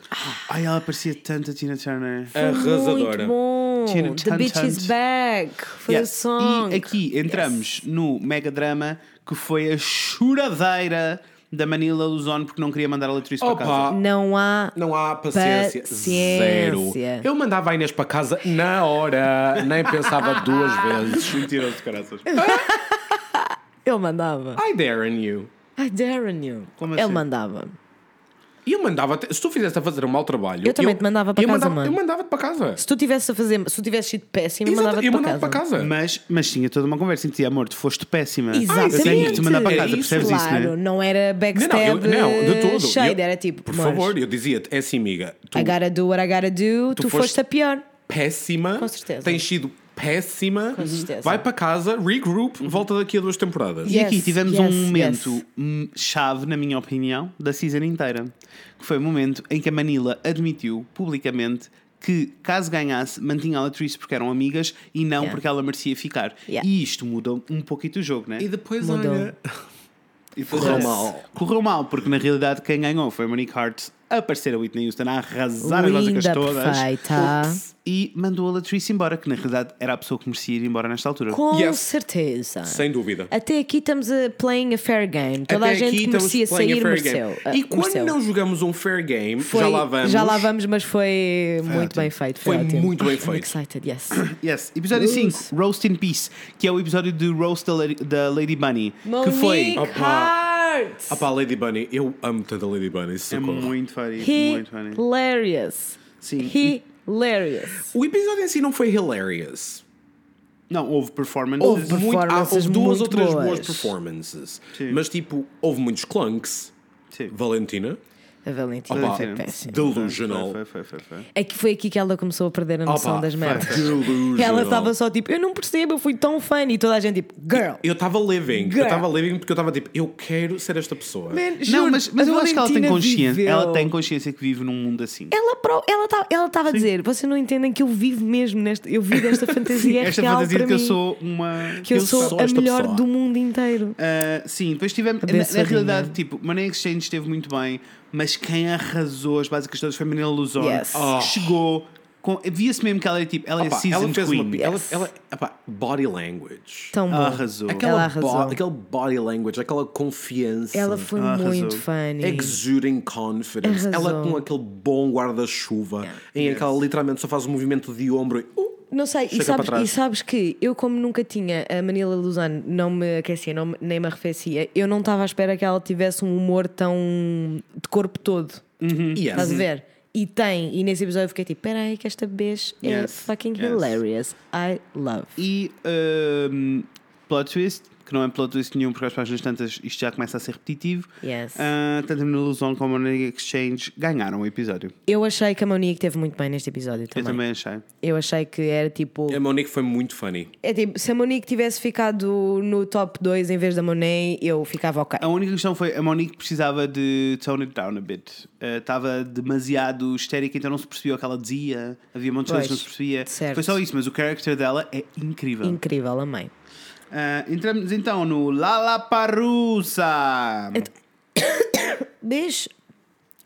Speaker 1: Ai, ela parecia tanto a Tina Turner.
Speaker 3: Ah, Arrasadora.
Speaker 2: Ah, Muito bom.
Speaker 1: Tina
Speaker 2: The Bitch
Speaker 1: Turner.
Speaker 2: is Back. Foi
Speaker 1: Yeah.
Speaker 2: o song.
Speaker 1: E aqui entramos no mega drama que foi a choradeira da Manila Luzon porque não queria mandar a Letriz para casa.
Speaker 3: Opa!
Speaker 2: Não há.
Speaker 3: Não há paciência.
Speaker 2: Paciência.
Speaker 3: Zero. Eu mandava a Inês para casa na hora, nem pensava
Speaker 2: (laughs)
Speaker 3: duas vezes.
Speaker 1: Mentiroso, caraças.
Speaker 2: Eu mandava.
Speaker 3: I dare on you.
Speaker 2: I dare on you.
Speaker 1: Como
Speaker 2: Ele
Speaker 1: assim?
Speaker 2: mandava.
Speaker 3: E eu mandava, te- se tu fizesse a fazer um mau trabalho.
Speaker 2: Eu também te mandava para
Speaker 3: eu
Speaker 2: casa,
Speaker 3: mandava-
Speaker 2: mano.
Speaker 3: Eu mandava-te para casa.
Speaker 2: Se tu tivesse a fazer, se tu tivesse sido péssimo, eu
Speaker 3: Exato,
Speaker 2: mandava-te
Speaker 3: eu
Speaker 2: para,
Speaker 3: mandava para
Speaker 2: casa.
Speaker 3: casa.
Speaker 1: Mas, mas tinha toda uma conversa entre ti, amor, tu foste péssima.
Speaker 2: Exatamente.
Speaker 1: Eu tenho que te mandar para
Speaker 3: É
Speaker 1: casa,
Speaker 3: isso.
Speaker 1: percebes
Speaker 2: claro,
Speaker 1: isso, né?
Speaker 2: não era
Speaker 3: Não, não, eu-
Speaker 2: backstab
Speaker 3: não, de todo.
Speaker 2: shade,
Speaker 3: Eu-
Speaker 2: era tipo,
Speaker 3: Por
Speaker 2: mas,
Speaker 3: favor, eu dizia-te, é assim, amiga. Tu
Speaker 2: I gotta do what I gotta do, tu,
Speaker 3: tu
Speaker 2: foste,
Speaker 3: foste-
Speaker 2: a pior.
Speaker 3: péssima.
Speaker 2: Com certeza.
Speaker 3: Tens sido péssima.
Speaker 2: Com certeza.
Speaker 3: Vai para casa, regroup, volta daqui a duas temporadas.
Speaker 1: E aqui
Speaker 2: Yes,
Speaker 1: tivemos
Speaker 2: yes,
Speaker 1: um momento
Speaker 2: yes.
Speaker 1: hum, chave, na minha opinião, da season inteira. Que foi o momento em que a Manila admitiu publicamente que, caso ganhasse, mantinha a Latrice porque eram amigas e não
Speaker 2: Yeah.
Speaker 1: porque ela merecia ficar.
Speaker 2: Yeah.
Speaker 1: E isto mudou um pouquinho o jogo, né?
Speaker 3: E depois,
Speaker 2: Mudou.
Speaker 3: olha.
Speaker 1: E
Speaker 3: correu mal.
Speaker 1: Correu mal, porque na realidade quem ganhou foi a Monique Hart a aparecer a Whitney Houston a arrasar as músicas
Speaker 2: Linda,
Speaker 1: todas.
Speaker 2: perfeita.
Speaker 1: Ups. E mandou a Latrice embora, que na realidade era a pessoa que merecia ir embora nesta altura.
Speaker 2: Com
Speaker 3: Yes.
Speaker 2: certeza.
Speaker 3: Sem dúvida.
Speaker 2: Até aqui estamos a playing a fair game. Toda
Speaker 3: Até
Speaker 2: a gente
Speaker 3: aqui
Speaker 2: que
Speaker 3: estamos
Speaker 2: merecia
Speaker 3: playing a
Speaker 2: sair
Speaker 3: fair game.
Speaker 2: mereceu. Ah,
Speaker 3: E quando
Speaker 2: mereceu.
Speaker 3: não jogamos um fair game,
Speaker 2: Foi-
Speaker 3: já lá vamos.
Speaker 2: Já lá vamos, mas foi, muito
Speaker 1: ótimo.
Speaker 2: bem feito. Foi,
Speaker 3: Foi
Speaker 2: ótimo.
Speaker 3: muito bem
Speaker 2: Ai, I'm
Speaker 3: feito.
Speaker 2: excited,
Speaker 3: (coughs)
Speaker 2: yes.
Speaker 1: Yes. Episódio
Speaker 2: Roast.
Speaker 1: 5, Roast in Peace, que é o episódio do Roast da Lady, da Lady Bunny.
Speaker 2: Monique
Speaker 1: Que foi.
Speaker 3: Opa.
Speaker 2: Hart!
Speaker 3: Ah pá, Lady Bunny, eu amo tanto a Lady Bunny,
Speaker 1: É
Speaker 3: socorro.
Speaker 1: muito funny, muito funny.
Speaker 2: Hilarious.
Speaker 1: Sim.
Speaker 2: Hilarious.
Speaker 3: O episódio em si não foi hilarious.
Speaker 1: Não, houve performances.
Speaker 2: Houve
Speaker 3: Muito- ah,
Speaker 2: Performances
Speaker 3: houve duas
Speaker 2: muito
Speaker 3: ou três boas,
Speaker 2: boas.
Speaker 3: performances.
Speaker 1: Sim.
Speaker 3: Mas tipo, houve muitos clunks.
Speaker 1: Sim.
Speaker 3: Valentina,
Speaker 2: A Valentina
Speaker 3: Opa.
Speaker 2: foi
Speaker 1: Valentina.
Speaker 2: péssima.
Speaker 3: um delusional.
Speaker 1: Foi, foi, foi, foi.
Speaker 2: É que foi aqui que ela começou a perder a noção
Speaker 3: Opa,
Speaker 2: das merdas. (laughs)
Speaker 3: delusional.
Speaker 2: Ela estava só tipo, eu não percebo, eu fui tão fã. E toda a gente tipo, girl.
Speaker 3: Eu estava living.
Speaker 2: Girl.
Speaker 3: Eu estava living porque eu estava tipo, eu quero ser esta pessoa.
Speaker 2: Man,
Speaker 1: Não,
Speaker 2: juro,
Speaker 1: mas, mas
Speaker 2: a
Speaker 1: eu acho que ela tem
Speaker 2: Valentina
Speaker 1: consciência.
Speaker 2: viveu.
Speaker 1: Ela tem consciência que vive num mundo assim.
Speaker 2: Ela pro- ela tá- ela estava a dizer, vocês não entendem que eu vivo mesmo nesta, eu vivo
Speaker 1: (laughs)
Speaker 2: desta fantasia
Speaker 1: Esta
Speaker 2: É real
Speaker 1: fantasia
Speaker 2: para
Speaker 1: de que eu
Speaker 2: mim,
Speaker 1: sou uma.
Speaker 2: que eu,
Speaker 3: eu
Speaker 2: sou,
Speaker 3: sou
Speaker 2: a
Speaker 3: esta
Speaker 2: melhor
Speaker 3: pessoa.
Speaker 2: do mundo inteiro.
Speaker 1: Ah, sim, depois tivemos. Na, na
Speaker 2: Abençoadinha.
Speaker 1: realidade, tipo, Money Exchange esteve muito bem, mas quem arrasou as básicas todas foi Manila Luzon.
Speaker 2: Yes.
Speaker 1: que Chegou. com- Via-se mesmo que ela era tipo. Ela é
Speaker 3: Opa,
Speaker 1: season
Speaker 3: ela fez
Speaker 1: queen.
Speaker 3: uma. pi- Ela,
Speaker 2: Yes. Então,
Speaker 3: ela, epá, body language.
Speaker 2: Tão bom.
Speaker 1: Arrasou.
Speaker 3: Aquela
Speaker 2: Ela arrasou.
Speaker 3: bo- aquele body language, aquela confiança.
Speaker 2: Ela foi
Speaker 1: Arrasou.
Speaker 2: muito funny.
Speaker 3: Exuding confidence.
Speaker 2: Arrasou.
Speaker 3: Ela com aquele bom guarda-chuva em que ela literalmente só faz um movimento de ombro e. uh,
Speaker 2: Não sei, e
Speaker 3: Chega
Speaker 2: sabes,
Speaker 3: para trás.
Speaker 2: e sabes que eu, como nunca tinha a Manila Luzano, não me aquecia, não, me- nem me arrefecia, eu não estava à espera que ela tivesse um humor tão de corpo todo.
Speaker 3: yes.
Speaker 2: Uhum. Estás a ver? E tem, e nesse episódio eu fiquei tipo: peraí, que esta bitch é
Speaker 1: Yes,
Speaker 2: fucking
Speaker 1: yes.
Speaker 2: hilarious. I love.
Speaker 1: E ahm, plot twist, que não é plot twist nenhum, porque às páginas tantas isto já começa a ser repetitivo.
Speaker 2: Yes.
Speaker 1: Ah, tanto a Menina Luzon como a Money Exchange ganharam o episódio.
Speaker 2: Eu achei que a Monique teve muito bem neste episódio
Speaker 1: Eu
Speaker 2: também.
Speaker 1: também achei.
Speaker 2: Eu achei que era tipo.
Speaker 3: A Monique foi muito funny.
Speaker 2: É tipo, se a Monique tivesse ficado no top 2 em vez da Monet, eu ficava ok.
Speaker 1: A única questão foi a Monique precisava de tone it down a bit. Ah, Estava demasiado histérica, então não se percebia o que ela dizia. Havia muitas coisas que não
Speaker 2: Pois,
Speaker 1: se percebia.
Speaker 2: certo.
Speaker 1: Foi só isso, mas o character dela é incrível.
Speaker 2: Incrível, amei.
Speaker 1: Ah, entramos então no Lollapalooza.
Speaker 2: Então, Beijo.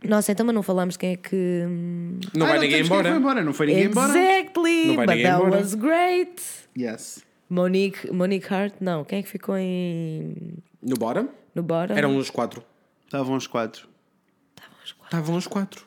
Speaker 2: Nossa, então mas não falamos de quem é que. hum,
Speaker 3: Não
Speaker 1: Ah,
Speaker 3: vai
Speaker 1: não,
Speaker 3: ninguém
Speaker 1: temos quem
Speaker 3: embora.
Speaker 1: Foi embora. Não foi ninguém embora?
Speaker 2: Exactly,
Speaker 3: Não vai
Speaker 2: but
Speaker 3: ninguém
Speaker 2: that
Speaker 3: embora.
Speaker 2: was great.
Speaker 1: Yes.
Speaker 2: Monique, Monique Hart, não, quem é que ficou em.
Speaker 3: No bora?
Speaker 2: no bora?
Speaker 3: um- Eram uns quatro.
Speaker 1: Estavam os quatro.
Speaker 3: Estavam uns quatro.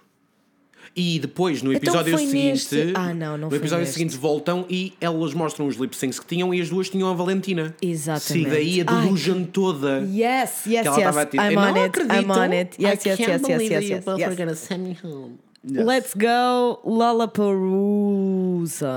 Speaker 3: E depois, no
Speaker 2: Então
Speaker 3: episódio
Speaker 2: foi
Speaker 3: seguinte.
Speaker 2: neste- Ah, não, não
Speaker 3: No
Speaker 2: foi
Speaker 3: episódio
Speaker 2: neste.
Speaker 3: seguinte voltam e elas mostram os lip syncs que tinham e as duas tinham a Valentina.
Speaker 2: Exatamente.
Speaker 3: E daí a
Speaker 2: Ai,
Speaker 3: delusion toda.
Speaker 2: Yes, yes,
Speaker 3: Que ela
Speaker 2: yes.
Speaker 3: estava a dizer,
Speaker 2: I'm
Speaker 3: "Eu não
Speaker 2: on it. I'm
Speaker 3: acredito.
Speaker 2: on it. Yes, yes, yes, yes, yes, yes. yes.
Speaker 4: gonna send me home.
Speaker 1: Yes.
Speaker 2: Let's go Lollapalooza.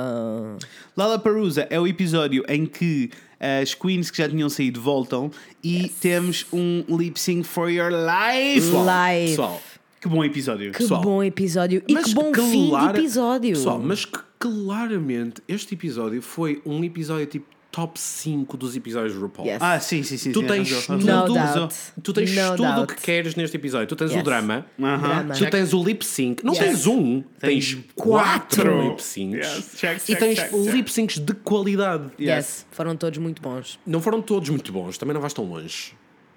Speaker 1: Lollapalooza é o episódio em que as queens que já tinham saído voltam e temos um lip sync for your life.
Speaker 3: Pessoal,
Speaker 2: Live.
Speaker 3: pessoal,
Speaker 1: Que bom episódio.
Speaker 2: Que
Speaker 3: Pessoal,
Speaker 2: bom episódio e que bom fim
Speaker 3: clara-
Speaker 2: de episódio.
Speaker 3: Pessoal, mas que claramente este episódio foi um episódio tipo top 5 dos episódios do RuPaul.
Speaker 2: Yes.
Speaker 1: Ah, sim, sim, sim.
Speaker 3: Tu
Speaker 1: sim,
Speaker 3: tens
Speaker 1: arranjou,
Speaker 3: tudo,
Speaker 1: arranjou.
Speaker 2: No doubt.
Speaker 3: Tu tens
Speaker 2: No
Speaker 3: tudo o
Speaker 2: doubt.
Speaker 3: que queres neste episódio. Tu tens
Speaker 2: Yes.
Speaker 3: o drama,
Speaker 1: Aham.
Speaker 2: Drama.
Speaker 3: tu tens o lip sync. Não
Speaker 2: Yes.
Speaker 3: tens um, tens, quatro,
Speaker 1: quatro.
Speaker 3: lip syncs.
Speaker 1: Yes. Check,
Speaker 3: E
Speaker 1: check,
Speaker 3: tens
Speaker 1: check, check.
Speaker 3: lip syncs de qualidade.
Speaker 2: yes. foram todos muito bons.
Speaker 3: Não foram todos muito bons, também não vais tão longe.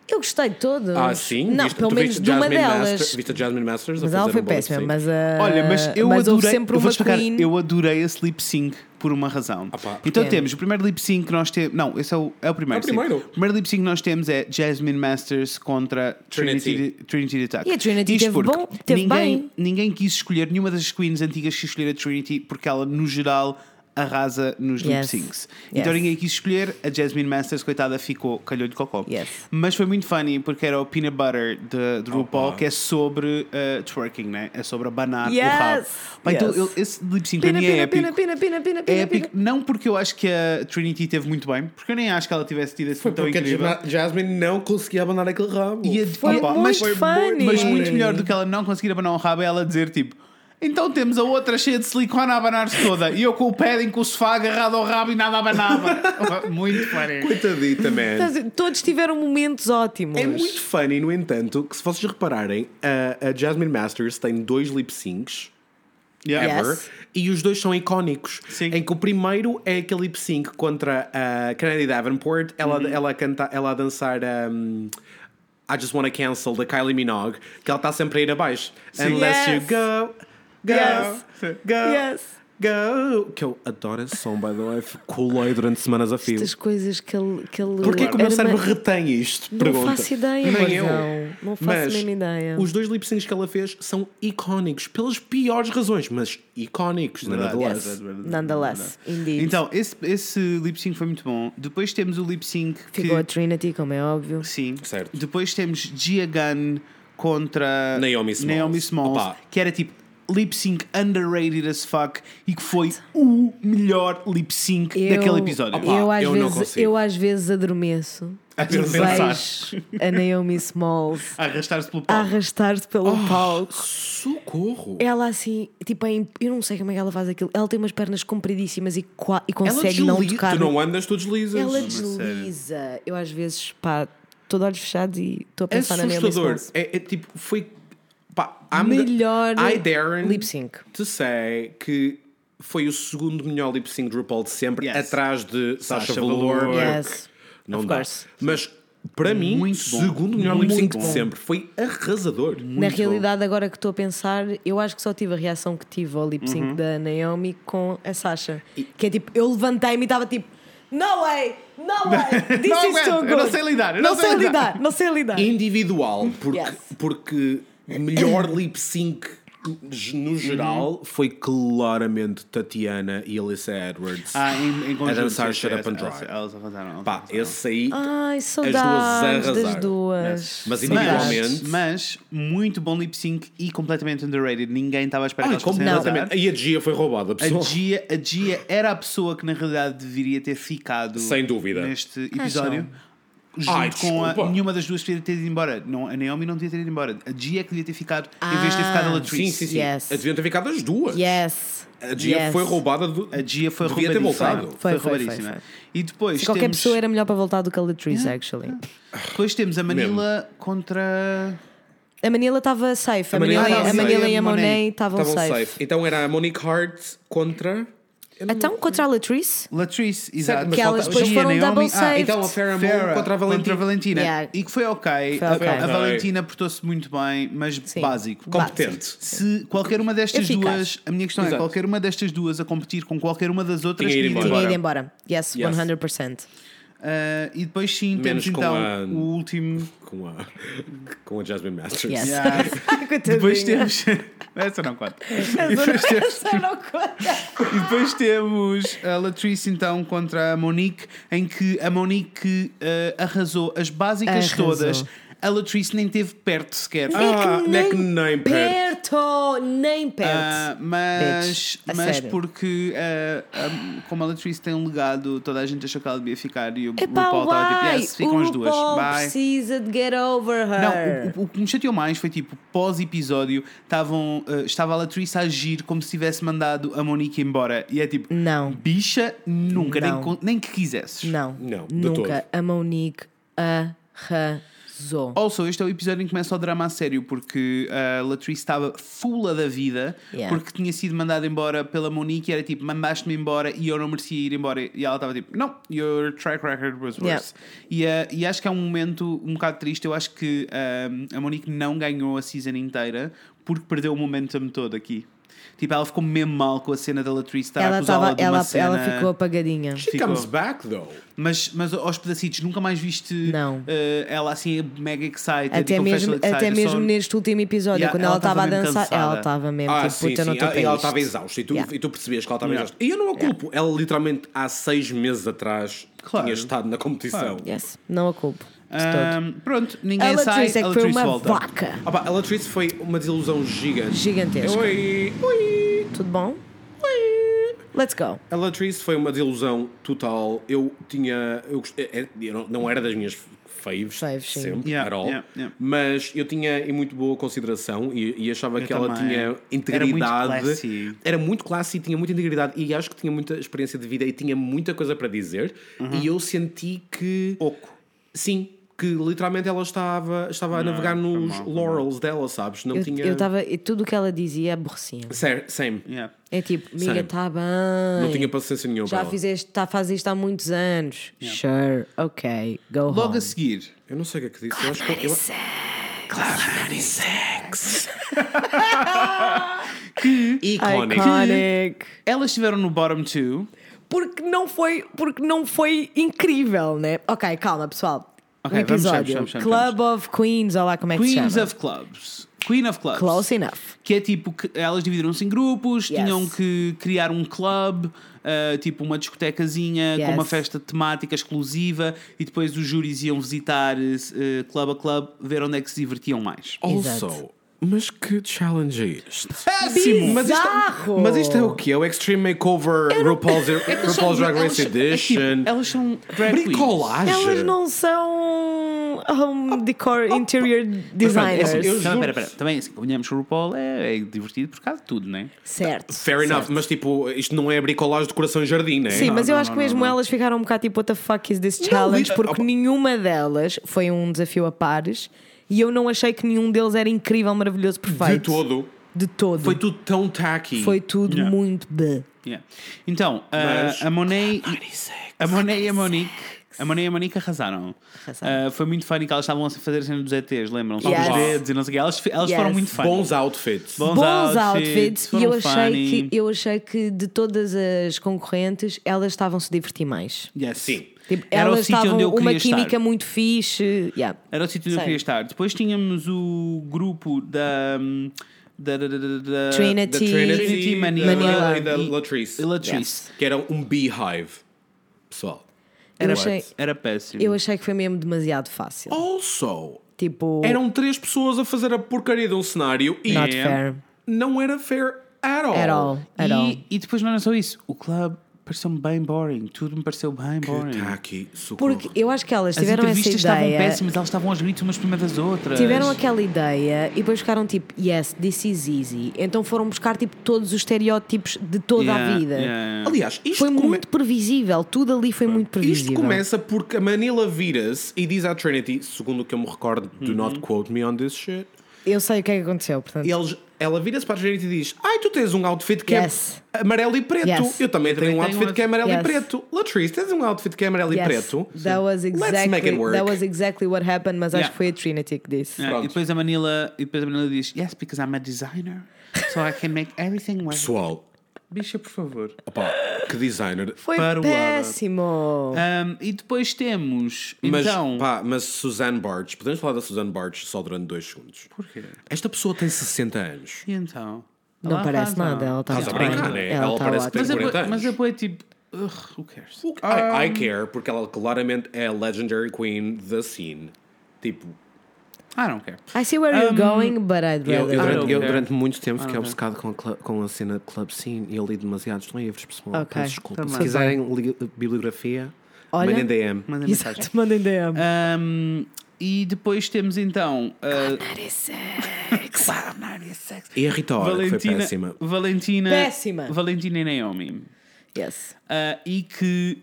Speaker 2: Eu gostei de todos.
Speaker 3: Ah, sim?
Speaker 2: Não,
Speaker 3: Viste-
Speaker 2: pelo
Speaker 3: tu
Speaker 2: menos
Speaker 3: viste
Speaker 2: de uma
Speaker 3: Jasmine
Speaker 2: delas.
Speaker 3: Master- viste a Jasmine Masters? a
Speaker 2: Mas ela
Speaker 3: fazer
Speaker 2: foi
Speaker 3: um bom lip
Speaker 2: péssima,
Speaker 3: sync?
Speaker 2: mas a.
Speaker 1: Olha, mas eu
Speaker 2: Ah, houve
Speaker 1: adorei.
Speaker 2: sempre
Speaker 1: eu, vou
Speaker 2: uma
Speaker 1: explicar,
Speaker 2: queen.
Speaker 1: eu adorei esse lip sync por uma razão.
Speaker 3: Ah, pá,
Speaker 1: então
Speaker 2: porquê?
Speaker 1: temos o primeiro lip sync que nós temos. Não, esse é o, é o primeiro.
Speaker 3: É o primeiro.
Speaker 1: sim. O primeiro lip sync que nós temos é Jasmine Masters contra Trinity, Trinity Attack.
Speaker 2: E a Trinity
Speaker 1: Isto
Speaker 2: teve
Speaker 1: porque
Speaker 2: bom- teve
Speaker 1: ninguém,
Speaker 2: bem.
Speaker 1: Ninguém quis escolher nenhuma das queens antigas que escolher a Trinity porque ela, no geral, arrasa nos lip
Speaker 2: Yes.
Speaker 1: syncs.
Speaker 2: Yes.
Speaker 1: Então ninguém quis escolher. A Jasmine Masters, coitada, ficou calhou de cocó.
Speaker 2: Yes.
Speaker 1: Mas foi muito funny porque era o Peanut Butter de, de RuPaul
Speaker 3: pá.
Speaker 1: que é sobre uh, twerking, né? É sobre abanar o
Speaker 2: Yes.
Speaker 1: rabo. Pá, então
Speaker 2: Yes.
Speaker 1: ele- esse lip sync para
Speaker 2: Pina,
Speaker 1: mim é
Speaker 2: pina,
Speaker 1: épico.
Speaker 2: pina, pina, pina, pina,
Speaker 1: É
Speaker 2: pina,
Speaker 1: épico,
Speaker 2: pina.
Speaker 1: não porque eu acho que a Trinity teve muito bem, porque eu nem acho que ela tivesse tido esse
Speaker 3: Foi
Speaker 1: foi tão
Speaker 3: porque a
Speaker 1: incrível.
Speaker 3: Jasmine- Jasmine não conseguia abandonar aquele rabo.
Speaker 1: E a-
Speaker 2: Foi
Speaker 1: opa,
Speaker 2: muito
Speaker 1: mas,
Speaker 2: funny.
Speaker 1: mas muito melhor do que ela não conseguir abanar um rabo é ela dizer tipo. Então temos a outra cheia de silicone a abanar-se toda e eu com o padding, com o sofá agarrado ao rabo e nada
Speaker 3: (laughs)
Speaker 1: abanava. muito funny.
Speaker 2: (laughs)
Speaker 3: Coitadita, man.
Speaker 2: Estás a dizer, Todos tiveram momentos ótimos.
Speaker 3: É muito funny, no entanto, que se vocês repararem, a, a Jasmine Masters tem dois lip syncs
Speaker 1: Yeah.
Speaker 2: Yes.
Speaker 3: ever e os dois são icónicos.
Speaker 1: Sim.
Speaker 3: Em que o primeiro é aquele lip sync contra a Kennedy Davenport, ela,
Speaker 2: Uhum.
Speaker 3: ela, a canta, ela a dançar. um, I just wanna cancel da Kylie Minogue, que ela está sempre a ir abaixo. Unless
Speaker 2: Yes.
Speaker 3: you go, go,
Speaker 2: Yes.
Speaker 3: go,
Speaker 2: Yes.
Speaker 3: go. Que eu adoro esse som, by the way. Colei durante semanas a fio.
Speaker 2: Estas coisas que ele. Que ele
Speaker 1: é
Speaker 3: Porquê que o meu
Speaker 2: era
Speaker 3: cérebro
Speaker 2: uma-
Speaker 3: retém isto? Pergunta.
Speaker 2: Não faço ideia,
Speaker 3: Nem
Speaker 2: mas
Speaker 3: eu.
Speaker 2: não. Não faço
Speaker 3: Mas
Speaker 2: a mesma ideia.
Speaker 3: Os dois lip syncs que ela fez são icónicos, pelas piores razões, mas icónicos,
Speaker 1: Verdade,
Speaker 3: nonetheless.
Speaker 1: verdade, verdade,
Speaker 2: Nonetheless, indeed.
Speaker 1: Então, esse, esse lip sync foi muito bom. Depois temos o lip sync que.
Speaker 2: Ficou a Trinity, como é óbvio.
Speaker 1: Sim.
Speaker 3: Certo.
Speaker 1: Depois temos Gia Gunn contra
Speaker 3: Naomi Smalls.
Speaker 1: Naomi Smalls,
Speaker 3: Opa.
Speaker 1: que era tipo lip sync underrated as fuck e que foi o melhor lip sync daquele episódio.
Speaker 3: Opa.
Speaker 2: eu, às
Speaker 3: eu não
Speaker 2: vezes,
Speaker 3: consigo.
Speaker 2: eu às vezes adormeço.
Speaker 1: A
Speaker 2: e
Speaker 1: pensar.
Speaker 2: vejo a Naomi
Speaker 3: (laughs)
Speaker 2: Smalls
Speaker 1: Arrastar-se pelo
Speaker 2: a
Speaker 3: Oh.
Speaker 1: palco.
Speaker 2: arrastar-se pelo palco.
Speaker 3: Socorro!
Speaker 2: Ela assim, tipo, é imp- eu não sei como é que ela faz aquilo. Ela tem umas pernas compridíssimas e, qua- e consegue não
Speaker 3: desliza.
Speaker 2: tocar.
Speaker 3: Tu não andas, tu deslizas.
Speaker 2: Ela
Speaker 1: sério.
Speaker 2: desliza. Eu às vezes, pá, estou de olhos fechados e estou a
Speaker 3: É
Speaker 2: pensar na Naomi
Speaker 3: assustador.
Speaker 2: Smalls.
Speaker 3: É, é tipo, foi. Pá, I'm the-
Speaker 2: Melhor
Speaker 3: I dare
Speaker 2: lip sync.
Speaker 3: to say que foi o segundo melhor lip sync de RuPaul de sempre,
Speaker 1: Yes.
Speaker 3: atrás de Sasha,
Speaker 1: Sasha
Speaker 3: Velour.
Speaker 1: Velour.
Speaker 3: porque
Speaker 2: Yes.
Speaker 3: Não
Speaker 2: Of
Speaker 3: dá.
Speaker 2: course.
Speaker 3: Mas para mim,
Speaker 1: Muito bom.
Speaker 3: segundo melhor lip sync
Speaker 1: Muito
Speaker 3: de
Speaker 1: bom.
Speaker 3: sempre. Foi arrasador.
Speaker 2: Na
Speaker 1: bom.
Speaker 2: realidade, agora que estou a pensar, eu acho que só tive a reação que tive ao lip sync da Naomi com a Sasha. Que é tipo, eu levantei-me e estava tipo, no way, no way, this
Speaker 1: Não
Speaker 2: is so
Speaker 1: aguento,
Speaker 2: good.
Speaker 1: eu não sei lidar, eu
Speaker 2: não, sei, lidar. não sei lidar.
Speaker 3: individual, porque,
Speaker 2: Yes.
Speaker 3: porque melhor lip sync
Speaker 2: Uhum.
Speaker 3: no geral foi claramente Tatiana e Alyssa Edwards.
Speaker 1: Ah, em, em conjunto, sim,
Speaker 3: dançar Shut Up
Speaker 1: sim,
Speaker 3: and
Speaker 1: elas-
Speaker 3: Drive.
Speaker 1: Elas arrasaram.
Speaker 3: Pá, esse aí.
Speaker 2: Ai,
Speaker 3: duas
Speaker 2: saudades das
Speaker 3: arrasaram.
Speaker 2: duas.
Speaker 3: Mas
Speaker 2: Saudades.
Speaker 1: Mas,
Speaker 3: individualmente-
Speaker 1: mas, muito bom lip sync e completamente underrated. Ninguém estava à espera que
Speaker 3: Ah,
Speaker 1: elas fossem arrasar.
Speaker 3: completamente. E a Gia foi roubada,
Speaker 1: A
Speaker 3: pessoal.
Speaker 1: Gia, a Gia era a pessoa que na realidade deveria ter ficado
Speaker 3: Sem dúvida.
Speaker 1: neste episódio. Junto
Speaker 3: Ai,
Speaker 1: com a,
Speaker 3: desculpa.
Speaker 1: nenhuma das duas poderia ter ido embora. Não, a Naomi não devia ter ido embora. A Gia é que devia ter ficado em vez de ter
Speaker 2: Ah.
Speaker 1: ficado a Latrice.
Speaker 3: Sim, sim, sim.
Speaker 2: Yes.
Speaker 3: Deviam ter ficado as duas.
Speaker 2: Yes.
Speaker 3: A Gia
Speaker 2: yes.
Speaker 3: foi roubada. Do...
Speaker 1: A Gia foi
Speaker 3: Devia ter
Speaker 1: roubadíssima.
Speaker 3: voltado.
Speaker 1: Foi,
Speaker 2: Foi, foi,
Speaker 1: roubadíssima.
Speaker 2: foi, foi.
Speaker 1: E depois
Speaker 2: Qualquer
Speaker 1: temos,
Speaker 2: pessoa era melhor para voltar do que a Latrice, actually.
Speaker 1: depois temos a Manila contra.
Speaker 2: A Manila estava safe.
Speaker 3: A
Speaker 2: A
Speaker 3: Manila
Speaker 2: Manila,
Speaker 3: estava
Speaker 2: a Manila
Speaker 1: safe.
Speaker 2: e a Monet
Speaker 1: Monet
Speaker 2: estavam
Speaker 3: Estavam
Speaker 2: safe.
Speaker 3: safe. Então era a Monique Hart contra.
Speaker 2: Então, contra a Latrice,
Speaker 1: Latrice,
Speaker 3: Certo,
Speaker 1: exato.
Speaker 3: mas
Speaker 2: que elas
Speaker 3: falta-
Speaker 2: depois
Speaker 1: Gia,
Speaker 2: foram double
Speaker 1: Naomi-
Speaker 2: safe.
Speaker 1: Ah,
Speaker 3: Então a Farrah Moon
Speaker 1: Farrah
Speaker 3: contra a Valentina.
Speaker 1: Valentina.
Speaker 2: Yeah.
Speaker 1: E que foi ok.
Speaker 2: Foi
Speaker 1: A-
Speaker 2: ok.
Speaker 1: A, a
Speaker 3: Ok.
Speaker 1: Valentina portou-se muito bem, mas
Speaker 2: Sim.
Speaker 1: básico.
Speaker 3: Competente.
Speaker 1: Se qualquer uma destas
Speaker 2: Eficaz.
Speaker 1: duas, a minha questão é,
Speaker 3: Exato.
Speaker 1: qualquer uma destas duas a competir com qualquer uma das outras
Speaker 3: Tinha ido
Speaker 1: tinha ido
Speaker 3: embora.
Speaker 2: Tinha
Speaker 1: embora.
Speaker 2: ido embora. Yes,
Speaker 3: Yes.
Speaker 2: 100%.
Speaker 1: Ah, e depois sim, temos
Speaker 3: Menos com
Speaker 1: então
Speaker 3: a-
Speaker 1: o último.
Speaker 3: com a, com a Jasmine Masters.
Speaker 2: Yes. (laughs)
Speaker 1: Yeah.
Speaker 2: Coitadinha.
Speaker 1: Depois temos. (laughs) Essa não conta. E depois
Speaker 2: Essa não-
Speaker 1: temos,
Speaker 2: essa não conta.
Speaker 1: e depois temos a Latrice então contra a Monique, em que a Monique eh, arrasou as básicas
Speaker 2: Arrasou.
Speaker 1: todas. A Latrice nem teve perto sequer.
Speaker 3: Ah,
Speaker 2: É nem
Speaker 3: neck nem pad.
Speaker 2: Perto, nem perto.
Speaker 1: Ah, mas
Speaker 2: Bitch, a
Speaker 1: mas
Speaker 2: sério.
Speaker 1: porque ah, ah, como a Latrice tem um legado, toda a gente achou que ela devia ficar e o
Speaker 2: Epá,
Speaker 1: RuPaul estava tipo,
Speaker 2: why?
Speaker 1: yes, ficam
Speaker 2: o
Speaker 1: as duas.
Speaker 2: RuPaul
Speaker 1: Bye.
Speaker 2: precisa de get over her.
Speaker 1: Não, o, o- o que me chateou mais foi tipo, pós-episódio, estavam, ah, estava a Latrice a agir como se tivesse mandado a Monique embora. E é tipo,
Speaker 2: Não.
Speaker 1: bicha, nunca, nem
Speaker 2: Não.
Speaker 1: con- nem, que quisesses.
Speaker 2: Não,
Speaker 3: Não, de
Speaker 2: nunca. A Monique arrasou.
Speaker 1: Also, este é o episódio em que começa o drama a sério, porque a Latrice estava fula da vida,
Speaker 2: Yeah.
Speaker 1: porque tinha sido mandada embora pela Monique e era tipo, mandaste-me embora e eu não merecia ir embora. E ela estava tipo, não, your track record was worse. E, eh, E, acho que é um momento um bocado triste. Eu acho que eh, a Monique não ganhou a season inteira porque perdeu o momentum todo aqui. Tipo, ela ficou mesmo mal com a cena da Latrice estar a
Speaker 2: Ela,
Speaker 1: acusá-la
Speaker 2: tava,
Speaker 1: de uma
Speaker 2: ela,
Speaker 1: cena...
Speaker 2: ela ficou apagadinha.
Speaker 3: She
Speaker 1: Ficou.
Speaker 3: comes back though.
Speaker 1: Mas, mas aos pedacitos, nunca mais viste
Speaker 2: Não.
Speaker 1: eh, ela assim mega excited e
Speaker 2: Até
Speaker 1: com facial
Speaker 2: mesmo,
Speaker 1: excited,
Speaker 2: até
Speaker 1: só-
Speaker 2: mesmo neste último episódio,
Speaker 1: Yeah,
Speaker 2: quando
Speaker 1: ela
Speaker 2: ela estava a
Speaker 1: tava mesmo
Speaker 2: dançar,
Speaker 1: cansada.
Speaker 2: ela estava mesmo
Speaker 3: Ah,
Speaker 2: tipo, puta,
Speaker 3: sim,
Speaker 2: eu
Speaker 3: sim.
Speaker 2: não estou
Speaker 3: Ela,
Speaker 2: para
Speaker 3: ela
Speaker 2: isto.
Speaker 3: estava exausta e tu,
Speaker 2: Yeah.
Speaker 3: e tu percebias que ela estava
Speaker 1: Yeah.
Speaker 3: exausta. E eu não a culpo. Ela literalmente há seis meses atrás
Speaker 1: Claro.
Speaker 3: tinha estado na competição.
Speaker 2: Yes, não a culpo. de
Speaker 3: Ah,
Speaker 2: todo.
Speaker 1: Ahm, pronto, ninguém
Speaker 2: Ela
Speaker 1: sai,
Speaker 2: disse é que
Speaker 1: ela
Speaker 2: foi
Speaker 1: Trice
Speaker 2: uma
Speaker 1: volta.
Speaker 2: vaca.
Speaker 3: Opa, a Latrice foi uma desilusão gigante.
Speaker 2: Gigantesca.
Speaker 3: Oi, oi.
Speaker 2: Tudo bom? Let's go.
Speaker 3: A Latrice foi uma desilusão total. Eu tinha. Eu, gost- é- é- eu não, não era das minhas faves,
Speaker 2: Faves, sim.
Speaker 3: sempre,
Speaker 1: Yeah,
Speaker 3: at all.
Speaker 1: yeah, yeah.
Speaker 3: Mas eu tinha em muito boa consideração e, e achava que ela
Speaker 1: também. Era
Speaker 3: tinha
Speaker 1: muito
Speaker 3: integridade.
Speaker 1: classy.
Speaker 3: Era muito classe e tinha muita integridade. E acho que tinha muita experiência de vida e tinha muita coisa para dizer. E eu senti que.
Speaker 1: Uhum. Oco.
Speaker 3: Sim, que literalmente ela estava, estava a navegar
Speaker 1: foi
Speaker 3: nos
Speaker 1: mal, foi mal.
Speaker 3: laurels dela, sabes? Não
Speaker 2: Eu
Speaker 3: tinha.
Speaker 2: eu estava. e Tudo o que ela dizia aborrecia.
Speaker 3: Sério, same.
Speaker 1: Yeah.
Speaker 2: É tipo,
Speaker 3: Same.
Speaker 2: amiga, está bem.
Speaker 3: Não tinha paciência nenhuma. para
Speaker 2: Já
Speaker 3: ela.
Speaker 2: fizeste, tá, faz isto há muitos anos. Sure, ok, go
Speaker 1: Logo assim,
Speaker 2: home.
Speaker 1: a seguir.
Speaker 3: Eu não sei o que é que disse. Eu acho que eu- Iconic.
Speaker 2: Iconic.
Speaker 1: Elas estiveram no bottom two.
Speaker 2: É Porque não foi, porque não foi incrível, né? Ok, calma, pessoal.
Speaker 1: Ok,
Speaker 2: um
Speaker 1: vamos,
Speaker 2: episódio.
Speaker 1: vamos, vamos,
Speaker 2: Club of Queens, olha lá como é que se
Speaker 1: Queens
Speaker 2: chama.
Speaker 1: of Clubs. Queen of Clubs.
Speaker 2: Close enough.
Speaker 1: Que é tipo que elas dividiram-se em grupos,
Speaker 2: Yes.
Speaker 1: tinham que criar um club, ah, tipo uma discotecazinha
Speaker 2: Yes.
Speaker 1: com uma festa temática exclusiva e depois os júris iam visitar eh, club a club, ver onde é que se divertiam mais.
Speaker 3: Also,
Speaker 2: Exato.
Speaker 3: mas que challenge é isto?
Speaker 1: Péssimo!
Speaker 3: Mas isto,
Speaker 2: Bizarro! É
Speaker 3: mas isto é o quê? É o Extreme Makeover
Speaker 2: (laughs)
Speaker 3: RuPaul's, RuPaul's Drag
Speaker 1: Elas são-
Speaker 3: Race
Speaker 1: é tipo,
Speaker 3: Edition.
Speaker 1: Elas são drag queens.
Speaker 3: Bricolagem!
Speaker 2: Elas não são home decor interior designers.
Speaker 3: eu- eu-
Speaker 1: Não,
Speaker 3: juro-
Speaker 1: pera, pera. Também, assim, convenhamos que o RuPaul é, é divertido por causa de tudo, não é?
Speaker 2: Certo.
Speaker 3: Fair
Speaker 2: certo.
Speaker 3: enough, mas tipo, isto não é bricolagem de coração e jardim, né?
Speaker 2: Sim, mas eu
Speaker 1: não,
Speaker 2: acho que
Speaker 1: não,
Speaker 2: mesmo
Speaker 1: não.
Speaker 2: elas ficaram um bocado tipo, what the fuck is this challenge?
Speaker 3: liter-
Speaker 2: porque
Speaker 3: Opa.
Speaker 2: nenhuma delas foi um desafio a pares e eu não achei que nenhum deles era incrível, maravilhoso, perfeito.
Speaker 3: De todo.
Speaker 2: De todo.
Speaker 3: Foi
Speaker 2: Foi,
Speaker 3: tudo tão tacky.
Speaker 2: tudo
Speaker 1: Yeah.
Speaker 2: muito de.
Speaker 1: Yeah. Então, a-
Speaker 3: Mas- Ah,
Speaker 1: a Monet. A Monet e a Monique. A Monet e a Monique arrasaram.
Speaker 2: Arrasaram.
Speaker 1: Ah, foi muito funny que elas estavam a fazer a cena dos ETs, lembram-se?
Speaker 2: Yes.
Speaker 1: Os dedos e não sei o quê. Elas, elas
Speaker 2: Yes.
Speaker 1: foram muito funny.
Speaker 3: Bons outfits.
Speaker 1: Bons
Speaker 2: Bons
Speaker 1: outfits,
Speaker 2: outfits, e
Speaker 1: foram
Speaker 2: eu
Speaker 1: funny.
Speaker 2: achei, que, eu achei que de todas as concorrentes elas estavam-se a divertir mais.
Speaker 1: Yes.
Speaker 3: Sim.
Speaker 2: Tipo,
Speaker 1: Era o
Speaker 2: elas
Speaker 1: sítio onde
Speaker 2: estavam
Speaker 1: eu
Speaker 2: uma
Speaker 1: queria estar.
Speaker 2: química muito fixe. Yeah.
Speaker 1: Era o sítio onde eu
Speaker 2: Sim.
Speaker 1: queria estar. Depois tínhamos o grupo da. hum, da, da, da, da- da-
Speaker 3: Da
Speaker 2: Trinity.
Speaker 3: Trinity,
Speaker 1: Trinity,
Speaker 3: da-
Speaker 1: Manila
Speaker 3: e da
Speaker 1: e-
Speaker 3: Latrice.
Speaker 1: e Latrice.
Speaker 2: Yes.
Speaker 3: Que era um beehive. Pessoal.
Speaker 2: Eu
Speaker 1: Era, Oh,
Speaker 2: achei,
Speaker 1: era péssimo.
Speaker 2: eu achei que foi mesmo demasiado fácil.
Speaker 3: Also,
Speaker 2: Tipo,
Speaker 1: um
Speaker 3: eram três pessoas a fazer a porcaria de um cenário e
Speaker 2: not
Speaker 1: Yeah.
Speaker 2: fair.
Speaker 3: não era fair at all.
Speaker 2: At all. At all.
Speaker 1: Oh, e, e depois não era só isso. O club pareceu-me bem boring. Tudo me pareceu bem boring.
Speaker 3: Está aqui, socorro.
Speaker 2: Porque eu acho que elas
Speaker 1: As
Speaker 2: tiveram essa
Speaker 1: entrevistas estavam
Speaker 2: ideia.
Speaker 1: péssimas, elas estavam aos gritos umas por cima das outras.
Speaker 2: Tiveram aquela ideia e depois ficaram tipo, yes, this is easy. Então foram buscar tipo todos os estereótipos de toda
Speaker 1: Yeah,
Speaker 2: a vida.
Speaker 1: yeah.
Speaker 3: Aliás, isto,
Speaker 2: Foi
Speaker 3: come-
Speaker 2: muito previsível, tudo ali foi muito
Speaker 3: isto
Speaker 2: previsível.
Speaker 3: começa porque a Manila vira-se e diz à Trinity, segundo o que eu me recordo, do not quote me on this shit.
Speaker 2: Eu sei o que é que aconteceu, portanto.
Speaker 3: E eles, ela vira-se para a Trinity e diz: Ai, tu tens um outfit que
Speaker 2: Yes.
Speaker 3: é amarelo e preto.
Speaker 2: Yes.
Speaker 3: Eu também tenho um
Speaker 1: tenho
Speaker 3: outfit
Speaker 1: um-
Speaker 3: que é amarelo e
Speaker 2: Yes.
Speaker 3: preto. Latrice, tens um outfit que é amarelo e
Speaker 2: Yes,
Speaker 3: preto.
Speaker 2: That was
Speaker 3: Let's make it
Speaker 2: exactly,
Speaker 3: work.
Speaker 2: that was exactly what happened, mas acho
Speaker 1: Yeah.
Speaker 2: que foi a Trinity que disse.
Speaker 1: Yeah,
Speaker 3: Pronto.
Speaker 1: e, depois a Manila, e depois a Manila diz: Yes, because I'm a designer, so I can make everything work.
Speaker 3: Pessoal,
Speaker 1: Bicha, por favor.
Speaker 3: opá, Que designer.
Speaker 2: Foi
Speaker 1: Para o lado.
Speaker 2: péssimo.
Speaker 1: Ahm, Um, e depois temos.
Speaker 3: Mas,
Speaker 1: então.
Speaker 3: pá, mas Suzanne Bartsch, podemos falar da Suzanne Bartsch só durante dois segundos.
Speaker 1: Porquê?
Speaker 3: Esta pessoa tem 60 anos.
Speaker 1: E então?
Speaker 2: Não
Speaker 3: tá
Speaker 1: Ela
Speaker 2: parece
Speaker 1: faz,
Speaker 2: nada,
Speaker 1: não.
Speaker 2: ela tá- está
Speaker 3: Estás a
Speaker 2: muito
Speaker 3: brincar,
Speaker 2: bem.
Speaker 3: né? Ela
Speaker 2: tá
Speaker 3: parece
Speaker 2: ótima.
Speaker 3: que
Speaker 1: Mas
Speaker 3: Tem 40
Speaker 1: depois,
Speaker 3: anos.
Speaker 1: mas depois é tipo. Ugh, who cares?
Speaker 3: Ah, I, I care, porque ela claramente é a legendary queen da scene. Tipo,
Speaker 1: I don't care.
Speaker 2: I see where you're going, but I'd
Speaker 3: Um,
Speaker 2: rather.
Speaker 3: eu, eu
Speaker 1: não
Speaker 3: durante, eu
Speaker 1: care.
Speaker 3: durante muito tempo
Speaker 2: Ah,
Speaker 3: fiquei obcecado com a, cla- com a cena de Club Scene e eu li demasiados livros, pessoal.
Speaker 2: Ok,
Speaker 3: Peço desculpa.
Speaker 2: também.
Speaker 3: Se quiserem li- bibliografia,
Speaker 2: Olha.
Speaker 3: mandem DM.
Speaker 1: Manda mensagem.
Speaker 2: Exato, (laughs) mandem DM.
Speaker 1: Ahm, Um, e depois temos então.
Speaker 3: Uh,
Speaker 1: ah,
Speaker 3: E a Rita Ora, que foi
Speaker 1: Valentina,
Speaker 3: péssima.
Speaker 1: Valentina,
Speaker 2: Péssima.
Speaker 1: Valentina e Naomi.
Speaker 2: Yes.
Speaker 1: Ah, e que,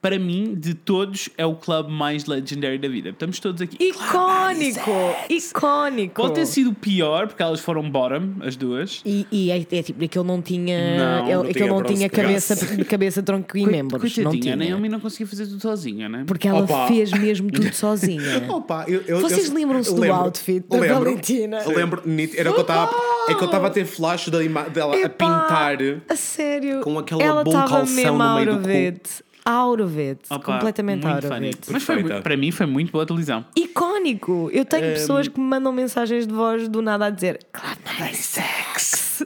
Speaker 1: para mim, de todos, é o clube mais legendary da vida. Estamos todos aqui.
Speaker 2: Icónico! Icónico!
Speaker 1: Pode ter sido pior, porque elas foram bottom, as duas.
Speaker 2: E, e é, é tipo, aquele não tinha.
Speaker 1: Não,
Speaker 2: ele,
Speaker 1: não
Speaker 2: aquele
Speaker 3: tinha
Speaker 2: não
Speaker 3: bronze
Speaker 2: tinha
Speaker 3: de graça.
Speaker 2: cabeça, cabeça, tronco e membros. Não
Speaker 1: Coitadinha,
Speaker 2: tinha.
Speaker 1: a Naomi não conseguia fazer tudo sozinha, né?
Speaker 2: Porque ela
Speaker 3: Opa.
Speaker 2: fez mesmo tudo
Speaker 3: (laughs)
Speaker 2: sozinha.
Speaker 3: Opa, eu- eu-
Speaker 2: Vocês
Speaker 3: eu-
Speaker 2: lembram-se do
Speaker 3: lembro-
Speaker 2: outfit da
Speaker 3: lembro,
Speaker 2: Valentina?
Speaker 3: Lembro, nítido. era o que eu estava. É que eu estava a ter flash da ima- dela a
Speaker 2: Epá,
Speaker 3: pintar.
Speaker 2: A sério.
Speaker 3: com aquele
Speaker 2: ela
Speaker 3: bom
Speaker 2: tava
Speaker 3: calção
Speaker 2: mesmo
Speaker 3: no
Speaker 2: out
Speaker 3: meio do
Speaker 2: of
Speaker 3: cu.
Speaker 2: it. Out of it.
Speaker 1: Opa,
Speaker 2: Completamente
Speaker 1: muito
Speaker 2: out of
Speaker 1: funny.
Speaker 2: it.
Speaker 1: Mas foi,
Speaker 3: Perfeita.
Speaker 1: para mim foi muito boa a televisão.
Speaker 2: Icónico! Eu tenho
Speaker 1: Ehm,
Speaker 2: pessoas que me mandam mensagens de voz do nada a dizer Club
Speaker 1: (laughs)
Speaker 2: 96.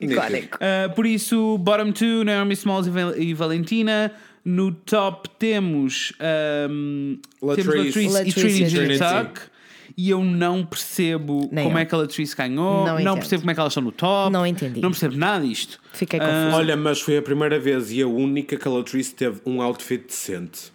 Speaker 2: Icónico.
Speaker 1: Uh, por isso, bottom two, Naomi Smalls e, Val- e Valentina. No top temos, um,
Speaker 3: Latrice.
Speaker 1: temos Latrice, e
Speaker 2: Latrice
Speaker 1: Trinity,
Speaker 2: e
Speaker 3: Trinity.
Speaker 1: Tuck. E eu não percebo
Speaker 2: Nem
Speaker 1: como
Speaker 2: eu.
Speaker 1: é que a Latrice ganhou,
Speaker 2: Não
Speaker 1: não,
Speaker 2: entendo.
Speaker 1: percebo como é que elas estão no top,
Speaker 2: Não entendi.
Speaker 1: não percebo nada disto.
Speaker 2: Fiquei
Speaker 1: Ah,
Speaker 2: confusa.
Speaker 3: Olha, mas foi a primeira vez e a única que a Latrice teve um outfit decente.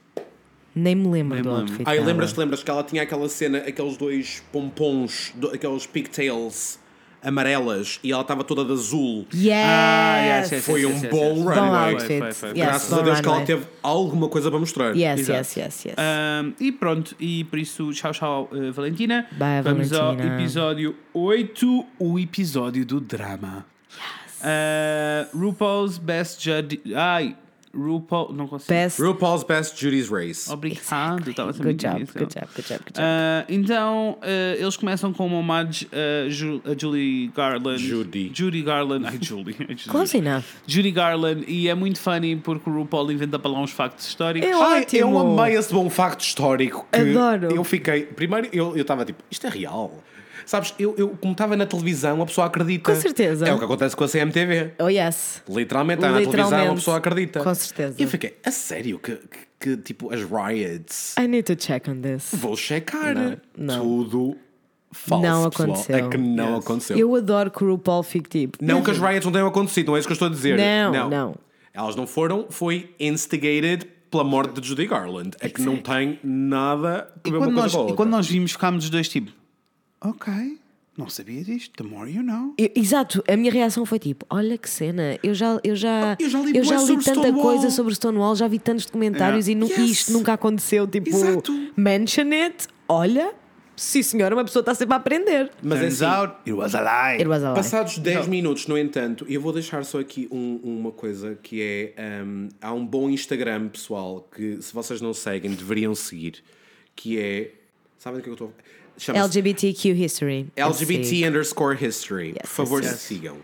Speaker 2: Nem me lembro do
Speaker 1: me lembro.
Speaker 2: outfit.
Speaker 3: Ai,
Speaker 2: dela.
Speaker 3: lembras-te, lembras que ela tinha aquela cena, aqueles dois pompons, do- aqueles pigtails amarelas e ela estava toda de azul.
Speaker 2: Yes!
Speaker 1: Ah, yes, yes,
Speaker 3: Foi
Speaker 1: yes,
Speaker 3: um
Speaker 1: yes, yes,
Speaker 3: bom
Speaker 1: yes.
Speaker 3: runway.
Speaker 2: Bom
Speaker 3: Foi,
Speaker 2: outfit.
Speaker 1: foi, foi.
Speaker 2: Yes,
Speaker 3: Graças
Speaker 2: bom
Speaker 3: a Deus que ela
Speaker 2: runway.
Speaker 3: teve alguma coisa para mostrar.
Speaker 2: Yes,
Speaker 1: Exato.
Speaker 2: yes, yes, yes.
Speaker 1: Um, e pronto, e por isso, tchau, tchau, uh, Valentina.
Speaker 2: Bye,
Speaker 1: Vamos
Speaker 2: Valentina.
Speaker 1: ao episódio 8, o episódio do drama. Uh, RuPaul's Best Judge. Ai, RuPaul. Não consigo.
Speaker 2: Best.
Speaker 3: RuPaul's Best Judy's Race.
Speaker 2: Oh,
Speaker 1: Obrigado, estava a ser
Speaker 2: Good
Speaker 1: muito
Speaker 2: job,
Speaker 1: difícil.
Speaker 2: good job, good job, good job.
Speaker 1: Uh, então, uh, eles começam com uma homage uh, Ju- a Julie Garland.
Speaker 3: Judy.
Speaker 1: Judy Garland. Ai, Julie. Ai, Judy.
Speaker 2: Close enough.
Speaker 1: Judy Garland. E é muito funny porque o RuPaul inventa para lá uns factos históricos.
Speaker 2: Eu-
Speaker 3: Ai,
Speaker 2: Ótimo.
Speaker 3: eu amei esse bom facto histórico que
Speaker 2: Adoro.
Speaker 3: eu fiquei. Primeiro eu estava tipo, isto é real. Sabes, eu, eu como estava na televisão, a pessoa acredita.
Speaker 2: Com certeza.
Speaker 3: É o que acontece com a CMTV.
Speaker 2: Oh, yes.
Speaker 3: Literalmente, está na
Speaker 2: Literalmente.
Speaker 3: televisão, a pessoa acredita.
Speaker 2: Com certeza.
Speaker 3: E eu fiquei, a sério, que, que, que, tipo, as riots.
Speaker 2: I need to check on this.
Speaker 3: Vou checar.
Speaker 2: Não, não.
Speaker 3: Tudo falso.
Speaker 2: Não
Speaker 3: pessoal.
Speaker 2: aconteceu.
Speaker 3: É que não aconteceu.
Speaker 2: Eu adoro que o RuPaul fique tipo.
Speaker 3: Não que as riots não tenham acontecido, não é isso que eu estou a dizer.
Speaker 2: Não, não.
Speaker 3: Elas não foram, foi instigated pela morte de Judy Garland. É que não tem nada a
Speaker 1: E
Speaker 3: ver
Speaker 1: quando, nós,
Speaker 3: uma coisa com a outra.
Speaker 1: e quando nós vimos, ficámos os dois tipo, ok, não sabia disto, the more you know.
Speaker 2: Eu- exato, a minha reação foi tipo: olha que cena, eu já, eu
Speaker 1: Ah,
Speaker 2: já,
Speaker 3: Eu já li bué
Speaker 2: li
Speaker 3: sobre
Speaker 2: tanta
Speaker 3: Stonewall."
Speaker 2: coisa sobre Stonewall, já vi tantos documentários
Speaker 1: Yeah.
Speaker 2: e nu-
Speaker 3: Yes.
Speaker 2: isto nunca aconteceu. Tipo,
Speaker 3: Exato.
Speaker 2: mention it, olha, sim senhora, uma pessoa está sempre a aprender.
Speaker 3: Mas é
Speaker 1: Turns
Speaker 3: assim,
Speaker 1: out, it was a lie.
Speaker 2: It was a lie.
Speaker 3: Passados 10 minutos, no entanto, eu vou deixar só aqui um- uma coisa que é um, há um bom Instagram, pessoal, que se vocês não seguem, deveriam seguir, que é. Sabem do que eu estou a Chama-se
Speaker 2: LGBTQ history.
Speaker 1: É
Speaker 3: É LGBT underscore history.
Speaker 2: Yes,
Speaker 3: Por favor,
Speaker 2: yes, yes.
Speaker 3: sigam.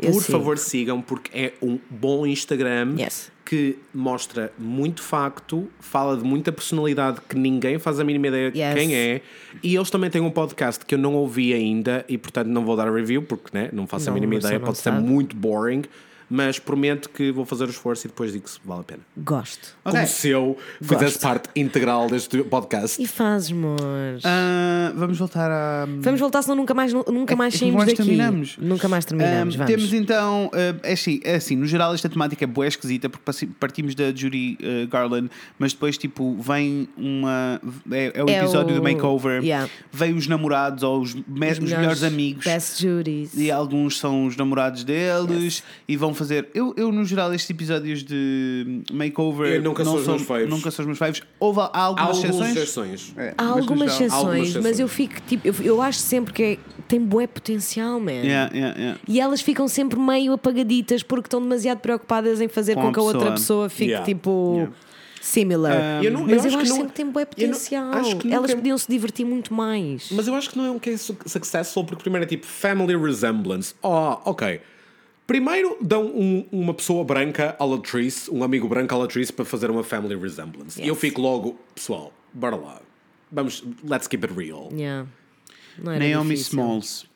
Speaker 2: Eu
Speaker 3: Por
Speaker 2: sigo.
Speaker 3: favor, sigam, porque é um bom Instagram
Speaker 2: Yes.
Speaker 3: que mostra muito facto, fala de muita personalidade que ninguém faz a mínima ideia de
Speaker 2: Yes.
Speaker 3: quem é. E eles também têm um podcast que eu não ouvi ainda e, portanto, não vou dar review porque né, não faço
Speaker 2: Não,
Speaker 3: a mínima
Speaker 2: uma pessoa
Speaker 3: ideia,
Speaker 2: não
Speaker 3: pode ser
Speaker 2: sabe.
Speaker 3: muito boring. Mas prometo que vou fazer o esforço e depois digo se vale a pena.
Speaker 2: Gosto.
Speaker 1: Ok.
Speaker 3: Como se eu fizesse parte integral deste podcast.
Speaker 2: E fazes, amor.
Speaker 1: Ah, vamos voltar a.
Speaker 2: Vamos voltar, senão nunca mais, nunca mais
Speaker 1: é que
Speaker 2: saímos
Speaker 1: nós
Speaker 2: daqui.
Speaker 1: terminamos.
Speaker 2: Nunca mais terminamos.
Speaker 1: Ahm,
Speaker 2: vamos.
Speaker 1: Temos então, ah, é assim, é assim, no geral esta temática é boa esquisita porque passi- partimos da Judy ah, Garland, mas depois tipo vem uma é, é o
Speaker 2: É
Speaker 1: episódio
Speaker 2: o-
Speaker 1: do makeover,
Speaker 2: Yeah.
Speaker 1: vem os namorados ou os, me- os melhores amigos
Speaker 2: Best Judies.
Speaker 1: e alguns são os namorados deles e vão fazer. Eu, eu no geral estes episódios de makeover
Speaker 3: Eu nunca
Speaker 1: não
Speaker 3: são os meus faves.
Speaker 1: nunca são os meus faves. Houve há
Speaker 3: Há
Speaker 1: algumas
Speaker 3: algumas
Speaker 1: exceções.
Speaker 3: exceções.
Speaker 1: É,
Speaker 2: Há
Speaker 1: mas no
Speaker 2: algumas
Speaker 1: geral-
Speaker 2: exceções,
Speaker 3: Algumas exceções.
Speaker 2: mas eu fico tipo, eu, eu acho sempre que é- tem bué potencial, man.
Speaker 1: Yeah, yeah, yeah.
Speaker 2: E elas ficam sempre meio apagaditas porque estão demasiado preocupadas em fazer
Speaker 1: Com
Speaker 2: com,
Speaker 1: a
Speaker 2: que a outra
Speaker 1: pessoa.
Speaker 2: pessoa fique
Speaker 3: Yeah.
Speaker 2: tipo
Speaker 1: Yeah. Um,
Speaker 2: similar.
Speaker 3: Eu não- eu
Speaker 2: mas
Speaker 3: acho
Speaker 2: eu,
Speaker 3: que
Speaker 2: acho
Speaker 3: não-
Speaker 2: sempre que tem bué
Speaker 3: eu não-
Speaker 2: potencial.
Speaker 3: acho que
Speaker 2: Elas
Speaker 3: nunca-
Speaker 2: podiam se divertir muito mais.
Speaker 3: Mas eu acho que não é um case successful porque primeiro é tipo family resemblance. Oh, ok. Primeiro dão um- uma pessoa branca à Latrice, um amigo branco à Latrice, para fazer uma family resemblance. E eu
Speaker 2: Yes.
Speaker 3: fico logo, pessoal, bora lá. Vamos, let's keep it real.
Speaker 2: Yeah. Não era
Speaker 1: Naomi
Speaker 2: difícil.
Speaker 1: Smalls.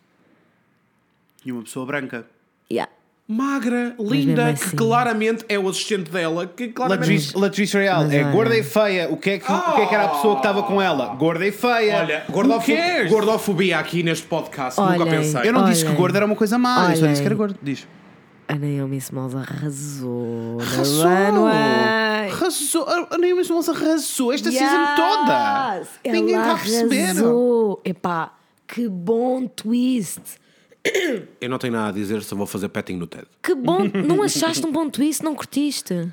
Speaker 1: E uma pessoa branca.
Speaker 2: Yeah.
Speaker 3: Magra, linda,
Speaker 2: mesmo
Speaker 3: que
Speaker 2: assim.
Speaker 3: claramente é o assistente dela, que claramente.
Speaker 1: Latrice, Latrice Real
Speaker 2: Mas
Speaker 1: é
Speaker 2: olha-
Speaker 1: gorda e feia. O que é que, o que, é que era a pessoa que estava com ela? Gorda e feia.
Speaker 3: Oh! Olha,
Speaker 1: Who
Speaker 3: gordofo-
Speaker 1: cares?
Speaker 3: gordofobia aqui neste podcast, nunca
Speaker 2: Olhem.
Speaker 3: pensei.
Speaker 1: Eu não disse que
Speaker 2: Olhem.
Speaker 1: gorda era uma coisa má, eu só disse que era
Speaker 2: Olhem.
Speaker 1: gordo. Diz.
Speaker 2: A Naomi Smalls arrasou.
Speaker 1: Arrasou!
Speaker 2: Na runway.
Speaker 1: Arrasou! A a Naomi Smalls arrasou esta season
Speaker 2: é. Yes!
Speaker 1: toda!
Speaker 2: Ela
Speaker 1: Ninguém está a perceber!
Speaker 2: arrasou. Epá, que bom twist.
Speaker 3: Eu não tenho nada a dizer se eu vou fazer petting no TED.
Speaker 2: Que bom. não achaste um bom twist? Não curtiste?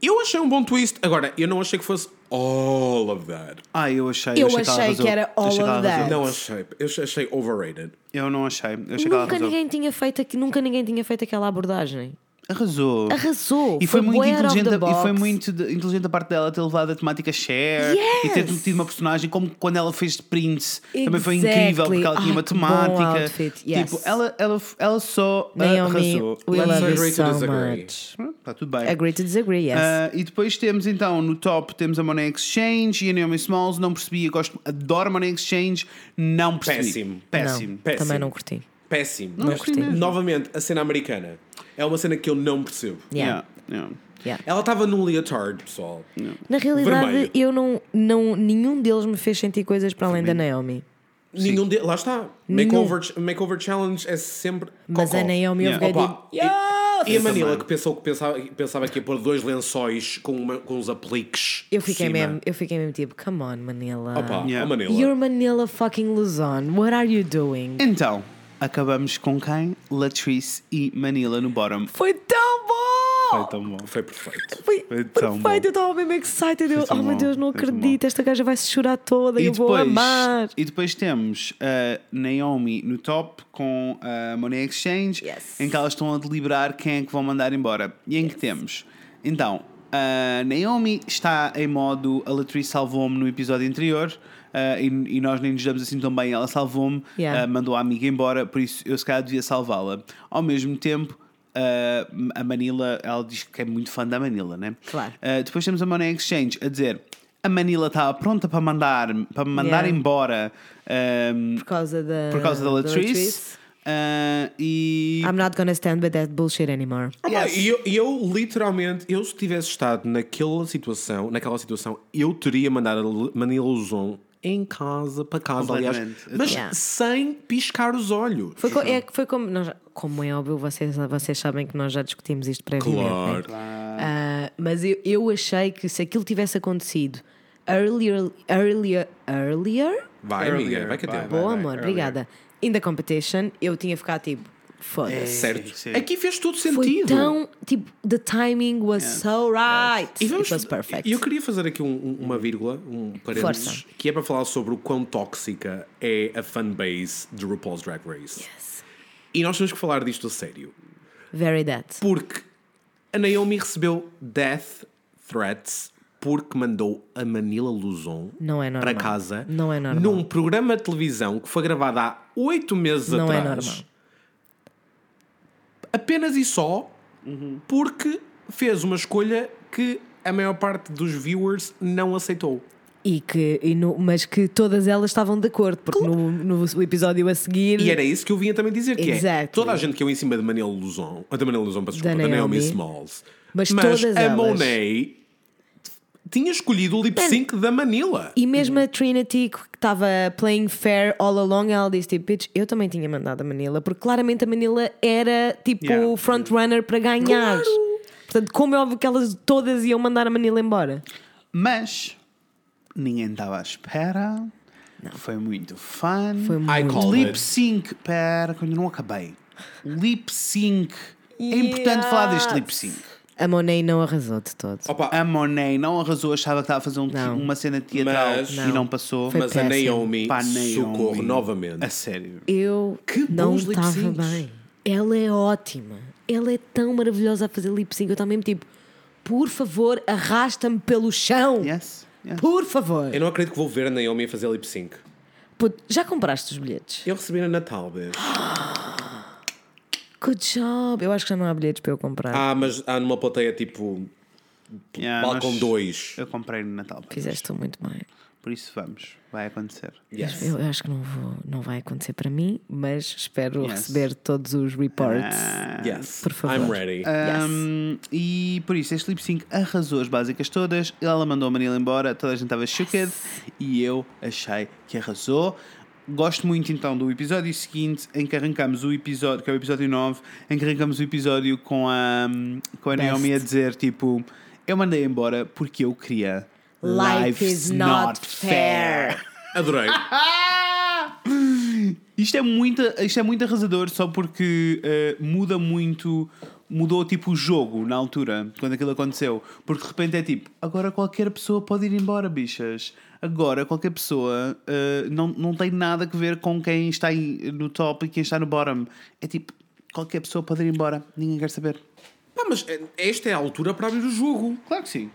Speaker 3: Eu achei um bom twist. Agora, eu não achei que fosse all of that.
Speaker 1: Ah, eu achei. achei, que,
Speaker 2: Eu
Speaker 1: ela
Speaker 2: achei
Speaker 1: arrasou.
Speaker 2: que era all
Speaker 1: achei que ela
Speaker 2: of that.
Speaker 1: arrasou.
Speaker 3: Não achei. Eu achei overrated.
Speaker 1: Eu não achei. Eu achei é que ela
Speaker 2: Nunca
Speaker 1: arrasou.
Speaker 2: ninguém, tinha feito, aqui- nunca ninguém tinha feito aquela abordagem.
Speaker 1: Arrasou.
Speaker 2: Arrasou.
Speaker 1: E foi, muito
Speaker 2: bué out of
Speaker 1: inteligente,
Speaker 2: the
Speaker 1: da- e foi
Speaker 2: box.
Speaker 1: muito de- inteligente da parte dela ter levado a temática share e ter
Speaker 2: Yes!
Speaker 1: metido uma personagem como quando ela fez de Prince. Também foi
Speaker 2: Exactly.
Speaker 1: incrível porque ela tinha
Speaker 2: Ai,
Speaker 1: uma
Speaker 2: que bom
Speaker 1: temática.
Speaker 2: outfit, yes.
Speaker 1: Tipo, ela, ela, ela só
Speaker 2: Ah, Naomi,
Speaker 1: arrasou.
Speaker 2: we
Speaker 3: Let's
Speaker 2: love
Speaker 3: agree
Speaker 2: you
Speaker 3: to
Speaker 2: so
Speaker 3: disagree.
Speaker 2: much.
Speaker 1: Está tá tudo bem.
Speaker 2: Agree to disagree, yes.
Speaker 1: Ah, e depois temos então no top temos a Money Exchange e a Naomi Smalls. Não percebi, eu gosto, adoro Money Exchange. Não percebi.
Speaker 3: Péssimo.
Speaker 1: Péssimo.
Speaker 2: não, também
Speaker 3: péssimo.
Speaker 2: não curti.
Speaker 3: Péssimo.
Speaker 1: Não gostei mesmo.
Speaker 3: Novamente, a cena americana. É uma cena que eu não percebo.
Speaker 2: Yeah.
Speaker 1: Yeah, yeah.
Speaker 2: yeah.
Speaker 3: Ela estava num leotard, pessoal.
Speaker 2: Na realidade,
Speaker 3: Vermelho.
Speaker 2: eu não, não. Nenhum deles me fez sentir coisas para além da Naomi.
Speaker 3: Nenhum de... Lá está. Makeover, makeover Challenge é sempre.
Speaker 2: Mas
Speaker 3: cocó.
Speaker 2: a Naomi eu
Speaker 1: Yeah.
Speaker 2: fiquei
Speaker 3: Opa,
Speaker 2: tipo.
Speaker 3: e-
Speaker 2: "Yes!"
Speaker 3: E a Manila que pensou que pensava, pensava que ia pôr dois lençóis com, uma- com uns apliques.
Speaker 2: Eu
Speaker 3: por
Speaker 2: fiquei,
Speaker 3: cima.
Speaker 2: mesmo, eu fiquei mesmo tipo, come on, Manila.
Speaker 3: Opa,
Speaker 1: Yeah.
Speaker 3: a Manila.
Speaker 2: You're Manila fucking Luzon. What are you doing?
Speaker 1: Então, acabamos com quem? Latrice e Manila no bottom.
Speaker 2: Foi tão bom!
Speaker 1: Foi tão bom.
Speaker 3: Foi perfeito.
Speaker 2: Foi,
Speaker 1: Foi tão bom.
Speaker 2: perfeito, eu estava mesmo excited. Eu,
Speaker 1: tão
Speaker 2: oh meu
Speaker 1: bom,
Speaker 2: Deus, não
Speaker 1: foi tão
Speaker 2: acredito. Esta gaja vai se chorar toda. eu vou amar.
Speaker 1: e depois temos a Naomi no top com a Money Exchange,
Speaker 2: Yes.
Speaker 1: em que elas estão a deliberar quem é que vão mandar embora. E em que temos? Então, a Naomi está em modo a Latrice salvou-me no episódio anterior. ah, e, e nós nem nos damos assim tão bem. Ela salvou-me,
Speaker 2: Yeah.
Speaker 1: ah, mandou a amiga embora, por isso eu se calhar devia salvá-la. Ao mesmo tempo, ah, a Manila, ela diz que é muito fã da Manila, né?
Speaker 2: Claro.
Speaker 1: Uh, depois temos a Money Exchange a dizer a Manila estava pronta para mandar para me mandar
Speaker 2: Yeah.
Speaker 1: embora um,
Speaker 2: Por causa da. Ah.
Speaker 1: por causa da Latrice. Uh, e
Speaker 2: I'm not gonna stand with that bullshit anymore.
Speaker 3: Ah, pá,
Speaker 1: Yes.
Speaker 3: E eu, e eu, literalmente, eu se tivesse estado naquela situação, naquela situação, eu teria mandado a L- Manila Luzon em casa, para casa, aliás,
Speaker 1: Completamente.
Speaker 3: mas
Speaker 2: Yeah.
Speaker 3: sem piscar os olhos.
Speaker 2: Foi, co- é, que foi como. nós- como é óbvio, vocês, vocês sabem que nós já discutimos isto previamente. né? Ah, mas eu, eu achei que se aquilo tivesse acontecido earlier. Earlier. Earlier?
Speaker 3: Vai,
Speaker 1: Earlier,
Speaker 3: amiga, vai que
Speaker 1: vai,
Speaker 3: até.
Speaker 1: vai.
Speaker 2: Boa, amor, obrigada. In the competition, eu tinha ficado tipo. Foda-se.
Speaker 3: Certo.
Speaker 1: Sim, sim.
Speaker 3: Aqui fez todo
Speaker 2: Foi
Speaker 3: sentido.
Speaker 2: tão. Tipo, the timing was so right.
Speaker 3: E vamos-
Speaker 2: It was perfect.
Speaker 3: Eu queria fazer aqui um- um- uma vírgula, um parênteses,
Speaker 2: Força.
Speaker 3: que é para falar sobre o quão tóxica é a fanbase de RuPaul's Drag Race.
Speaker 2: Yes.
Speaker 3: E nós temos que falar disto a sério.
Speaker 2: Very that.
Speaker 3: Porque a Naomi recebeu death threats porque mandou a Manila Luzon
Speaker 2: Não é normal.
Speaker 3: para casa
Speaker 2: Não é normal.
Speaker 3: num programa de televisão que foi gravado há oito meses
Speaker 2: Não é
Speaker 3: atrás.
Speaker 2: normal.
Speaker 3: Apenas e só porque fez uma escolha que a maior parte dos viewers não aceitou.
Speaker 2: E que, e no- mas que todas elas estavam de acordo, porque no, no episódio a seguir.
Speaker 3: E era isso que eu vinha também dizer, que é
Speaker 2: Exactly.
Speaker 3: toda a gente que eu em cima de Manila Luzon, ah, da Manila Luzon, peço
Speaker 2: Da
Speaker 3: desculpa, da Naomi
Speaker 2: Naomi.
Speaker 3: Smalls,
Speaker 2: Mas todas
Speaker 3: a
Speaker 2: elas.
Speaker 3: Monet tinha escolhido o lip sync da Manila.
Speaker 2: E mesmo a Trinity, que estava playing fair all along, ela disse tipo, bitch, eu também tinha mandado a Manila, porque claramente a Manila era tipo
Speaker 1: Yeah.
Speaker 2: o frontrunner para ganhar. Portanto, como é óbvio que elas todas iam mandar a Manila embora.
Speaker 1: mas ninguém estava à espera foi muito fun
Speaker 2: Foi
Speaker 3: I
Speaker 2: muito.
Speaker 3: called
Speaker 1: lip
Speaker 3: it.
Speaker 1: sync pera que eu ainda não acabei lip sync é importante falar deste lip sync
Speaker 2: A Monet não arrasou de todo.
Speaker 3: Opa,
Speaker 1: a Monet não arrasou achava que estava a fazer um te-
Speaker 2: Não.
Speaker 1: uma cena teatral
Speaker 3: Mas-
Speaker 1: e não passou
Speaker 2: Foi
Speaker 3: mas a
Speaker 2: péssimo.
Speaker 3: Naomi,
Speaker 1: Pá, Naomi.
Speaker 3: socorro novamente.
Speaker 1: a sério
Speaker 2: Eu
Speaker 3: Que
Speaker 2: não
Speaker 3: bons lip
Speaker 2: estava
Speaker 3: syncs.
Speaker 2: bem. Ela é ótima. Ela é tão maravilhosa a fazer lip sync. Eu estava mesmo tipo, por favor, arrasta-me pelo chão.
Speaker 1: yes, yes.
Speaker 2: Por favor.
Speaker 3: Eu não acredito que vou ver a Naomi a fazer lip sync.
Speaker 2: Puto, já compraste os bilhetes?
Speaker 3: Eu recebi na Natal, beijo.
Speaker 2: Good job. Eu acho que já não há bilhetes para eu comprar.
Speaker 3: Ah, mas há numa plateia tipo
Speaker 1: Yeah,
Speaker 3: Balcão
Speaker 1: nós-
Speaker 3: 2.
Speaker 1: Ah, Eu comprei no Natal.
Speaker 2: Fizeste muito bem.
Speaker 1: Por isso vamos. Vai acontecer.
Speaker 3: Yes.
Speaker 2: Eu acho que não, vou, não vai acontecer para mim, mas espero
Speaker 1: Yes.
Speaker 2: receber todos os reports.
Speaker 1: Ah,
Speaker 3: Yes.
Speaker 2: Por favor.
Speaker 3: I'm ready.
Speaker 1: Um, E por isso, este lip sync arrasou as básicas todas. Ela mandou a Manila embora, toda a gente estava shooked e eu achei que arrasou. Gosto muito então do episódio seguinte em que arrancamos o episódio, que é o episódio 9, em que arrancamos o episódio com a, hum, com a
Speaker 2: Best.
Speaker 1: Naomi a dizer tipo: Eu mandei embora porque eu queria.
Speaker 2: Life is not fair."
Speaker 3: Adorei. (laughs)
Speaker 1: (laughs) Isto é muito, isto é muito arrasador só porque eh, muda muito. Mudou tipo o jogo na altura, quando aquilo aconteceu. Porque de repente é tipo, agora qualquer pessoa pode ir embora, bichas. Agora qualquer pessoa eh, não, não tem nada a ver com quem está aí no top e quem está no bottom. É tipo, qualquer pessoa pode ir embora, ninguém quer saber.
Speaker 3: Pá, mas eh, esta é a altura para abrir o jogo.
Speaker 1: Claro que sim.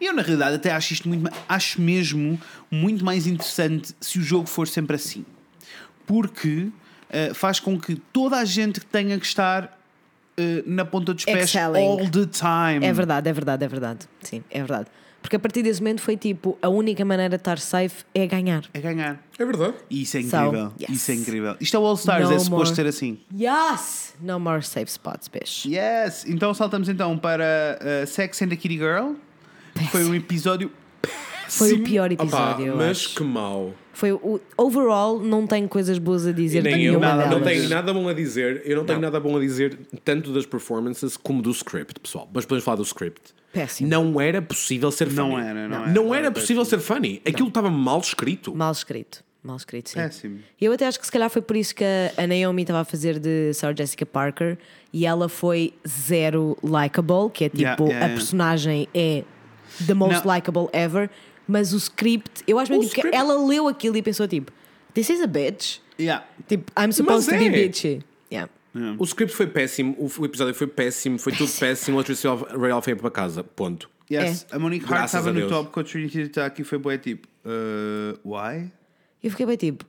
Speaker 1: E eu, na realidade, até acho isto muito. ma- Acho mesmo muito mais interessante se o jogo for sempre assim. Porque eh, faz com que toda a gente tenha que estar eh, na ponta dos pés
Speaker 2: Excelling.
Speaker 1: all the time.
Speaker 2: É verdade, é verdade, é verdade. Sim, é verdade. Porque a partir desse momento foi tipo: a única maneira de estar safe é ganhar.
Speaker 1: É ganhar.
Speaker 3: É verdade.
Speaker 1: E isso é
Speaker 2: So,
Speaker 1: incrível.
Speaker 2: yes.
Speaker 1: Isso é incrível. Isto é o All Stars,
Speaker 2: No
Speaker 1: é suposto
Speaker 2: more.
Speaker 1: ser assim.
Speaker 2: Yes! No more safe spots, bitch.
Speaker 1: Yes! Então saltamos então para eh, Sex and the Kitty Girl. que Foi um episódio.
Speaker 2: Foi o pior
Speaker 3: Opá,
Speaker 2: episódio, eu
Speaker 3: mas
Speaker 2: acho.
Speaker 3: que mau.
Speaker 2: Foi o overall, não tenho coisas boas a dizer de
Speaker 3: Nem eu,
Speaker 2: nenhuma
Speaker 1: nada,
Speaker 2: delas.
Speaker 3: não tenho nada bom a dizer. Eu não tenho nada bom a dizer tanto das performances como do script, pessoal. Mas podemos falar do script.
Speaker 2: Péssimo.
Speaker 3: Não era possível ser funny.
Speaker 1: Não era, não era.
Speaker 3: Não era possível ser funny. Aquilo estava mal escrito.
Speaker 2: Mal escrito. Mal escrito, sim.
Speaker 1: Péssimo.
Speaker 2: Eu até acho que se calhar foi por isso que a Naomi estava a fazer de Sarah Jessica Parker e ela foi zero likable, que é tipo
Speaker 1: Yeah, yeah,
Speaker 2: a
Speaker 1: yeah.
Speaker 2: personagem é the most
Speaker 1: Não.
Speaker 2: likable ever, mas o script, eu acho mesmo que
Speaker 3: script-
Speaker 2: ela leu aquilo e pensou tipo, this is a bitch.
Speaker 1: Yeah.
Speaker 2: Tipo, I'm supposed to
Speaker 3: é.
Speaker 2: be bitchy. Yeah.
Speaker 3: O script foi péssimo, o, o episódio foi péssimo, foi tudo péssimo. A Tracy Real foi para casa. Ponto.
Speaker 1: Yes.
Speaker 2: É.
Speaker 1: A Monique Hart
Speaker 3: Graças
Speaker 1: estava
Speaker 3: a
Speaker 1: no
Speaker 3: Deus.
Speaker 1: top com a Trinity Attack e foi boa tipo. eh, why?
Speaker 2: Eu fiquei bem tipo,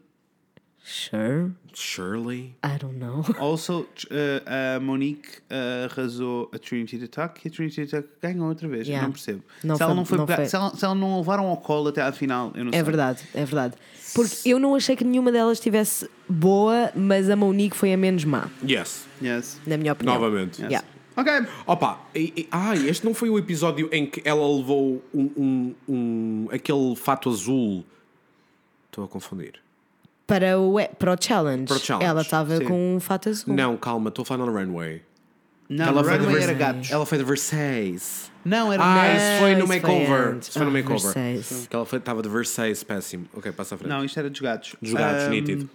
Speaker 2: sure,
Speaker 3: Shirley.
Speaker 2: I don't know. (laughs)
Speaker 1: Also, tr- eh, a Monique eh, arrasou a Trinity Attack e a Trinity Attack ganhou outra vez. Eu
Speaker 2: Yeah.
Speaker 1: Não percebo.
Speaker 2: Não
Speaker 1: se,
Speaker 2: foi-
Speaker 1: ela não foi
Speaker 2: não
Speaker 1: pegar-
Speaker 2: foi.
Speaker 1: Se, ela, se ela não a levaram ao colo até à final, eu não sei.
Speaker 2: É verdade, é verdade. Porque eu não achei que nenhuma delas estivesse boa, mas a Monique foi a menos má,
Speaker 3: Yes.
Speaker 1: Yes.
Speaker 2: na minha opinião.
Speaker 3: Novamente.
Speaker 1: yes.
Speaker 2: Yeah.
Speaker 1: Ok.
Speaker 3: Opa, e, ah, e- ai, este não foi o episódio em que ela levou um, um, um- aquele fato azul. Estou a confundir.
Speaker 2: Para o, para o challenge.
Speaker 3: Para o challenge,
Speaker 2: Ela estava
Speaker 1: sim.
Speaker 2: com um fato azul.
Speaker 3: Não, calma, estou a falar no runway.
Speaker 1: Não,
Speaker 3: Ela
Speaker 1: ela
Speaker 3: foi, de
Speaker 1: Ah, Runway
Speaker 3: Versa-
Speaker 1: era gatos.
Speaker 3: ela foi de Versailles.
Speaker 1: Não, era
Speaker 3: Ah,
Speaker 1: gatos.
Speaker 3: isso foi no
Speaker 2: isso foi
Speaker 3: makeover.
Speaker 2: antes.
Speaker 3: Isso foi no
Speaker 2: Ah,
Speaker 3: makeover.
Speaker 2: Versailles.
Speaker 3: Que ela foi- estava de Versailles, péssimo. Ok, passa à
Speaker 2: é.
Speaker 3: frente.
Speaker 1: Não, isto era dos gatos.
Speaker 3: Dos gatos,
Speaker 1: Ahm,
Speaker 3: nítido.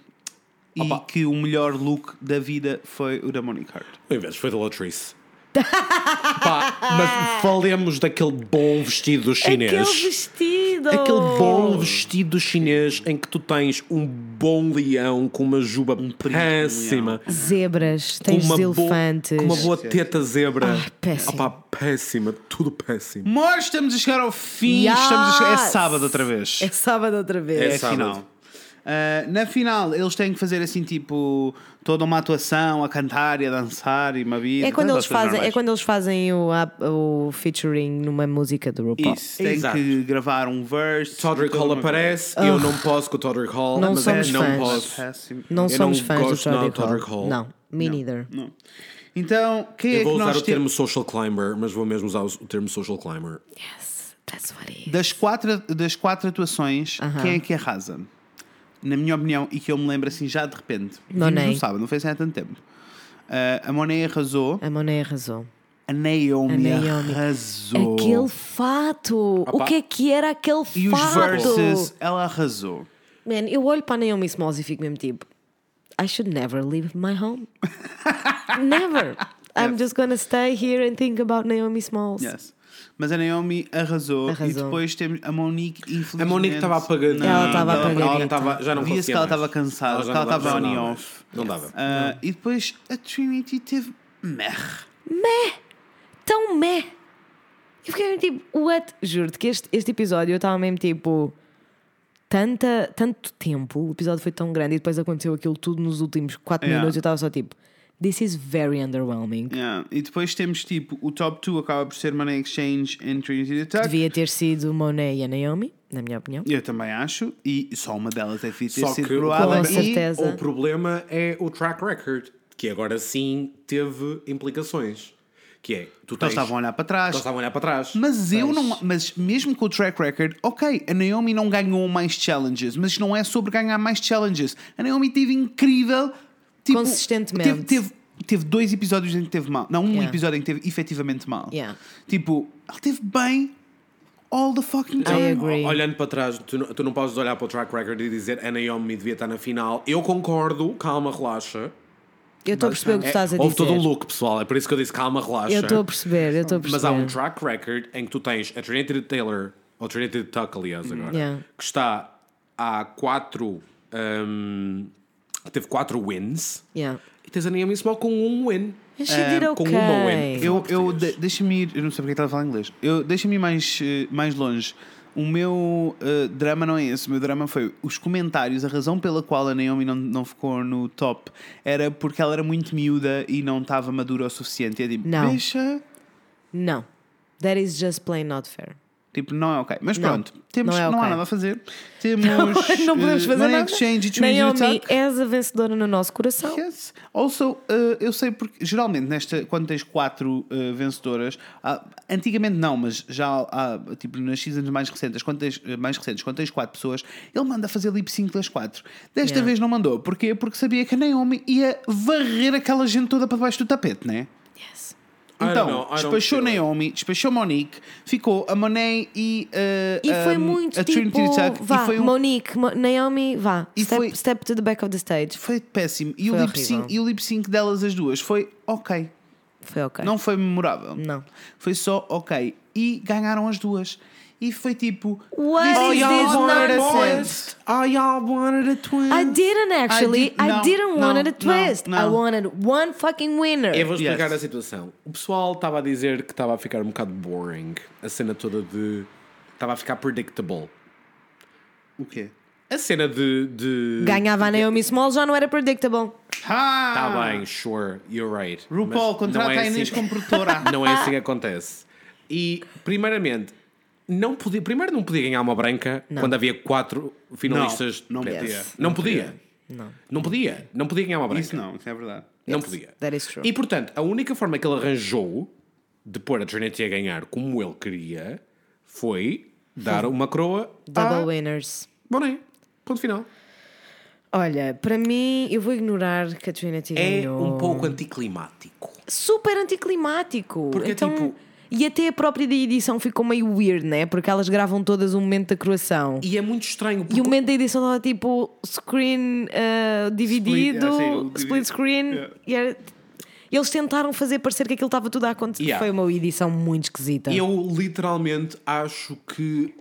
Speaker 1: E
Speaker 3: Opa.
Speaker 1: que o melhor look da vida foi o da Monique Hart.
Speaker 3: Ao invés, foi da
Speaker 2: (laughs)
Speaker 3: Latrice. Pá, mas falemos daquele bom vestido chinês.
Speaker 2: Aquele vestido!
Speaker 3: Aquele bom vestido chinês em que tu tens um bom leão com uma juba
Speaker 1: Um
Speaker 3: péssima,
Speaker 2: Zebras,
Speaker 3: com
Speaker 2: tens
Speaker 3: uma,
Speaker 2: elefantes.
Speaker 3: Boa, com uma boa teta zebra.
Speaker 2: Ah, péssimo.
Speaker 3: Opá, péssima, tudo péssimo.
Speaker 1: Nós estamos a chegar ao fim.
Speaker 2: Yes!
Speaker 1: Estamos a chegar... É sábado outra vez.
Speaker 2: É sábado outra
Speaker 1: É
Speaker 2: vez.
Speaker 1: a
Speaker 3: sábado.
Speaker 1: final. Ah, na final, eles têm que fazer assim, tipo, toda uma atuação a cantar e a dançar e uma vida.
Speaker 2: É, quando, eles
Speaker 1: todas as coisas
Speaker 2: fazem, é
Speaker 1: normais.
Speaker 2: quando eles fazem o, ap- o featuring numa música do RuPaul.
Speaker 1: Isso, tem
Speaker 3: Exato.
Speaker 1: que gravar um verse.
Speaker 3: Todrick Hall
Speaker 1: toda uma-
Speaker 3: aparece, eu não posso com o Todrick Hall,
Speaker 2: Não
Speaker 3: mas é,
Speaker 2: somos
Speaker 3: não
Speaker 2: fãs.
Speaker 3: posso.
Speaker 1: Péssimo.
Speaker 2: Não
Speaker 3: Eu
Speaker 2: somos
Speaker 3: não
Speaker 2: fãs
Speaker 3: gosto
Speaker 2: do
Speaker 3: nada
Speaker 2: Todrick
Speaker 3: do Todrick Hall.
Speaker 2: Não, me neither.
Speaker 1: Não. Então, quem é
Speaker 3: Eu
Speaker 1: que
Speaker 3: vou usar
Speaker 1: nós
Speaker 3: o termo
Speaker 1: temos?
Speaker 3: social climber, mas vou mesmo usar o o termo social climber.
Speaker 2: Yes, that's what it is.
Speaker 1: Das quatro, das quatro atuações,
Speaker 2: Aham.
Speaker 1: quem é que arrasa? Na minha opinião, e que eu me lembro assim já de repente.
Speaker 2: Monet.
Speaker 1: Vimos No sábado, não foi assim há tanto tempo. Ah, a Monet arrasou,
Speaker 2: A Monet arrasou.
Speaker 1: a Naomi,
Speaker 2: A Naomi.
Speaker 1: arrasou.
Speaker 2: Aquele fato!
Speaker 3: Opa.
Speaker 2: O que é que era aquele
Speaker 1: E os
Speaker 2: fato?
Speaker 1: verses, ela arrasou.
Speaker 2: Man, eu olho para a Naomi Smalls e fico mesmo tipo: I should never leave my home.
Speaker 3: (laughs)
Speaker 2: never. I'm just gonna stay here and think about Naomi Smalls.
Speaker 1: Yes. Mas a Naomi arrasou, e
Speaker 2: Arrasou.
Speaker 1: depois temos a Monique, infelizmente.
Speaker 3: A Monique estava apagadinha.
Speaker 2: Ela estava
Speaker 1: ela
Speaker 2: apagadinha.
Speaker 3: estava- Já não
Speaker 1: Via-se que
Speaker 3: conseguia
Speaker 1: ela
Speaker 3: mais.
Speaker 1: estava cansada,
Speaker 3: já
Speaker 1: que ela
Speaker 3: não dava-
Speaker 1: estava
Speaker 3: já não
Speaker 1: on e
Speaker 3: dava.
Speaker 1: off.
Speaker 3: Não dava.
Speaker 1: Ah, e depois a Trinity teve mer.
Speaker 2: Tão meh. Eu fiquei mesmo tipo: What? Juro-te que este, este episódio eu estava mesmo tipo. Tanta, tanto tempo, o episódio foi tão grande e depois aconteceu aquilo tudo nos últimos 4
Speaker 1: Yeah.
Speaker 2: minutos. Eu estava só tipo: This is very underwhelming.
Speaker 1: Yeah. E depois temos tipo, o top 2 acaba por ser Money Exchange and Trinity the Tuck.
Speaker 2: Devia ter sido Monet e a Naomi, na minha opinião.
Speaker 1: Eu também acho, e só uma delas é que devia ter
Speaker 3: Só
Speaker 1: sido
Speaker 3: que o
Speaker 1: proada.
Speaker 2: Com
Speaker 3: problema- é
Speaker 1: E,
Speaker 2: certeza.
Speaker 3: O problema é o track record, que agora sim teve implicações. Que é, tu
Speaker 1: eles
Speaker 3: tens,
Speaker 1: Então estavam a
Speaker 3: eles
Speaker 1: olhar para trás.
Speaker 3: estavam a olhar para trás.
Speaker 1: Mas eu não. Mas mesmo com o track record, ok, a Naomi não ganhou mais challenges, mas não é sobre ganhar mais challenges. A Naomi teve incrível. Tipo,
Speaker 2: Consistentemente.
Speaker 1: Teve, teve, teve dois episódios em que teve mal. Não, um
Speaker 2: Yeah.
Speaker 1: episódio em que teve efetivamente mal.
Speaker 2: Yeah.
Speaker 1: Tipo, ela teve bem all the fucking
Speaker 2: I
Speaker 1: time.
Speaker 2: agree.
Speaker 3: Olhando para trás, tu, não- tu não podes olhar para o track record e dizer a Naomi devia estar na final. Eu concordo, calma, relaxa.
Speaker 2: Eu estou a perceber o que tu
Speaker 3: É,
Speaker 2: estás a dizer.
Speaker 3: houve todo um look, pessoal, é por isso que eu disse calma, relaxa.
Speaker 2: Eu estou a perceber, eu estou a perceber.
Speaker 3: Mas há um track record em que tu tens a Trinity Taylor, ou Trinity Tuck, aliás, agora,
Speaker 2: Uhum. Yeah.
Speaker 3: que está há quatro. hum, teve quatro wins.
Speaker 2: Yeah.
Speaker 3: E tens a Naomi Small com um win.
Speaker 2: Mas she
Speaker 1: Eh,
Speaker 2: did
Speaker 3: Ah, Com uma
Speaker 2: okay.
Speaker 3: win.
Speaker 1: Eu, eu de- deixa-me ir, eu não sei porque é que ela fala inglês. Eu deixa-me ir mais, eh, mais longe. O meu eh, drama não é esse, o meu drama foi os comentários. A razão pela qual a Naomi não, não ficou no top era porque ela era muito miúda e não estava madura o suficiente. E é tipo,
Speaker 2: Não.
Speaker 1: deixa.
Speaker 2: Não. That is just plain not fair.
Speaker 1: Tipo, não é ok. Mas
Speaker 2: Não.
Speaker 1: pronto, temos,
Speaker 2: Não
Speaker 1: não, há
Speaker 2: é ok.
Speaker 1: nada a fazer. Temos.
Speaker 2: (laughs) não podemos
Speaker 1: eh,
Speaker 2: fazer
Speaker 1: Money
Speaker 2: nada.
Speaker 1: Exchange e Trinity
Speaker 2: Naomi,
Speaker 1: Attack.
Speaker 2: és a vencedora no nosso coração.
Speaker 1: Yes. é Also, uh, eu sei porque geralmente nesta, quando tens quatro uh, vencedoras, há- antigamente não, mas já há, tipo nas seasons mais recentes, quando tens, uh, mais recentes, quando tens quatro pessoas, ele manda fazer lip sync das quatro. Desta
Speaker 2: Yeah.
Speaker 1: vez não mandou. Porquê? Porque sabia que a Naomi ia varrer aquela gente toda para debaixo do tapete, né?
Speaker 2: Yes.
Speaker 3: I don't know, I
Speaker 1: Então,
Speaker 3: don't
Speaker 1: despachou
Speaker 3: feel it.
Speaker 1: Naomi, despachou Monique, ficou a Monet e, uh,
Speaker 2: E foi
Speaker 1: um,
Speaker 2: muito
Speaker 1: a Trinity
Speaker 2: tipo,
Speaker 1: Tuck,
Speaker 2: vá,
Speaker 1: e foi um
Speaker 2: Monique, Mo- Naomi, vá,
Speaker 1: E
Speaker 2: step,
Speaker 1: foi-
Speaker 2: step to the back of the stage.
Speaker 1: foi péssimo. E,
Speaker 2: Foi
Speaker 1: o lip sync,
Speaker 2: horrível.
Speaker 1: e o lip sync delas, as duas, foi ok.
Speaker 2: Foi ok. Hum.
Speaker 1: Não foi memorável.
Speaker 2: Não.
Speaker 1: Foi só ok. E ganharam as duas. E foi tipo.
Speaker 2: What
Speaker 1: "This
Speaker 2: is
Speaker 1: y'all
Speaker 2: this
Speaker 1: wanted a
Speaker 2: nonsense?"
Speaker 1: twist. Oh, y'all wanted a twist.
Speaker 2: I didn't actually.
Speaker 1: I did-
Speaker 2: I,
Speaker 1: não,
Speaker 2: did, not want
Speaker 1: não,
Speaker 2: a twist.
Speaker 1: não,
Speaker 2: I
Speaker 1: não.
Speaker 2: wanted one fucking winner.
Speaker 3: Eu vou explicar
Speaker 1: Yes.
Speaker 3: a situação. O pessoal estava a dizer que estava a ficar um bocado boring. A cena toda de. Estava a ficar predictable.
Speaker 1: O quê?
Speaker 3: A cena de. de...
Speaker 2: Ganhava a Naomi Small, já não era predictable.
Speaker 1: Ah!
Speaker 3: Tá bem, sure, you're right.
Speaker 1: RuPaul,
Speaker 3: Mas não é assim.
Speaker 1: contrata a Inês como
Speaker 3: (laughs)
Speaker 1: produtora.
Speaker 3: Não é assim que acontece. E, primeiramente, não podia, primeiro não podia ganhar uma branca quando havia quatro finalistas.
Speaker 1: Não, não
Speaker 3: pretas.
Speaker 1: podia.
Speaker 3: Não podia. Não podia. Não podia ganhar uma branca.
Speaker 1: Isso não, isso é verdade.
Speaker 3: Não
Speaker 2: Yes,
Speaker 3: podia.
Speaker 2: that is true.
Speaker 3: E portanto, a única forma que ele arranjou de pôr a Trinity a ganhar como ele queria foi (laughs) dar uma coroa
Speaker 2: Double
Speaker 3: a
Speaker 2: winners.
Speaker 3: Boné. Ponto final.
Speaker 2: Olha, para mim, eu vou ignorar que a Trinity
Speaker 3: É
Speaker 2: ganhou.
Speaker 3: um pouco anticlimático.
Speaker 2: super anticlimático.
Speaker 3: Porque,
Speaker 2: então,
Speaker 3: tipo-
Speaker 2: E até a própria da edição ficou meio weird, né? Porque elas gravam todas o momento da croação. E,
Speaker 3: E é muito estranho porque
Speaker 2: o momento da edição estava tipo screen ah, dividido,
Speaker 1: ah, sim, o
Speaker 2: split,
Speaker 1: dividido.
Speaker 2: screen.
Speaker 1: Yeah.
Speaker 2: E era- eles tentaram fazer parecer que aquilo estava tudo a acontecer.
Speaker 3: Yeah.
Speaker 2: Foi uma edição muito
Speaker 1: É.
Speaker 2: esquisita.
Speaker 3: Eu literalmente acho que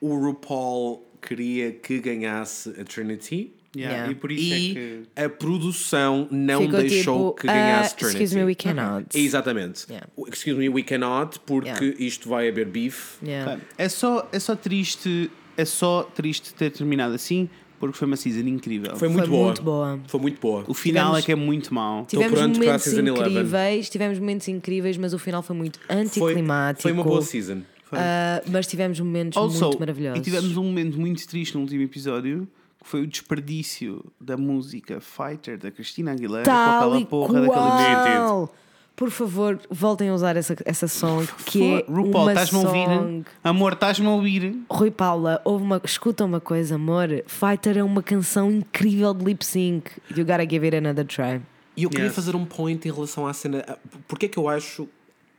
Speaker 3: o RuPaul queria que ganhasse a Trinity
Speaker 1: Yeah,
Speaker 2: Yeah.
Speaker 1: E por isso
Speaker 3: e
Speaker 1: é que.
Speaker 3: a produção não
Speaker 2: Ficou
Speaker 3: deixou
Speaker 2: tipo,
Speaker 3: que ganhasse
Speaker 2: "Ah,
Speaker 3: Trinity. Uhum.
Speaker 2: excuse me, we cannot.
Speaker 3: Exatamente.
Speaker 2: Yeah.
Speaker 3: Excuse me, we cannot, porque
Speaker 2: Yeah.
Speaker 3: isto vai haver beef.
Speaker 2: Yeah.
Speaker 1: É só, é só triste. É só triste ter terminado assim, porque foi uma season incrível.
Speaker 3: Foi muito, boa.
Speaker 2: muito boa.
Speaker 3: Foi muito boa.
Speaker 1: O final
Speaker 2: Tivemos-
Speaker 1: é que é muito mau.
Speaker 2: Tivemos
Speaker 3: pronto para a
Speaker 2: momentos
Speaker 3: season 11.
Speaker 2: incríveis, tivemos momentos incríveis, mas o final foi muito
Speaker 3: Foi,
Speaker 2: anticlimático.
Speaker 3: foi uma boa season.
Speaker 2: Ah, mas tivemos momentos
Speaker 1: Also,
Speaker 2: muito maravilhosos.
Speaker 1: e tivemos um momento muito triste no último episódio que foi o desperdício da música Fighter da Cristina Aguilera com
Speaker 2: Tal
Speaker 1: aquela
Speaker 2: e
Speaker 1: porra daquele tipo.
Speaker 2: qual. Por favor, voltem a usar essa, essa song que é
Speaker 1: RuPaul,
Speaker 2: uma
Speaker 1: estás-me a
Speaker 2: song.
Speaker 1: ouvir? Amor, estás-me a ouvir?
Speaker 2: Rui Paula, houve uma, escuta uma coisa, amor. Fighter é uma canção incrível de lip sync. You gotta give it another try.
Speaker 3: E eu queria
Speaker 1: Yes.
Speaker 3: fazer um point em relação à cena. a- Porquê é que eu acho,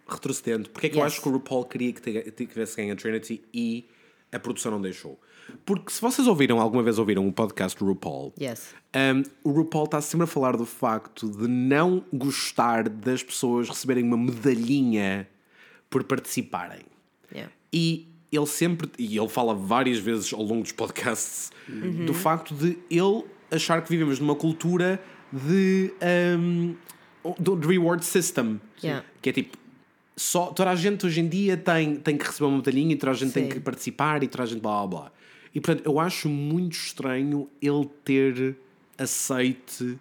Speaker 3: retrocedendo, porquê é que eu
Speaker 2: Yes.
Speaker 3: acho que o RuPaul queria que te- tivesse ganho a Trinity e a produção não deixou? Porque se vocês ouviram, alguma vez ouviram um podcast do RuPaul,
Speaker 2: Yes.
Speaker 3: um, o RuPaul está sempre a falar do facto de não gostar das pessoas receberem uma medalhinha por participarem.
Speaker 2: Yeah.
Speaker 3: E ele sempre, e ele fala várias vezes ao longo dos podcasts, do facto de ele achar que vivemos numa cultura de, um, do de reward system.
Speaker 2: Yeah.
Speaker 3: Que é tipo, só, toda a gente hoje em dia tem, tem que receber uma medalhinha e toda a gente tem
Speaker 2: Sim.
Speaker 3: que participar e toda a gente blá blá blá. E portanto, eu acho muito estranho ele ter aceite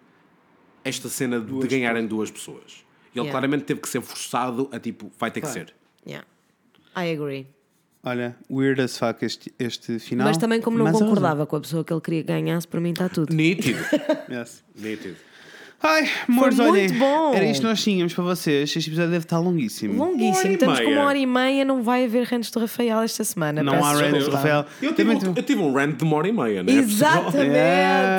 Speaker 3: esta cena de ganharem duas pessoas. E ele
Speaker 2: Yeah.
Speaker 3: claramente teve que ser forçado a tipo, vai ter que ser.
Speaker 2: Yeah. I agree.
Speaker 1: Olha, weird as fuck este, este final.
Speaker 2: Mas também, como não
Speaker 1: Mas
Speaker 2: concordava com a pessoa que ele queria que ganhasse, para mim está tudo.
Speaker 3: Nítido.
Speaker 1: arrasou. Yes.
Speaker 3: Nítido.
Speaker 1: Ai, amores,
Speaker 2: muito
Speaker 1: olhem.
Speaker 2: bom.
Speaker 1: Era isto que nós tínhamos para vocês. Este episódio deve estar longuíssimo.
Speaker 3: Uma hora e
Speaker 2: Longuíssimo. Estamos com
Speaker 3: meia.
Speaker 2: uma hora e meia, não vai haver Rentos do Rafael esta semana.
Speaker 1: Não
Speaker 2: peço
Speaker 1: há Rentos do
Speaker 2: desculpa.
Speaker 1: Rafael.
Speaker 3: Eu tive,
Speaker 1: Também
Speaker 3: um,
Speaker 1: tu-
Speaker 3: eu tive um rant de uma hora e meia, né?
Speaker 2: Exatamente!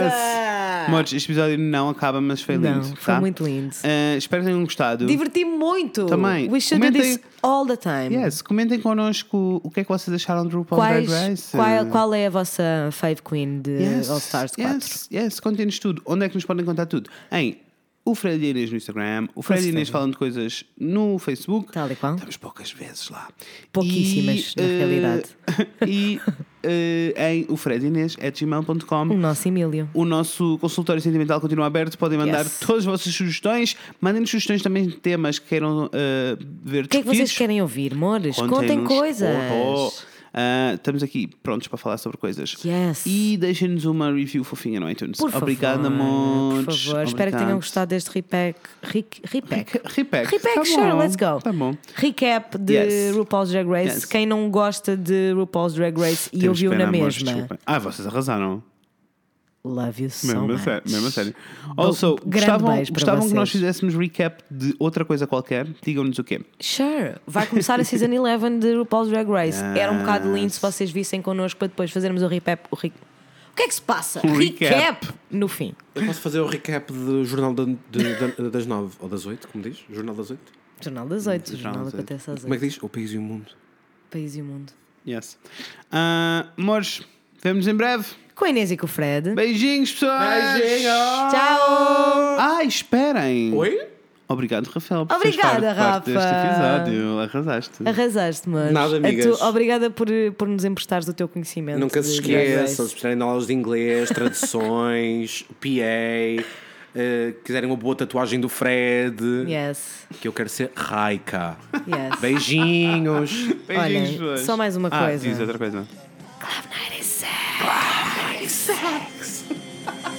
Speaker 1: Yes. Amores, este episódio não acaba, mas foi lindo.
Speaker 2: Não, foi
Speaker 1: tá?
Speaker 2: muito lindo.
Speaker 1: Ah, espero que tenham gostado.
Speaker 2: Diverti-me muito.
Speaker 1: Também.
Speaker 2: We should do this
Speaker 1: Comentem-
Speaker 2: all the time.
Speaker 1: Yes, comentem connosco o que é que vocês acharam do RuPaul
Speaker 2: Quais,
Speaker 1: Drag Race. eh,
Speaker 2: qual, qual é a vossa fave queen de
Speaker 1: Yes,
Speaker 2: All Stars 4?
Speaker 1: Yes, yes, contem-nos tudo. Onde é que nos podem contar tudo? Em o Fred e Inês no Instagram, o Fred e
Speaker 2: é.
Speaker 1: Inês falam de coisas no Facebook.
Speaker 2: Tal e qual.
Speaker 1: Estamos poucas vezes lá.
Speaker 2: Tá Pouquíssimas, na
Speaker 1: eh,
Speaker 2: realidade.
Speaker 1: (laughs) E eh, em o Fred e Inês, at gmail.com.
Speaker 2: O nosso Emílio.
Speaker 1: O nosso consultório sentimental continua aberto. Podem mandar
Speaker 2: Yes.
Speaker 1: todas as vossas sugestões. Mandem-nos sugestões também de temas que queiram eh, ver
Speaker 2: O que é que vocês
Speaker 1: discutidos.
Speaker 2: querem ouvir, mores? Contem
Speaker 1: Contem-nos.
Speaker 2: coisas.
Speaker 1: Oh, oh. Ah, estamos aqui prontos para falar sobre coisas.
Speaker 2: Yes.
Speaker 1: E deixem-nos uma review fofinha no iTunes.
Speaker 2: Por favor,
Speaker 1: Obrigado, amores.
Speaker 2: Por favor, espero que tenham
Speaker 1: Obrigado.
Speaker 2: gostado deste repack. Ric- Repack.
Speaker 1: Repack.
Speaker 2: Repack,
Speaker 1: Tá
Speaker 2: sure,
Speaker 1: bom.
Speaker 2: let's go.
Speaker 1: Tá bom.
Speaker 2: Recap de
Speaker 1: Yes.
Speaker 2: RuPaul's Drag Race.
Speaker 1: Yes.
Speaker 2: Quem não gosta de RuPaul's Drag Race e
Speaker 1: Temos
Speaker 2: ouviu
Speaker 1: pena,
Speaker 2: na
Speaker 1: amores,
Speaker 2: mesma,
Speaker 1: desculpem. Ah, vocês arrasaram.
Speaker 2: love you so
Speaker 1: Mesmo assim. a
Speaker 2: much.
Speaker 1: sério. Mesmo a sério. Also,
Speaker 2: grande
Speaker 1: gostavam,
Speaker 2: beijo para
Speaker 1: gostavam que nós
Speaker 2: vocês.
Speaker 1: fizéssemos recap de outra coisa qualquer. Digam-nos o quê?
Speaker 2: Sure. Vai começar a Season 11 de RuPaul's Drag
Speaker 3: (laughs)
Speaker 2: Race.
Speaker 1: Yes.
Speaker 2: Era um
Speaker 3: Ah,
Speaker 2: bocado lindo se vocês vissem connosco para depois fazermos o recap. O, re- o que é que se passa?
Speaker 1: Um recap.
Speaker 2: no fim.
Speaker 3: Eu posso fazer o recap do Jornal da- de- da- das nove ou das oito, como diz? Jornal das oito?
Speaker 2: Jornal das Oito.
Speaker 1: Jornal
Speaker 2: Jornal
Speaker 1: das Oito.
Speaker 2: acontece às
Speaker 3: Como é
Speaker 2: Oito.
Speaker 3: que diz? O País e o Mundo.
Speaker 2: País e o Mundo.
Speaker 1: Yes. Ah, amores, vemos em breve.
Speaker 2: Com a Inês e com o Fred.
Speaker 1: Beijinhos, pessoas.
Speaker 2: Tchau!
Speaker 1: Ai, esperem.
Speaker 3: Oi?
Speaker 1: Obrigado, Rafael, por
Speaker 2: Obrigada,
Speaker 1: teres parte- parte
Speaker 2: Rafa.
Speaker 1: deste episódio. Arrasaste.
Speaker 2: Arrasaste, mas
Speaker 3: Nada, amigas.
Speaker 2: obrigada por, por nos emprestares do teu conhecimento.
Speaker 3: Nunca
Speaker 2: de
Speaker 3: se
Speaker 2: Drag Race.
Speaker 3: esqueçam, se precisarem de aulas de inglês, traduções, PA, eh, quiserem uma boa tatuagem do Fred,
Speaker 2: Yes,
Speaker 3: que eu quero ser Raika.
Speaker 2: yes.
Speaker 3: Beijinhos.
Speaker 1: Beijinhos,
Speaker 2: Olhem,
Speaker 1: pessoas.
Speaker 2: só mais uma
Speaker 1: ah,
Speaker 2: coisa.
Speaker 1: Diz outra coisa.
Speaker 2: Night is